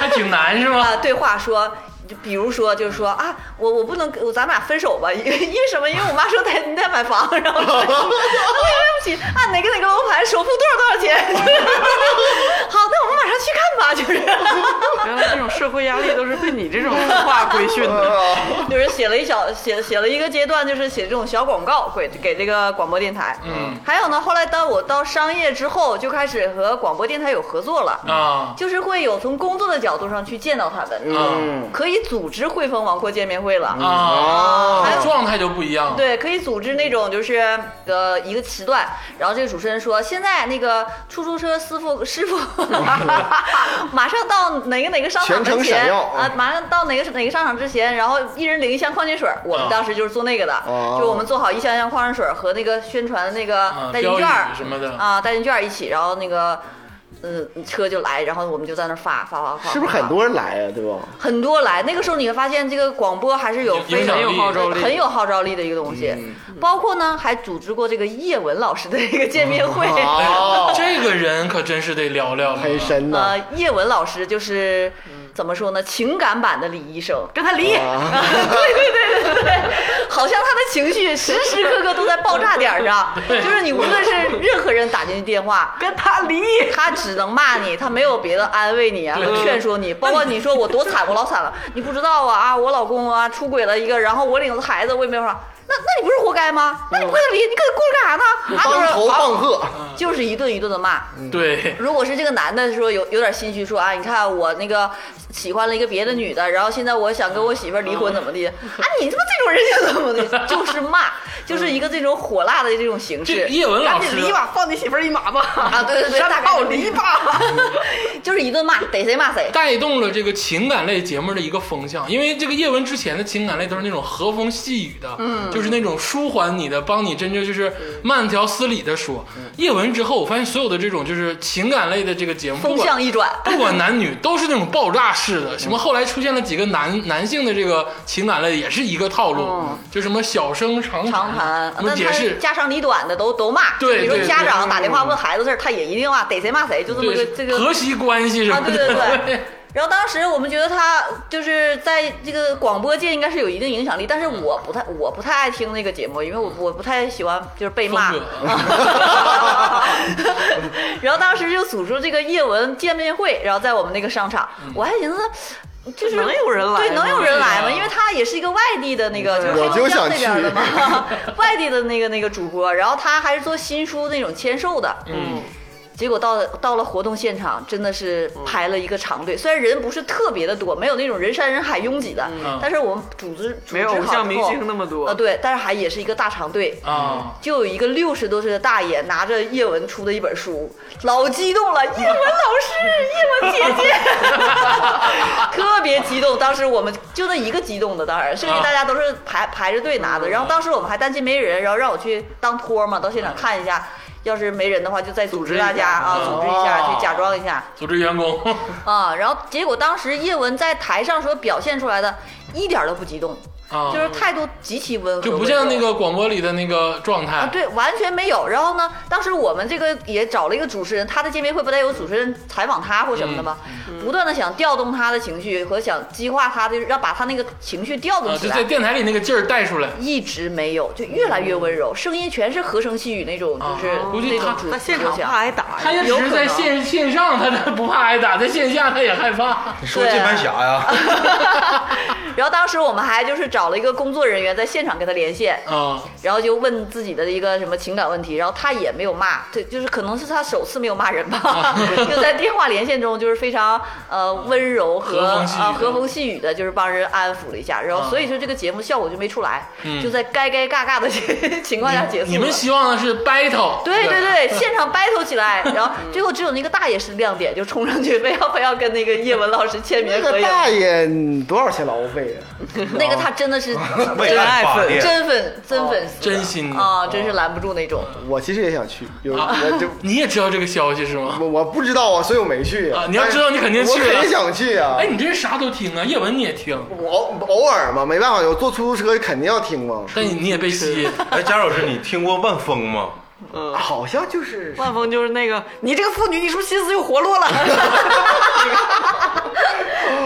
A: 还挺难是 吗？
D: 啊，对话说，就比如说，就是说啊，我我不能，我咱俩分手吧，因为因为什么？因为我妈说得你得买房，然后我说啊对对不起啊，哪个哪个楼盘首付多少多少钱？ 好，那我们马上去看吧，就是。
B: 原来这种社会压力都是被你这种文化规训的。
D: 就是 写了一小写写了一个阶段，就是写这种小广告给给这个广播电台。
A: 嗯，
D: 还有呢，后来当我到商业之后，就开始和广播电台有合作了，
A: 啊
D: 就是会有从工作的角度上去见到他们。
E: 嗯，
D: 可以组织汇丰王国见面会了
A: 啊，
E: 哦
D: 还有
A: 状态就不一样了。
D: 对，可以组织那种就是呃一个时段，然后这个主持人说，现在那个出租车师傅 师傅马上到哪个哪个商场
E: 全程
D: 门
E: 闪
D: 前
E: 耀
D: 啊，马上到哪个哪个商场之前，然后一人领一箱矿泉水儿。我们
A: 啊
D: 当时就是做那个的，
E: 哦
D: 就我们做好一箱一箱矿泉水儿和那个宣传的那个
A: 啊
D: 代金
A: 标语
D: 券儿
A: 什么的
D: 啊，代金券儿一起，然后那个。嗯，车就来，然后我们就在那儿发发发发，
E: 是不是
D: 发
E: 很多人来啊呀、对吧？
D: 很多来？那个时候你会发现，这个广播还是有
A: 影
D: 非
A: 响
D: 常
A: 力
B: 有号召力
D: 很有号召力的嗯一个东西。包括呢，还组织过这个叶文老师的一个见面会。
E: 哦，
A: 哎这个人可真是得聊聊了，啊
E: 很深呐、
D: 呃，叶文老师就是怎么说呢？情感版的李医生，
B: 跟他离，
D: 对对对对对，好像他的情绪时时刻刻都在爆炸点 儿上，就是你无论是任何人打进去电话，
B: 跟他离，
D: 他只能骂你，他没有别的安慰你啊
A: 对，
D: 劝说你。包括你说我多惨，我老惨了， 你不知道啊啊，我老公啊出轨了一个，然后我领了孩子，我也没有法。那那你不是活该吗？那你不跟他离，你跟他过着干啥
E: 当
A: 呃
D: 呢？啊，
E: 头
D: 就是
E: 棒喝，
D: 就是一顿一顿的骂。
A: 对，
D: 如果是这个男的说有有点心虚，说啊，你看我那个喜欢了一个别的女的，然后现在我想跟我媳妇儿离婚，怎么地？啊，你他妈这种人想怎么的？ 就是骂，就是一个这种火辣的这种形
A: 这
D: 式。
A: 叶文
B: 赶
A: 老
B: 紧
A: 师
B: 离吧，放你媳妇儿一马吧！啊
D: 对对对
B: 山
D: 大概
B: 炮
D: 是这
B: 离
D: 样
B: 吧！
D: 就是一顿骂，逮谁骂谁。
A: 带动了这个情感类节目的一个风向，因为这个叶文之前的情感类都是那种和风细雨的，嗯，就是那种舒缓你的，帮你真正就是慢条斯理的说。叶文之后，我发现所有的这种就是情感类的这个节目，
D: 风
A: 不管
D: 向一转，
A: 不管男女都是那种爆炸式的，什么后来出现了几个男男性的这个情感类，也是一个套路，就什么小生长谈
D: 哦长谈，
A: 什么
D: 但
A: 解
D: 他
A: 释。
D: 家长里短的都都骂。
A: 对
D: 你说
A: 对
D: 家
A: 对
D: 长打电话问孩子事儿，他也一定骂，逮谁骂谁，就这么个
A: 对，
D: 这个
A: 婆媳关系什么
D: 啊，
A: 的，
D: 对对对。然后当时我们觉得他就是在这个广播界应该是有一定影响力，但是我不太我不太爱听那个节目，因为我我不太喜欢就是被骂
A: 嗯
D: 啊
A: 风。
D: 然后当时就组织这个叶文见面会，然后在我们那个商场，
A: 嗯
D: 我还寻思就是
B: 能有人来
D: 对，
B: 吗
D: 能有人来吗？
A: 对啊
D: 因为他也是一个外地的那个，就是
E: 我
D: 黑
E: 就
D: 龙
E: 想
D: 江那边的
E: 去
D: 嘛， 外地的那个那个主播，然后他还是做新书那种签售的，
A: 嗯，
D: 结果到到了活动现场，真的是
B: 嗯
D: 排了一个长队，虽然人不是特别的多，没有那种人山人海拥挤的，
A: 嗯
D: 但是我们组织组织
B: 没有偶像明星那
D: 么
B: 么多
D: 啊，对，但是还也是一个大长队。
A: 啊，
D: 就有一个六十多岁的大爷拿着叶文出的一本书，老激动了，叶文老师，叶 文姐姐，特别激动。当时我们就那一个激动的，当然剩下大家都是排排着队
A: 嗯
D: 拿的。然后当时我们还担心没人，然后让我去当托儿嘛，到现场看一下，要是没人的话就再组织大家啊，
A: 组
D: 组
A: 织
D: 织
A: 一下
D: 一下，
A: 哦
D: 去假装一下。
A: 组织员 工，
D: 啊，然后结果当时叶文在台上所表现出来的，一点儿都不激动，
A: 啊，
D: 就是态度极其温和，
A: 就不像
D: 温
A: 那
D: 柔
A: 个广播里的那个状态
D: 啊，对，完全没有。然后呢，当时我们这个也找了一个主持人，他的见面会不得有主持人采访他或什么的吗？
A: 嗯
D: 不断的想调动他的情绪和想激化他的，让把他那个情绪调动
A: 啊，
D: 起
A: 就
D: 来。
A: 在电台里那个劲儿带出来。
D: 一直没有，就越来越温柔，声音全是和声细语那种，就是
A: 啊估计
D: 那
A: 他
D: 种主
B: 那现
D: 主
B: 场
D: 角
B: 怕挨打呀，
A: 他也只
B: 有可
A: 是在
B: 能
A: 线线上，他他不怕挨打，在线下他也害怕。
C: 你说键盘侠啊呀？
D: 然后当时我们还就是找了一个工作人员在现场跟他连线，
A: 啊，
D: 然后就问自己的一个什么情感问题，然后他也没有骂，对，就是可能是他首次没有骂人吧， 就在电话连线中就是非常呃温柔和
A: 和风细雨
D: 啊和风细雨的，就是帮人安抚了一下，然
A: 啊
D: 后所以说这个节目效果就没出来，
A: 嗯
D: 就在该该尬尬的 情况下结束了
A: 你们希望的是 battle，
D: 对对
A: 对，
D: 对， 现场 battle 起来，然后
A: 嗯
D: 最后只有那个大爷是亮点，就冲上去非要非要跟那个叶文老师签
E: 那
D: 名合
E: 个
D: 影，
E: 大爷你多少钱劳务费啊？
D: 那个他哦真的是
B: 啊
C: 为爱发电，
D: 真粉真粉丝，
A: 真心的
D: 啊，真是拦不住那种。
E: 我其实也想去，有
A: 啊
E: 我就
A: 你也知道这个消息是吗？
E: 我我不知道啊，所以我没去
A: 啊你要知道你肯定去
E: 我肯
A: 了
E: 定想去啊。
A: 哎，你真是啥都听啊，叶文你也听，
E: 我偶偶尔嘛，没办法，我坐出租车肯定要听嘛。
A: 但你你也被吸引。
C: 哎，贾老师，你听过万峰吗？
B: 嗯，
E: 好像就是
B: 万峰就是那个，你这个妇女，你是不是心思又活 络了？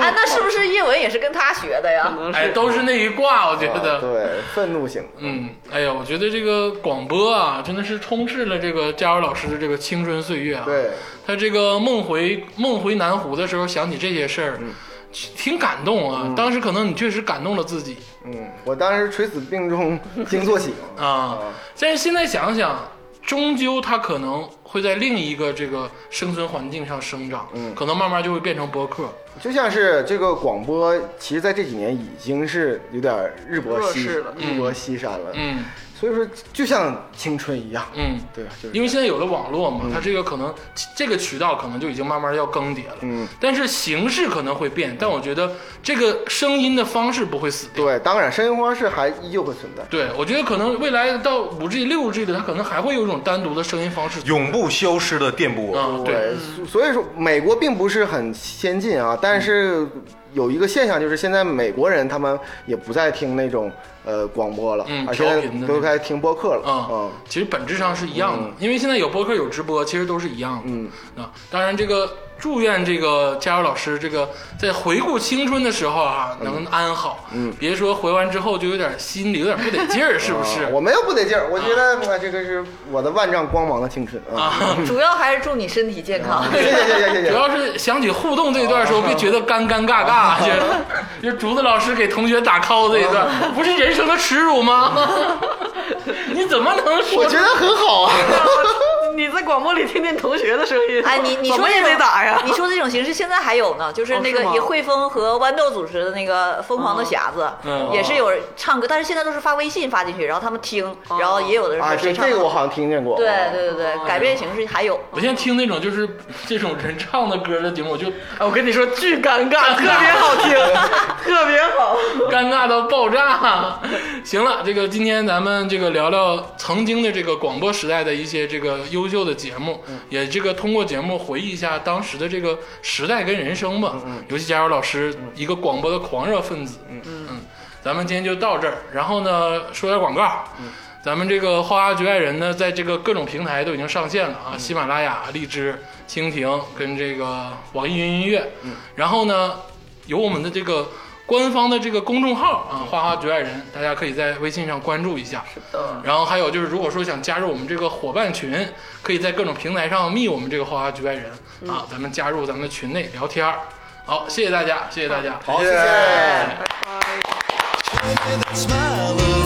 D: 哎，那是不是叶文也是跟他学的呀？
A: 哎，都是那一挂，我觉
E: 啊
A: 得。
E: 对愤怒型，
A: 嗯，哎呀，我觉得这个广播啊，真的是充斥了这个佳茹老师的这个青春岁月啊。
E: 对，
A: 他这个梦回梦回南湖的时候，想起这些事儿，
E: 嗯
A: 挺感动啊。当时可能你确实感动了自己
E: 嗯，我当时垂死病中惊坐起嘛，
A: 啊，但是现在想想，终究他可能会在另一个这个生存环境上生长，
E: 嗯
A: 可能慢慢就会变成播客。
E: 就像是这个广播，其实在这几年已经是有点日薄西
B: 弱势了
E: 日薄西山了，
A: 嗯
E: 所以说就像青春一样，
A: 嗯，
E: 对吧？就是
A: 因为现在有了网络嘛，它这个可能这个渠道可能就已经慢慢要更迭了。
E: 嗯，
A: 但是形式可能会变，但我觉得这个声音的方式不会死掉。
E: 对，当然声音方式还依旧会存在。
A: 对，我觉得可能未来到五 G、六 G 的，它可能还会有一种单独的声音方式。
C: 永不消失的电波。
A: 嗯，对，
E: 对，所所以说美国并不是很先进啊，但是有一个现象就是现在美国人他们也不再听那种呃广播了，
A: 嗯
E: 而现在
A: 调频的
E: 都开始听播客了嗯
A: 啊、其实本质上是一样的，因为现在有播客有直播，其实都是一样的。
E: 嗯
A: 啊，当然这个祝愿这个佳茹老师这个在回顾青春的时候啊，能安好。
E: 嗯
A: 别说回完之后就有点心里有点不得劲儿，是不是？
E: 啊我没有不得劲儿，我觉得啊这个是我的万丈光芒的青春啊！
D: 主要还是祝你身体健康。
E: 谢谢谢谢谢谢
A: 主。要是想起互动这一段的时候，别觉得尴尴尬尬，
E: 哦
A: 就就竹子老师给同学打 call 这一 段，不是人 生的耻辱吗？你怎么能说
E: 我觉得很好啊，
B: 然后 你在广播里听见同学的声音，
D: 哎，你你
B: 怎
D: 说
B: 么也
D: 这
B: 得
D: 种
B: 打呀？
D: 你说这种形式现在还有呢，就是
B: 哦
D: 那
B: 是
D: 个
B: 吗哦
D: 以汇丰和豌豆组织的那个《疯狂的匣子》
A: 嗯
D: 也是有人唱歌，但是现在都是发微信发进去，然后他们听，
B: 哦
D: 然后也有的人
E: 啊，
D: 说
E: 这
D: 谁唱
E: 这
D: 的
E: 个我
D: 好。
E: 好像听见过。
D: 对对对对，改变形式还有。
B: 哦
A: 我现在听那种就是这种人唱的歌的节目，我就
B: 哎我跟你说，巨 尴尬， 特别好听， 特别好。
A: 尴尬到爆炸。 行了，这个今天咱们这个聊聊曾经的这个广播时代的一些这个优秀的节目，也这个通过节目回忆一下当时的这个时代跟人生吧。尤其佳柔老师一个广播的狂热分子，嗯嗯，咱们今天就到这儿，然后呢说点广告。咱们这个《花花局外人》呢，在这个各种平台都已经上线了啊，喜马拉雅、荔枝、蜻蜓跟这个网易云音乐。然后呢，有我们的这个官方的这个公众号啊，“花花局外人”，大家可以在微信上关注一下。然后还有就是，如果说想加入我们这个伙伴群，可以在各种平台上密我们这个“花花局外人”啊，咱们加入咱们的群内聊天儿。好，谢谢大家，谢谢大家，好
E: 谢谢。
F: Smile.